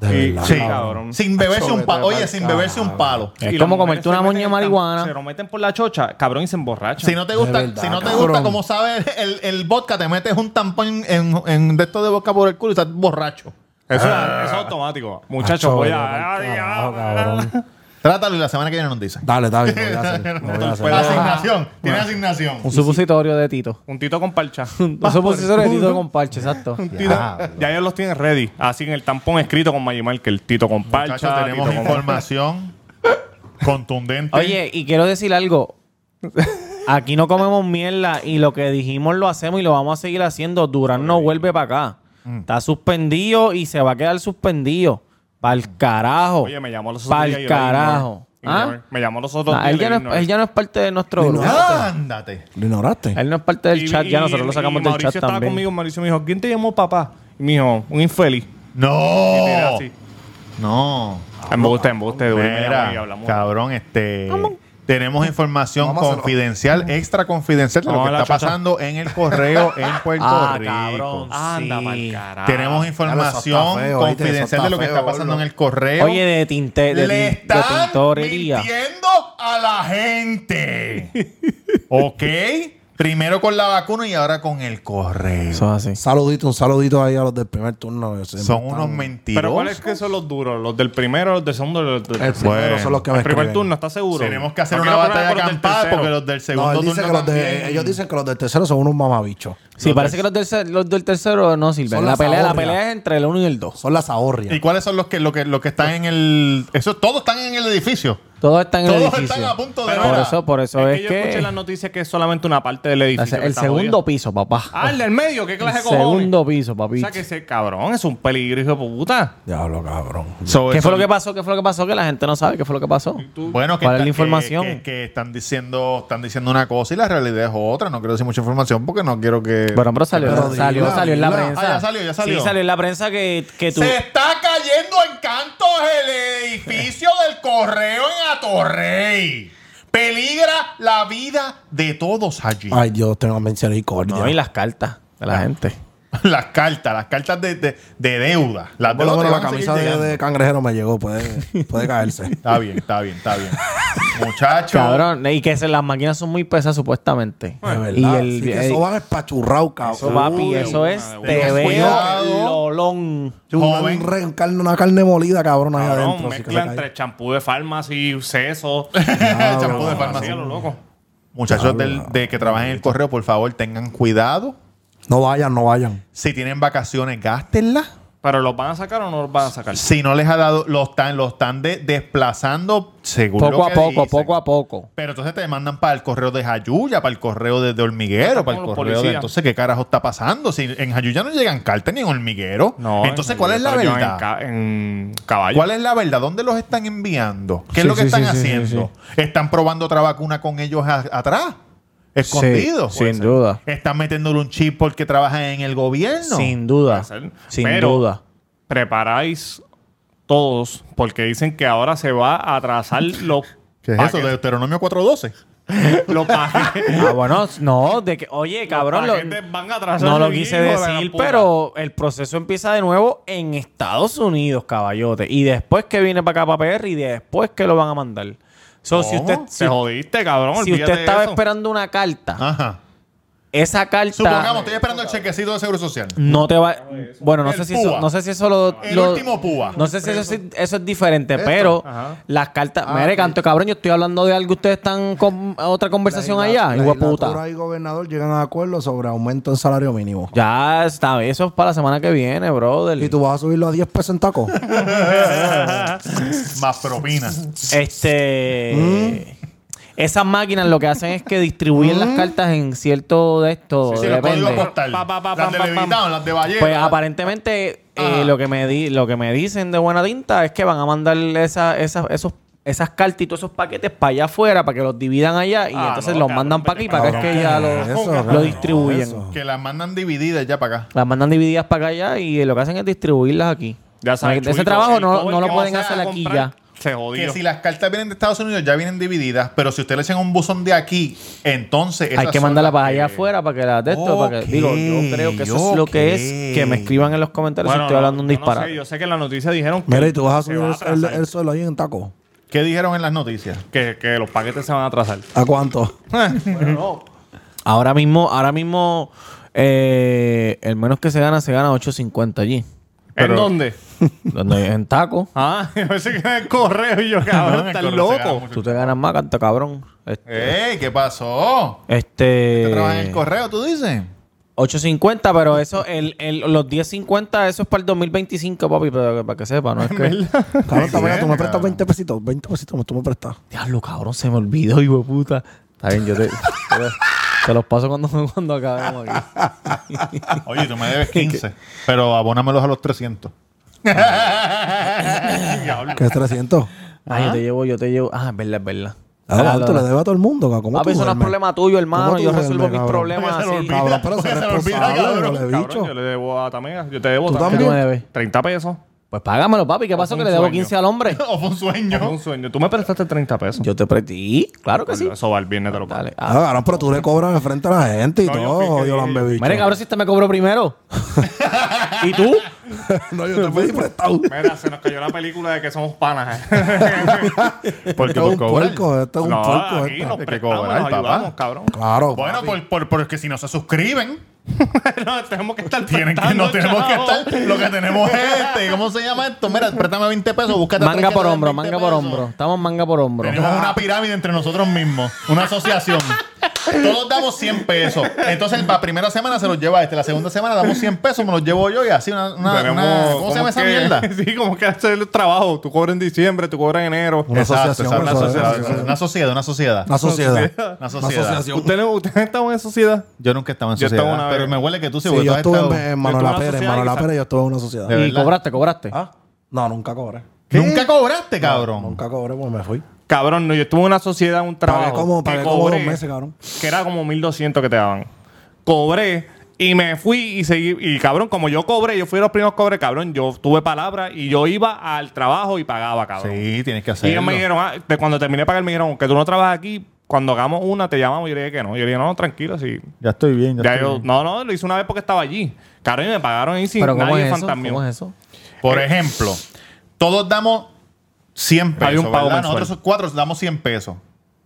Speaker 3: De verdad,
Speaker 1: Sí.
Speaker 4: cabrón.
Speaker 1: Sin beberse un palo. Oye, sin
Speaker 3: Cabrón.
Speaker 1: beberse un palo.
Speaker 2: Es
Speaker 4: Y
Speaker 2: como
Speaker 4: las mujeres
Speaker 2: comerte una
Speaker 4: se
Speaker 2: moña
Speaker 4: meten-
Speaker 2: de marihuana.
Speaker 4: Se lo meten por la chocha, cabrón, y se emborrachan.
Speaker 1: Si no te gusta,
Speaker 3: De verdad,
Speaker 1: si no te
Speaker 3: cabrón.
Speaker 1: gusta, como sabes, el, el vodka, te metes un tampón en, en de esto de vodka por el culo y estás borracho.
Speaker 4: Eso, eso es automático. Muchachos,
Speaker 3: Hacho,
Speaker 4: voy
Speaker 3: vete
Speaker 4: a...
Speaker 3: pa'l
Speaker 4: ay,
Speaker 3: carajo,
Speaker 4: ah,
Speaker 3: cabrón.
Speaker 1: Trátalo y la semana que viene nos dicen.
Speaker 3: Dale, está bien, lo voy a
Speaker 1: <laughs>
Speaker 3: <laughs> hacer. lo voy a Ah.
Speaker 1: Pues,
Speaker 3: hacer.
Speaker 1: asignación. Tiene asignación.
Speaker 2: Un supositorio de Tito.
Speaker 4: Un tito con
Speaker 2: <laughs>
Speaker 4: parcha.
Speaker 2: Un supositorio de Tito con parche, exacto.
Speaker 1: Diablo.
Speaker 4: Ya ellos los tienen ready. Así en el tampón escrito con Magimar, que el tito con parcha.
Speaker 1: Muchachos, tenemos
Speaker 4: tito con-
Speaker 1: información contundente.
Speaker 2: Oye, y quiero decir algo. Aquí no comemos mierda y lo que dijimos lo hacemos y lo vamos a seguir haciendo. Durán no vuelve para acá.
Speaker 4: Mm.
Speaker 2: Está suspendido y se va a quedar suspendido. Para el carajo.
Speaker 4: Mm. Oye, me llamó los otros días y
Speaker 2: Para el
Speaker 4: yo le dije,
Speaker 2: carajo.
Speaker 4: "No, no".
Speaker 2: ¿Ah?
Speaker 4: Me llamó los otros
Speaker 2: Nah,
Speaker 4: días.
Speaker 2: él,
Speaker 4: le
Speaker 2: ya no
Speaker 4: dije,
Speaker 2: es, él ya no es parte de nuestro
Speaker 3: Ni
Speaker 2: grupo.
Speaker 1: ándate.
Speaker 3: ¿Lo ignoraste?
Speaker 2: Él no es parte del
Speaker 4: Y-
Speaker 2: chat. Ya
Speaker 4: y-
Speaker 2: nosotros lo
Speaker 4: y
Speaker 2: sacamos del
Speaker 4: Mauricio
Speaker 2: chat
Speaker 4: estaba
Speaker 2: también.
Speaker 4: conmigo. Mauricio me dijo, ¿quién te llamó papá? Y me dijo, un infeliz. Y me dijo
Speaker 1: No.
Speaker 4: así.
Speaker 1: No.
Speaker 2: Oh.
Speaker 4: Embuste, embuste. Duri, me llamó y
Speaker 1: Mira,
Speaker 4: hablamos.
Speaker 1: cabrón, este. Tenemos información
Speaker 3: Vamos a hacerlo.
Speaker 1: confidencial, extra confidencial de lo
Speaker 4: Vamos
Speaker 1: que
Speaker 4: a la
Speaker 1: está
Speaker 4: chocha.
Speaker 1: pasando en el correo en Puerto
Speaker 2: Ah,
Speaker 1: Rico.
Speaker 2: cabrón.
Speaker 4: Anda,
Speaker 2: sí.
Speaker 4: pa'l carajo.
Speaker 1: Tenemos
Speaker 3: Claro,
Speaker 1: información
Speaker 3: eso está feo, ¿viste? Eso
Speaker 1: confidencial
Speaker 3: está
Speaker 1: de lo que
Speaker 3: feo,
Speaker 1: está pasando
Speaker 3: boludo.
Speaker 1: en el correo.
Speaker 2: Oye, de tinte,
Speaker 1: le
Speaker 2: de, tin- de
Speaker 1: están
Speaker 2: tintorería.
Speaker 1: mintiendo a la
Speaker 2: <laughs>
Speaker 1: gente. ¿Ok? Primero con la vacuna y ahora con el correo.
Speaker 2: Eso es así.
Speaker 3: Saludito, un saludito ahí a los del primer turno. que siempre
Speaker 1: Son
Speaker 3: están-
Speaker 1: unos mentirosos.
Speaker 4: Pero ¿cuáles que son los duros? ¿Los del primero, los del segundo? Los del
Speaker 3: El primero
Speaker 1: Bueno,
Speaker 3: son los que me
Speaker 4: El primer
Speaker 3: escriben.
Speaker 4: turno, ¿estás seguro?
Speaker 1: Tenemos que hacer
Speaker 4: No
Speaker 1: una
Speaker 4: quiero poner
Speaker 1: batalla
Speaker 4: con los del
Speaker 1: acampada
Speaker 4: tercero.
Speaker 1: porque los del
Speaker 3: No,
Speaker 1: segundo
Speaker 3: él dice
Speaker 1: turno
Speaker 3: que los
Speaker 1: también.
Speaker 3: de, ellos dicen que los del tercero son unos mamabichos.
Speaker 2: Sí, parece que los del, ce- los del tercero no sirven.
Speaker 3: Son
Speaker 2: La
Speaker 3: las
Speaker 2: pelea, la
Speaker 3: ahorras.
Speaker 2: pelea es entre el uno y el dos.
Speaker 3: Son las ahorrias.
Speaker 1: ¿Y cuáles son los que, lo que, lo que están en el. Eso, todos están en el edificio.
Speaker 2: Todos están en el
Speaker 1: Todos
Speaker 2: edificio.
Speaker 1: están a punto de.
Speaker 4: Pero
Speaker 2: Por
Speaker 1: ahora.
Speaker 2: eso, por eso
Speaker 4: Es
Speaker 2: es,
Speaker 4: que yo escuché en las
Speaker 2: que.
Speaker 4: noticias que es solamente una parte del edificio. que
Speaker 2: el
Speaker 4: está
Speaker 2: segundo
Speaker 4: jodida.
Speaker 2: piso, papá.
Speaker 4: Ah, el del medio, ¿qué clase de
Speaker 2: el
Speaker 4: cojones?
Speaker 2: segundo piso, papi.
Speaker 4: O sea que ese cabrón es un peligro, hijo de puta.
Speaker 3: Diablo, cabrón.
Speaker 1: So,
Speaker 2: ¿Qué
Speaker 1: eso-
Speaker 2: fue lo que pasó? ¿Qué fue lo que pasó? Que la gente no sabe qué fue lo que pasó.
Speaker 1: Bueno, que,
Speaker 2: ¿Cuál es
Speaker 1: está-
Speaker 2: la
Speaker 1: que-
Speaker 2: información?
Speaker 1: Que, que están diciendo están diciendo una cosa y la realidad es otra. No quiero decir mucha información porque no quiero que.
Speaker 2: Bueno, pero salió,
Speaker 3: Pero
Speaker 2: salió,
Speaker 3: dila,
Speaker 2: salió en la
Speaker 3: dila.
Speaker 2: prensa.
Speaker 1: Ah, ya salió, ya salió.
Speaker 2: Sí, salió en la prensa que, que tú.
Speaker 1: Se está cayendo en cantos el
Speaker 2: <laughs>
Speaker 1: edificio del correo en Atorrey. Peligra la vida de todos allí.
Speaker 3: Ay, Dios, tengo misericordia.
Speaker 2: No, y las cartas de la gente.
Speaker 1: Las cartas, las cartas de, de- de deuda. Las
Speaker 3: Por lo
Speaker 1: deudas
Speaker 3: menos la
Speaker 1: te van a seguir
Speaker 3: camisa de,
Speaker 1: llegando.
Speaker 3: de cangrejero me llegó, puede,
Speaker 1: <laughs>
Speaker 3: puede caerse.
Speaker 1: Está bien, está bien, está
Speaker 2: <laughs>
Speaker 1: bien. Muchacho.
Speaker 2: Cabrón, y que se- las máquinas son muy pesas supuestamente.
Speaker 1: Pues,
Speaker 3: De verdad.
Speaker 2: y el,
Speaker 3: sí que
Speaker 2: eh,
Speaker 3: eso van espachurrado, cabrón.
Speaker 2: eso, papi, eso es, te
Speaker 1: Ten
Speaker 2: veo
Speaker 1: cuidado.
Speaker 2: lolón.
Speaker 1: Joven.
Speaker 3: Una, re- carne, una carne molida, cabrón, ahí
Speaker 4: Cabrón,
Speaker 3: adentro. así que
Speaker 4: mezcla
Speaker 3: le cae.
Speaker 4: entre champú de farmacia y seso.
Speaker 1: <laughs> El champú de
Speaker 4: Así a
Speaker 1: farmacia.
Speaker 4: lo loco.
Speaker 1: Muchachos del- de que trabajan en el correo, por favor, tengan cuidado.
Speaker 3: No vayan, no vayan.
Speaker 1: Si tienen vacaciones, gástenlas.
Speaker 4: ¿Pero los van a sacar o no los van a sacar?
Speaker 1: Si no les ha dado, lo están, lo están de- desplazando seguro.
Speaker 2: Poco a poco, poco a poco.
Speaker 1: Pero entonces te mandan para el correo de Jayuya, para el correo de, de Hormiguero,
Speaker 4: Están
Speaker 1: para el
Speaker 4: como los
Speaker 1: correo de.
Speaker 4: policías.
Speaker 1: Entonces, ¿qué carajo está pasando? Si en Jayuya no llegan cartas ni en Hormiguero. entonces, ¿cuál es la
Speaker 4: Pero yo en
Speaker 1: verdad?
Speaker 4: ca- En caballo.
Speaker 1: ¿Cuál es la verdad? ¿Dónde los están enviando? ¿Qué es
Speaker 2: Sí,
Speaker 1: lo que
Speaker 2: sí,
Speaker 1: están
Speaker 2: sí, sí, sí,
Speaker 1: haciendo? ¿Están probando otra vacuna con ellos a- atrás? Escondidos.
Speaker 2: Sí, sin duda.
Speaker 1: ¿Están metiéndole un chip porque trabajan en el gobierno?
Speaker 2: Sin duda.
Speaker 4: Puede ser.
Speaker 2: Sin
Speaker 4: Pero-
Speaker 2: duda.
Speaker 4: preparáis todos porque dicen que ahora se va
Speaker 1: <laughs>
Speaker 4: a atrasar los
Speaker 1: ¿Qué es
Speaker 2: Ah,
Speaker 1: eso?
Speaker 4: paquetes-
Speaker 1: ¿De Deuteronomio 412?
Speaker 4: los paquetes,
Speaker 2: Ah, bueno, no, de que, oye, cabrón,
Speaker 4: los
Speaker 2: lo-
Speaker 4: paquetes van a atrasar
Speaker 2: no lo
Speaker 4: el
Speaker 2: quise
Speaker 4: mismo, la
Speaker 2: decir,
Speaker 4: puta.
Speaker 2: pero el proceso empieza de nuevo en Estados Unidos, caballote. Y después que viene para acá para PR y después que lo van a mandar. So, si
Speaker 1: ¿Cómo?
Speaker 2: usted,
Speaker 4: te
Speaker 2: si,
Speaker 4: jodiste, cabrón.
Speaker 2: si usted
Speaker 4: olvídate de
Speaker 2: estaba
Speaker 4: eso. Ah.
Speaker 2: esperando una carta,
Speaker 1: Ajá.
Speaker 2: esa carta
Speaker 1: Supongamos, estoy esperando el chequecito de Seguro Social.
Speaker 2: no te
Speaker 3: Ah,
Speaker 2: va. Bueno, no
Speaker 1: El
Speaker 2: sé si
Speaker 1: púa.
Speaker 2: eso, no sé si eso lo.
Speaker 1: El
Speaker 2: lo-
Speaker 1: último púa.
Speaker 2: No sé si eso, sí- eso es diferente, pero
Speaker 4: Ajá. Ah,
Speaker 2: las cartas. Mire, canto cabrón, yo estoy hablando de algo. Ustedes están con otra conversación
Speaker 3: La
Speaker 2: allá,
Speaker 3: legislatura
Speaker 2: hijo de puta.
Speaker 3: y gobernador llegan a acuerdo sobre aumento en salario mínimo.
Speaker 2: Ya está, eso es para la semana que viene, brother.
Speaker 3: ¿Y tú vas a subirlo a 10 pesos en taco?
Speaker 1: Más propinas.
Speaker 2: Este.
Speaker 3: ¿Mm?
Speaker 2: Esas máquinas lo que hacen es que distribuyen las cartas en cierto de estos.
Speaker 1: Sí, los
Speaker 2: depende.
Speaker 1: códigos postales.
Speaker 4: Pa, pa, pa,
Speaker 1: Las de
Speaker 4: pam, pam,
Speaker 1: Levitown,
Speaker 4: pam.
Speaker 1: las de Valle.
Speaker 2: Pues aparentemente eh,
Speaker 1: Ajá.
Speaker 2: lo, que me di- lo que me dicen de buena tinta es que van a mandar esa, esa- esos, esas cartas y todos esos paquetes para allá afuera para que los dividan allá y
Speaker 4: Ah,
Speaker 2: entonces
Speaker 4: no,
Speaker 2: los
Speaker 4: cabrón,
Speaker 2: mandan para
Speaker 4: vete
Speaker 2: aquí para
Speaker 4: pa'l
Speaker 2: que es que ya
Speaker 3: carajo.
Speaker 2: lo,
Speaker 3: Eso,
Speaker 2: lo
Speaker 3: cabrón,
Speaker 2: distribuyen.
Speaker 3: eso.
Speaker 1: que las mandan divididas ya para acá.
Speaker 2: Las mandan divididas para acá allá y lo que hacen es distribuirlas aquí.
Speaker 4: Ya sabes,
Speaker 2: ese
Speaker 4: Chuito,
Speaker 2: trabajo
Speaker 4: el
Speaker 2: no,
Speaker 4: cover
Speaker 2: no lo
Speaker 4: que
Speaker 2: pueden
Speaker 4: vas a
Speaker 2: hacer aquí
Speaker 4: comprar,
Speaker 2: ya.
Speaker 4: Se
Speaker 1: Que
Speaker 4: jodió.
Speaker 1: si las cartas vienen de Estados Unidos ya vienen divididas, pero si usted le echan un buzón de aquí, entonces
Speaker 2: Hay que mandarla para allá afuera para que la de esto, para que, digo, yo creo que eso es lo que es. Que me escriban en los comentarios
Speaker 4: Bueno,
Speaker 2: si estoy
Speaker 4: no,
Speaker 2: hablando un
Speaker 4: yo no sé,
Speaker 2: disparate.
Speaker 4: yo sé que en la noticia dijeron que,
Speaker 3: Mira, ¿y tú vas a
Speaker 4: Se
Speaker 3: subir
Speaker 4: va a
Speaker 3: el,
Speaker 4: atrasar.
Speaker 3: el sueldo ahí en taco?
Speaker 1: ¿Qué dijeron en las noticias?
Speaker 4: que- que los paquetes se van a atrasar.
Speaker 3: ¿A cuánto?
Speaker 2: Ahora mismo, ahora mismo, eh, el menos que se gana, se gana 8.50 allí.
Speaker 4: ¿En dónde?
Speaker 2: Donde en taco,
Speaker 4: Ah, <laughs> yo pensé que era el
Speaker 1: <laughs>
Speaker 4: correo y yo, cabrón,
Speaker 1: el
Speaker 4: estás
Speaker 1: correo se gana
Speaker 4: loco.
Speaker 1: mucho.
Speaker 2: tú te ganas más, canta cabrón. Este.
Speaker 1: ¡Ey! ¿Qué pasó? ¿Te trabajas en el
Speaker 2: este
Speaker 1: correo, tú dices?
Speaker 2: 8.50, pero eso, el, el, los 10.50, eso es para el 2025, papi, pero para que
Speaker 1: <laughs>
Speaker 2: sepa, ¿no? Es que...
Speaker 3: Cabrón, esta mañana tú me prestas
Speaker 1: cabrón.
Speaker 3: 20 pesitos. 20 pesitos tú me prestas.
Speaker 2: Diablo, cabrón, se me olvidó, <laughs> hijo de puta. Está bien, yo te, te- te los paso cuando, <laughs> cuando acabemos aquí.
Speaker 3: <laughs>
Speaker 2: Ah,
Speaker 1: Oye, tú me debes 15, pero abónamelos a los 300. Diablo.
Speaker 3: ¿Qué es 300?
Speaker 2: Ay, yo te llevo, yo te llevo. Ah, es verdad, es verdad.
Speaker 3: Ah,
Speaker 2: Ah,
Speaker 3: cabrón,
Speaker 2: lo-
Speaker 3: tú le debes a todo el mundo, cabrón. ¿Cómo
Speaker 2: Papi,
Speaker 3: tú
Speaker 2: eso no es
Speaker 3: duermes?
Speaker 2: problema tuyo, hermano.
Speaker 3: ¿Cómo tú
Speaker 2: Yo resuelvo
Speaker 3: duermes,
Speaker 2: mis
Speaker 3: cabrón?
Speaker 2: problemas
Speaker 1: Porque se lo
Speaker 2: así.
Speaker 1: olvida.
Speaker 3: Cabrón, pero
Speaker 1: Porque
Speaker 3: ser
Speaker 1: se le olvida,
Speaker 3: responsable,
Speaker 1: cabrón.
Speaker 3: no le he
Speaker 4: Cabrón,
Speaker 3: dicho.
Speaker 4: yo le debo a Tamega. Yo te debo
Speaker 3: ¿Tú
Speaker 2: ¿Qué
Speaker 4: también.
Speaker 2: tú
Speaker 3: también?
Speaker 2: me debes?
Speaker 4: 30 pesos.
Speaker 2: Pues págamelo, papi. ¿Qué pasó?
Speaker 4: un
Speaker 2: Que le debo
Speaker 4: sueño.
Speaker 2: 15 al hombre.
Speaker 1: <laughs> O fue un
Speaker 4: Es
Speaker 1: sueño.
Speaker 4: un sueño. Tú me prestaste 30 pesos.
Speaker 2: Yo te pretí. Claro que sí.
Speaker 4: Eso va el viernes, te lo pago.
Speaker 2: Dale.
Speaker 3: Ah,
Speaker 2: Ah.
Speaker 3: cabrón, pero tú le cobras enfrente a la gente y
Speaker 4: No, yo
Speaker 3: todo,
Speaker 4: fui que
Speaker 3: jodido
Speaker 4: dije-
Speaker 3: lambebicho.
Speaker 2: Mire, cabrón, si usted me
Speaker 3: <laughs>
Speaker 2: cobró primero. ¿Y tú?
Speaker 3: No, yo te pedí prestado.
Speaker 4: Mira, se nos cayó la película de que somos panas.
Speaker 1: Porque
Speaker 3: Esto es un puerco, esto es un
Speaker 4: <laughs>
Speaker 3: eh,
Speaker 4: no,
Speaker 3: puerco.
Speaker 4: aquí
Speaker 3: esto.
Speaker 4: nos
Speaker 1: que
Speaker 4: prestamos,
Speaker 1: cobrar,
Speaker 4: nos
Speaker 1: papá.
Speaker 4: ayudamos, cabrón.
Speaker 3: Claro.
Speaker 1: Bueno,
Speaker 3: papi.
Speaker 1: por, por, porque si no se suscriben,
Speaker 4: no, tenemos que estar
Speaker 1: tienen que, no
Speaker 4: prestando,
Speaker 1: tenemos que
Speaker 4: chavo.
Speaker 1: estar. Lo que tenemos es este. ¿Cómo se llama esto? Mira, préstame 20 pesos, búscate a tres
Speaker 2: Manga
Speaker 1: que
Speaker 2: por
Speaker 1: te den
Speaker 2: hombro,
Speaker 1: 20
Speaker 2: manga por
Speaker 1: pesos.
Speaker 2: hombro. Estamos manga por hombro.
Speaker 1: Tenemos una pirámide entre nosotros mismos, una asociación. Todos damos 100 pesos. Entonces, la primera semana se los lleva este, la segunda semana damos 100 pesos, me los llevo yo y así una. una-
Speaker 4: Tenemos-
Speaker 1: una- ¿Cómo se llama esa
Speaker 4: que-
Speaker 1: mierda?
Speaker 4: <laughs> sí, como que hacer el trabajo. Tú cobras en diciembre, tú cobras en enero.
Speaker 3: Una
Speaker 1: Exacto, exacto,
Speaker 3: asociación, una
Speaker 1: una
Speaker 3: asociación.
Speaker 1: sociedad, una sociedad, una sociedad.
Speaker 3: Una sociedad.
Speaker 1: Una sociedad.
Speaker 4: ¿Ustedes usted estaban en sociedad?
Speaker 1: Yo nunca estaba en
Speaker 4: Yo estaba
Speaker 1: sociedad,
Speaker 4: una
Speaker 1: pero
Speaker 4: vez.
Speaker 1: me huele que tú sí,
Speaker 3: Sí,
Speaker 1: porque tú
Speaker 3: yo
Speaker 1: has
Speaker 3: estuve en,
Speaker 1: estado-
Speaker 3: en
Speaker 4: estuve en
Speaker 3: Manuela
Speaker 4: una
Speaker 3: Pérez. En
Speaker 4: sociedad,
Speaker 3: Manuela
Speaker 4: exacto.
Speaker 3: Pérez yo estuve en una sociedad.
Speaker 1: De
Speaker 2: Y
Speaker 1: verdad.
Speaker 2: cobraste, cobraste.
Speaker 3: ¿Ah? No, nunca cobré.
Speaker 1: Nunca cobraste, cabrón.
Speaker 3: Nunca cobré porque me fui.
Speaker 4: Cabrón, no, yo estuve en una sociedad, un trabajo.
Speaker 3: Pagué como,
Speaker 4: que
Speaker 3: pagué como dos
Speaker 4: cobré,
Speaker 3: meses, cabrón.
Speaker 4: Que era como 1200 que te daban. Cobré y me fui y seguí. Y cabrón, como yo cobré, yo fui a los primeros cobres, cabrón. Yo tuve palabra y yo iba al trabajo y pagaba, cabrón.
Speaker 1: Sí, tienes que
Speaker 4: y
Speaker 1: hacerlo.
Speaker 4: ellos me dijeron, ah, de cuando terminé de pagar, me dijeron, que tú no trabajas aquí, cuando hagamos una, te llamamos. Yo le dije que no. Yo le dije, no, tranquilo, sí.
Speaker 5: Ya estoy bien. Ya,
Speaker 4: Ya
Speaker 5: estoy
Speaker 4: yo,
Speaker 5: bien.
Speaker 4: no, no, lo hice una vez porque estaba allí. Claro, y me pagaron ahí sin
Speaker 2: Pero ¿cómo
Speaker 4: nadie
Speaker 2: es, eso?
Speaker 4: fantasmió.
Speaker 2: ¿Cómo es eso?
Speaker 1: Por ejemplo, todos damos 100 pesos.
Speaker 4: Hay un pago
Speaker 1: ¿verdad?
Speaker 4: mensual.
Speaker 1: Nosotros cuatro damos 100 pesos.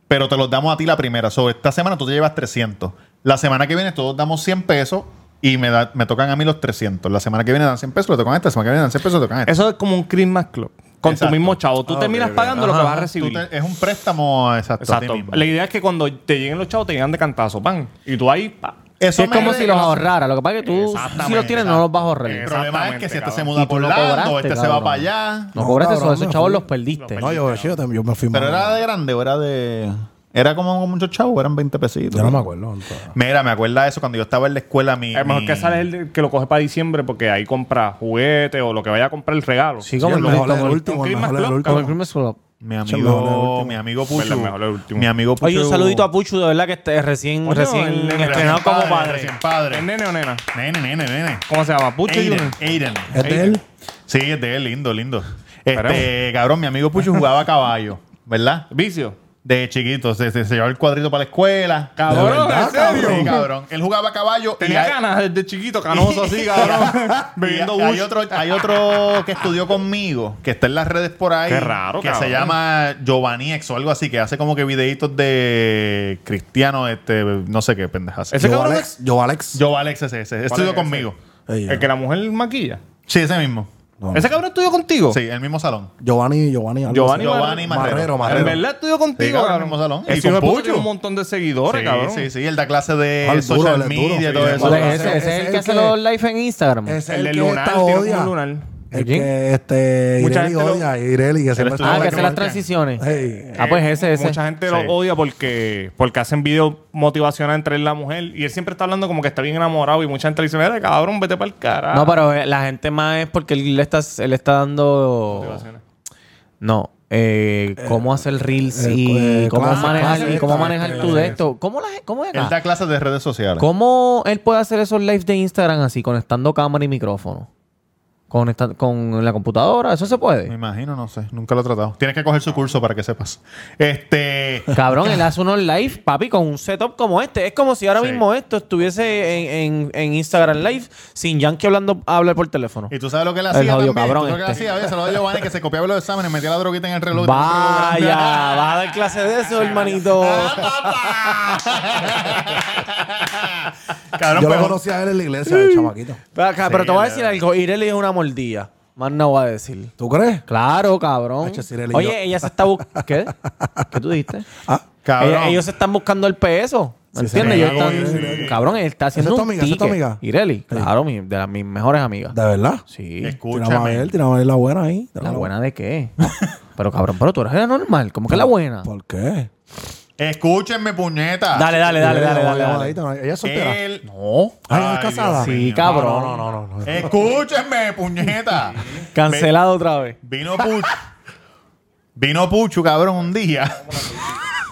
Speaker 1: Pero te los damos a ti la primera. Sobre esta semana tú te llevas 300. La semana que viene todos damos 100 pesos y me, da- me tocan a mí los 300. La semana que viene dan 100 pesos, le tocan a esta. La semana que viene dan 100 pesos, le tocan a esta.
Speaker 4: Eso es como un Christmas Club. Con
Speaker 1: Exacto. Ah,
Speaker 4: tu mismo chavo. Tú terminas pagando lo que vas a
Speaker 1: Tú
Speaker 4: recibir.
Speaker 1: te- es un préstamo exacto, a ti
Speaker 4: Exacto.
Speaker 1: mismo.
Speaker 4: La idea es que cuando te lleguen los chavos, te llegan de cantazo, pan. Y tú ahí, pa.
Speaker 1: Eso
Speaker 2: es como
Speaker 1: me-
Speaker 2: si los ahorrara. Lo que pasa es que tú, si
Speaker 1: Exactamente,
Speaker 2: los tienes, no los vas a ahorrar.
Speaker 1: El problema es
Speaker 4: Exactamente,
Speaker 1: que si este
Speaker 4: cabrón.
Speaker 1: se
Speaker 2: Y
Speaker 1: muda
Speaker 2: tú
Speaker 1: por
Speaker 2: no
Speaker 1: Lando,
Speaker 2: cobraste,
Speaker 1: este se va
Speaker 2: cabrón.
Speaker 1: para allá.
Speaker 2: No
Speaker 3: No,
Speaker 2: cobraste
Speaker 3: cabrón,
Speaker 2: eso, esos
Speaker 3: me
Speaker 2: chavos
Speaker 3: fui.
Speaker 2: los perdiste.
Speaker 3: No, yo, yo, también- yo me fui
Speaker 1: Pero
Speaker 3: mal.
Speaker 1: era de grande o era de. Era como muchos chavos, eran 20 pesitos.
Speaker 3: Yo no me acuerdo. entonces.
Speaker 1: Mira, me acuerda eso cuando yo estaba en la escuela. Mi,
Speaker 4: Es Eh, mejor
Speaker 1: mi-
Speaker 4: que sale el de- que lo coge para diciembre porque ahí compra juguete o lo que vaya a comprar el regalo.
Speaker 2: Sí,
Speaker 3: Sí,
Speaker 2: como
Speaker 3: el
Speaker 2: el,
Speaker 3: mejor
Speaker 2: como
Speaker 3: es el
Speaker 2: el-
Speaker 3: último, el
Speaker 4: Christmas
Speaker 3: mejor es el
Speaker 4: Club,
Speaker 2: como el
Speaker 3: último.
Speaker 2: Christmas Club.
Speaker 1: Mi
Speaker 3: Chambón, el
Speaker 1: amigo,
Speaker 3: último.
Speaker 1: mi amigo Puchu.
Speaker 4: Verdad, Pues mejor el último.
Speaker 1: Mi amigo Puchu.
Speaker 2: Oye, un saludito a Puchu, de verdad que este, recién,
Speaker 4: Coño,
Speaker 2: recién este
Speaker 4: el nene,
Speaker 2: estrenado
Speaker 1: recién
Speaker 2: como
Speaker 1: padre,
Speaker 2: padre.
Speaker 1: recién padre.
Speaker 4: ¿Es nene o nena?
Speaker 1: Nene, nene, nene.
Speaker 4: ¿Cómo se llama? ¿Pucho
Speaker 1: Aiden,
Speaker 4: Junior?
Speaker 1: Aiden.
Speaker 2: Eh.
Speaker 3: Este ¿Es de él?
Speaker 1: Sí, es de él, lindo, lindo.
Speaker 4: Espérame.
Speaker 1: Este, cabrón, mi amigo Puchu jugaba a caballo, ¿verdad?
Speaker 4: Vicio.
Speaker 1: De chiquito, se, se- se llevaba el cuadrito para la escuela.
Speaker 4: Cabrón,
Speaker 1: ¿De verdad,
Speaker 4: ¿en serio?
Speaker 1: cabrón? Sí, cabrón. Él jugaba a caballo. y
Speaker 4: Tenía
Speaker 1: hay-
Speaker 4: canas desde chiquito,
Speaker 1: <laughs>
Speaker 4: canoso así, cabrón. bebiendo
Speaker 1: Y hay,
Speaker 4: bush.
Speaker 1: otro, hay otro que estudió conmigo, que está en las redes por ahí.
Speaker 4: Qué raro,
Speaker 1: Que
Speaker 4: cabrón.
Speaker 1: se llama Giovanniex o algo así, que hace como que videitos de cristiano, este, no sé qué pendejas.
Speaker 4: Ese
Speaker 3: Yo,
Speaker 4: cabrón
Speaker 3: Alex. Yo, Alex.
Speaker 1: Giovanniex es ese.
Speaker 4: ¿Cuál
Speaker 1: Estudió
Speaker 4: es ese?
Speaker 1: conmigo.
Speaker 3: Ey,
Speaker 4: El que la mujer maquilla.
Speaker 1: Sí, ese mismo.
Speaker 3: no.
Speaker 4: ¿Ese cabrón estudió contigo?
Speaker 1: Sí, el mismo salón.
Speaker 3: Giovanni, Giovanni. algo
Speaker 4: Giovanni
Speaker 3: así.
Speaker 1: Giovanni Marrero.
Speaker 3: Marrero,
Speaker 4: En
Speaker 3: Marrero.
Speaker 4: verdad estudió contigo,
Speaker 1: Sí, cabrón,
Speaker 4: cabrón.
Speaker 1: mismo salón.
Speaker 4: Ese
Speaker 1: Y con
Speaker 4: hijo de puta
Speaker 1: Pucho.
Speaker 4: tiene un montón de seguidores,
Speaker 1: sí,
Speaker 4: cabrón.
Speaker 1: sí, sí. Él da clase de
Speaker 3: Ah, el duro,
Speaker 1: social
Speaker 3: el duro.
Speaker 1: media y todo
Speaker 3: Sí,
Speaker 1: eso.
Speaker 2: ¿Cuál
Speaker 3: Ese-
Speaker 2: es ese? Ese es el que hace los live en Instagram.
Speaker 3: Ese Es
Speaker 4: El
Speaker 3: el,
Speaker 4: de
Speaker 3: que
Speaker 4: lunar,
Speaker 3: esta
Speaker 4: el que tiene
Speaker 3: odia.
Speaker 4: como un lunar.
Speaker 3: El
Speaker 2: Mm. ¿Quién?
Speaker 3: que este,
Speaker 4: Mucha
Speaker 3: Ireli
Speaker 4: gente lo-
Speaker 3: odia. Ireli, que siempre
Speaker 1: estuvo
Speaker 3: está
Speaker 2: ah, que
Speaker 1: Marrero
Speaker 2: hace las
Speaker 1: Marquez.
Speaker 2: transiciones.
Speaker 3: Ey.
Speaker 2: Ah, pues ese, ese.
Speaker 4: Mucha gente
Speaker 1: Sí.
Speaker 4: lo odia porque, porque hacen videos motivacionales entre él y la mujer. Y él siempre está hablando como que está bien enamorado. Y mucha gente le dice, mira, cabrón, vete para el carajo.
Speaker 2: No, pero eh, la gente más es porque él le está, él le está dando. No. Eh, cómo hacer reels
Speaker 3: eh,
Speaker 2: y
Speaker 3: eh,
Speaker 2: cómo
Speaker 3: clases,
Speaker 2: manejar
Speaker 3: clases,
Speaker 2: y cómo
Speaker 3: clases,
Speaker 2: manejar
Speaker 3: clases.
Speaker 2: tú de esto. ¿Cómo la gen- cómo es
Speaker 1: Él
Speaker 2: acá?
Speaker 1: da clases de redes sociales.
Speaker 2: ¿Cómo él puede hacer esos live de Instagram así conectando cámara y micrófono? Con esta- con la computadora, eso se
Speaker 1: Me
Speaker 2: puede.
Speaker 1: imagino, no sé. Nunca lo he tratado. Tienes que coger su curso para que sepas. Este.
Speaker 2: Cabrón, él hace unos live, papi, con un setup como este. Es como si ahora
Speaker 1: Sí.
Speaker 2: mismo esto estuviese en, en- en Instagram Live sin Yankee hablando hablar por teléfono.
Speaker 1: Y tú sabes lo que él
Speaker 2: El
Speaker 1: hacía.
Speaker 2: jodido
Speaker 1: también? ¿Tú
Speaker 2: cabrón
Speaker 1: sabes lo que él
Speaker 2: este.
Speaker 1: hacía? Oye, se lo doy a Giovanni que se copiaba los exámenes, metía la droguita en el reloj.
Speaker 2: Vaya, vas a dar clase de eso, hermanito.
Speaker 1: Cabrón,
Speaker 3: Yo lo
Speaker 1: pero-
Speaker 3: conocí a él en la iglesia, el chamaquito.
Speaker 2: Pero, acá, pero te voy a decir algo. Ireli es una mordida. Más no voy a decir.
Speaker 3: ¿Tú crees?
Speaker 2: Claro, cabrón.
Speaker 3: Hacho, si Ireli y yo-
Speaker 2: Oye, ella se está buscando. ¿Qué? ¿Qué tú dijiste?
Speaker 3: Ah,
Speaker 1: Cabrón.
Speaker 2: Ella- ellos se están buscando el peso. ¿Me
Speaker 3: Sí,
Speaker 2: entiendes?
Speaker 1: sí.
Speaker 2: Ellos están-
Speaker 1: Sí,
Speaker 2: Cabrón, él está haciendo
Speaker 3: ¿Esa es tu
Speaker 2: un
Speaker 3: amiga? ¿Esa es tu
Speaker 2: ticket.
Speaker 3: amiga?
Speaker 2: Ireli, claro, mi- de las, mis mejores amigas.
Speaker 3: ¿de verdad?
Speaker 2: Sí.
Speaker 3: Tiramos a
Speaker 1: Escúchame.
Speaker 3: ver, tiramos a ver la buena ahí.
Speaker 2: ¿La buena de qué? pero cabrón, pero tú eres la normal. ¿Cómo que la buena?
Speaker 3: ¿Por qué?
Speaker 1: Escúchenme, puñeta.
Speaker 2: Dale, dale, dale,
Speaker 3: Ireli,
Speaker 2: dale,
Speaker 3: la
Speaker 2: dale,
Speaker 3: buena
Speaker 2: dale.
Speaker 3: ahí, no, Ella es soltera.
Speaker 1: Él-
Speaker 2: No.
Speaker 3: Ay, ¿ella
Speaker 1: Ay,
Speaker 3: es casada?
Speaker 1: Dios mío.
Speaker 2: Sí, cabrón.
Speaker 3: No, no, no, no.
Speaker 1: Escúchenme, puñeta.
Speaker 2: Cancelado otra vez.
Speaker 1: Vino Puchu. Vino Puchu, cabrón, un día.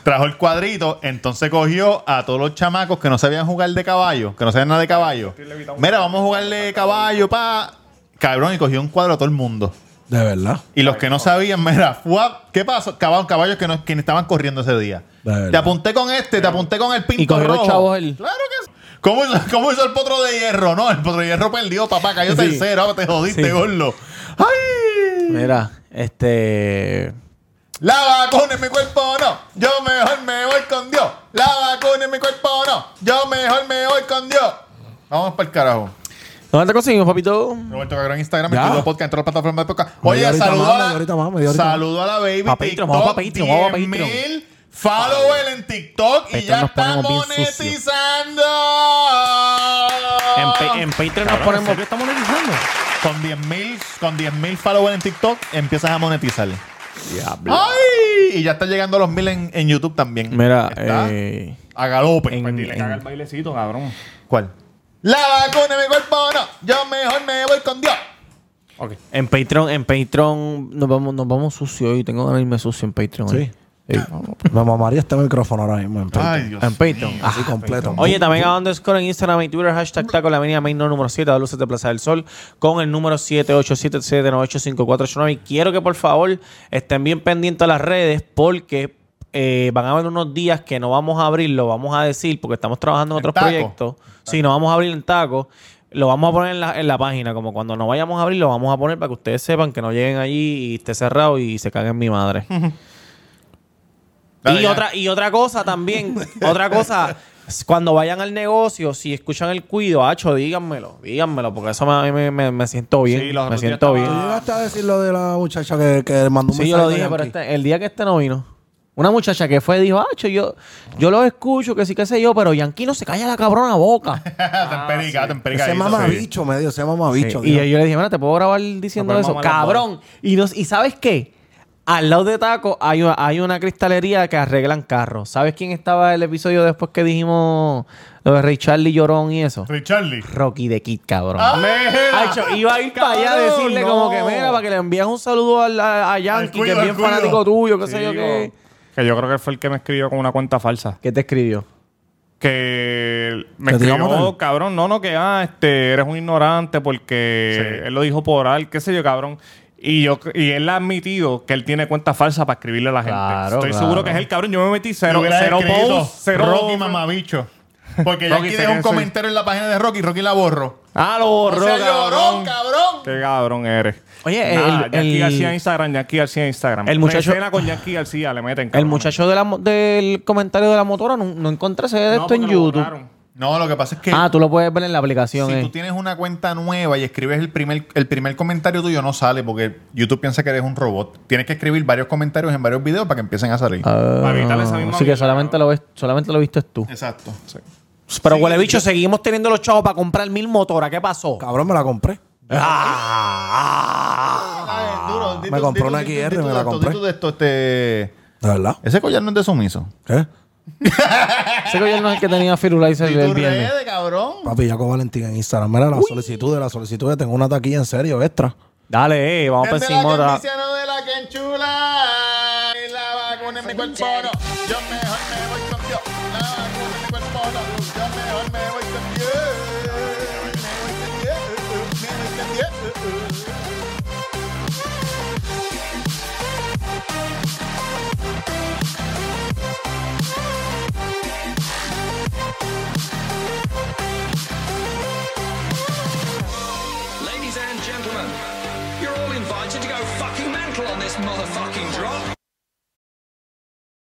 Speaker 1: Trajo el cuadrito, entonces cogió a todos los chamacos que no sabían jugar de caballo, que no sabían nada de caballo. Mira, vamos a jugarle caballo, pa. Cabrón, y cogió un cuadro a todo el mundo.
Speaker 3: De verdad.
Speaker 1: Y los que no sabían, <laughs> mira, fuap, ¿qué pasó? Caballos, caballos que, no, que ni estaban corriendo ese día.
Speaker 3: De verdad.
Speaker 1: Te apunté con este, te apunté con el pinto
Speaker 2: Y cogió los
Speaker 1: rojo.
Speaker 2: chavos él.
Speaker 1: Claro que sí. ¿Cómo hizo, cómo hizo el potro de hierro? No, el potro de hierro perdió, papá, cayó
Speaker 2: Sí.
Speaker 1: tercero, ah, te jodiste,
Speaker 2: Sí.
Speaker 1: gordo. ¡Ay!
Speaker 2: Mira, este.
Speaker 1: La vacuna en mi cuerpo no, yo mejor me voy con Dios. La vacuna en mi cuerpo no, yo mejor me voy con Dios. Vamos para el carajo.
Speaker 2: ¿Dónde te conseguimos, papito?
Speaker 1: Roberto Cabrón en Instagram,
Speaker 3: Ya.
Speaker 1: Estudio Podcast, en todas las plataformas de podcast.
Speaker 3: Media
Speaker 1: Oye,
Speaker 3: horita
Speaker 1: saludó
Speaker 3: más,
Speaker 1: a la,
Speaker 3: media horita más, media horita más.
Speaker 1: saludó a la baby
Speaker 2: Pa' Patreon, vamos pa' Patreon, vamos pa'
Speaker 1: 10,000
Speaker 2: Patreon.
Speaker 1: followers en TikTok y
Speaker 2: Patreon
Speaker 1: ya
Speaker 2: nos
Speaker 1: está
Speaker 2: ponemos bien sucios.
Speaker 1: monetizando.
Speaker 2: En, pa- en Patreon nos
Speaker 4: Cabrón, ¿en
Speaker 2: ponemos.
Speaker 4: serio estamos monetizando?
Speaker 1: Con 10.000 con 10,000 followers en TikTok empiezas a monetizar.
Speaker 4: Diablo.
Speaker 1: ¡Ay! Y ya está llegando a los mil en, en YouTube también.
Speaker 2: Mira,
Speaker 1: Está
Speaker 2: eh,
Speaker 1: A galope. pues,
Speaker 2: en-
Speaker 4: Y le caga el bailecito, cabrón.
Speaker 1: ¿Cuál? La vacuna en mi cuerpo no. Yo mejor me voy con Dios. <laughs>
Speaker 4: Ok.
Speaker 2: en Patreon, en Patreon nos vamos, nos vamos sucio hoy. Tengo ganas de irme sucio en Patreon.
Speaker 3: Sí.
Speaker 2: hoy.
Speaker 3: Me mamaría este micrófono ahora mismo. En Patreon.
Speaker 1: Dios.
Speaker 2: En Patreon. Ah.
Speaker 3: Así completo.
Speaker 2: Oye, también a underscore en Instagram y Twitter, hashtag taco la avenida main no número 7, a luces de Plaza del Sol, con el número 787 Y quiero que por favor estén bien pendientes a las redes porque eh, van a haber unos días que no vamos a abrir, lo vamos a decir, porque estamos trabajando en
Speaker 1: En
Speaker 2: otros
Speaker 1: taco.
Speaker 2: proyectos. Si no vamos a abrir en taco, lo vamos a poner en la, en la página. Como cuando no vayamos a abrir, lo vamos a poner para que ustedes sepan que no lleguen allí y esté cerrado y se caguen mi madre.
Speaker 1: Dale,
Speaker 2: y,
Speaker 1: ya.
Speaker 2: otra, y otra
Speaker 4: <laughs>
Speaker 2: cosa también, otra cosa, cuando vayan al negocio, si escuchan el cuido, hacho, díganmelo, díganmelo, porque eso me, me- me- me siento bien.
Speaker 4: Sí, los
Speaker 2: me
Speaker 4: otros días
Speaker 2: siento bien.
Speaker 3: Tú llegaste a decir lo de la muchacha que, que mandó un
Speaker 2: Sí, yo
Speaker 3: mensaje
Speaker 2: lo
Speaker 3: a
Speaker 2: dije, pero
Speaker 3: Yankee.
Speaker 2: este- el día que este no vino, una muchacha que fue dijo, hacho, yo, yo los escucho, que sí, que sé yo, pero Yankee no se calla la cabrona
Speaker 4: <laughs>
Speaker 2: boca.
Speaker 1: te
Speaker 2: Ah,
Speaker 1: emperica, te emperica.
Speaker 3: Ese
Speaker 1: ahí, sí.
Speaker 3: mamabicho, medio, ese mamabicho.
Speaker 2: y
Speaker 3: tío.
Speaker 2: yo le dije, mira, te puedo grabar diciendo
Speaker 4: No, pero
Speaker 2: eso.
Speaker 4: vamos a la
Speaker 2: Cabrón. Y, nos- y sabes qué? Al lado de Taco hay, una- hay una cristalería que arreglan carros. ¿Sabes quién estaba el episodio después que dijimos lo de Ray Charlie Llorón y eso?
Speaker 1: Richarly.
Speaker 2: Rocky de Kid, cabrón.
Speaker 4: Ah,
Speaker 1: Mira.
Speaker 2: Hacho, iba a ir para allá a
Speaker 1: Cabrón,
Speaker 2: decirle
Speaker 1: no.
Speaker 2: como que mira, para que le envíes un saludo al- a, a Yankee,
Speaker 1: cuido,
Speaker 2: que es bien
Speaker 1: al cuido.
Speaker 2: fanático tuyo, que sé yo
Speaker 4: Sí,
Speaker 2: qué.
Speaker 4: Que yo creo que fue el que me escribió con una cuenta falsa.
Speaker 2: ¿Qué te escribió?
Speaker 4: Que me
Speaker 3: ¿Que te iba a
Speaker 4: escribió, "Oh,
Speaker 3: matar?
Speaker 4: cabrón, no, no, que ah, este, eres un ignorante porque
Speaker 1: Sí.
Speaker 4: él lo dijo por al, qué sé yo, cabrón. Y, yo, y él ha admitido que él tiene cuenta falsa para escribirle a la gente.
Speaker 2: Claro,
Speaker 4: Estoy
Speaker 2: claro.
Speaker 4: seguro que es el cabrón. Yo me metí
Speaker 1: Pero
Speaker 4: cero, cero posts, cero
Speaker 1: Rocky mamabicho. Porque ya
Speaker 4: Rocky
Speaker 1: aquí
Speaker 4: sería
Speaker 1: dejó un
Speaker 4: el-
Speaker 1: comentario en la página de Rocky, Rocky la borro.
Speaker 4: Ah, lo
Speaker 1: O
Speaker 4: borró,
Speaker 1: sea, llorón,
Speaker 4: cabrón.
Speaker 1: cabrón.
Speaker 4: Qué cabrón eres.
Speaker 2: Oye,
Speaker 4: Nada,
Speaker 2: el-
Speaker 4: Yankee
Speaker 2: el-
Speaker 4: García en Instagram, Yankee García en Instagram.
Speaker 2: El muchacho-
Speaker 4: Escena con Yankee García le meten,
Speaker 2: El
Speaker 4: cabrón.
Speaker 2: muchacho de la mo- del comentario de la motora no, no encontré ese de
Speaker 4: No,
Speaker 2: esto en
Speaker 4: porque lo
Speaker 2: YouTube.
Speaker 4: borraron.
Speaker 1: No, lo que pasa es que
Speaker 2: Ah, tú lo puedes ver en la aplicación.
Speaker 1: si
Speaker 2: eh.
Speaker 1: tú tienes una cuenta nueva y escribes el primer, el primer comentario tuyo, no sale porque YouTube piensa que eres un robot. Tienes que escribir varios comentarios en varios videos para que empiecen a salir.
Speaker 4: Para evitar esa misma
Speaker 2: Así Ah, que
Speaker 4: mierda,
Speaker 2: solamente
Speaker 4: cabrón.
Speaker 2: lo ves, solamente lo viste tú.
Speaker 1: Exacto.
Speaker 2: Pero huele bicho, seguimos teniendo los chavos para comprar mil motoras. ¿Qué pasó?
Speaker 3: Cabrón, me la compré.
Speaker 1: Ah,
Speaker 3: Me compré una XR, me la compré.
Speaker 1: de esto, este...
Speaker 3: ¿De verdad?
Speaker 1: Ese collar no es de sumiso.
Speaker 3: ¿Qué?
Speaker 2: Ese gobierno es el que tenía Firulais
Speaker 1: Y
Speaker 2: el,
Speaker 1: tus
Speaker 2: el viernes.
Speaker 1: redes, cabrón.
Speaker 3: Papi, Jaco Valentín en Instagram. Mira, la solicitud de la solicitud. de- Tengo una taquilla en serio, extra.
Speaker 2: Dale, eh, vamos para
Speaker 1: Desde la
Speaker 2: encima. otra.
Speaker 1: que envicia, no de la que enchula. Y la vacuna en mi cuerpo no. Yo mejor me voy con Dios. La vacuna en mi cuerpo no. Yo mejor me voy con Dios. Me voy con Dios. Me voy con Dios.
Speaker 5: Ladies and gentlemen, you're all invited to go fucking mental on this motherfucking drop.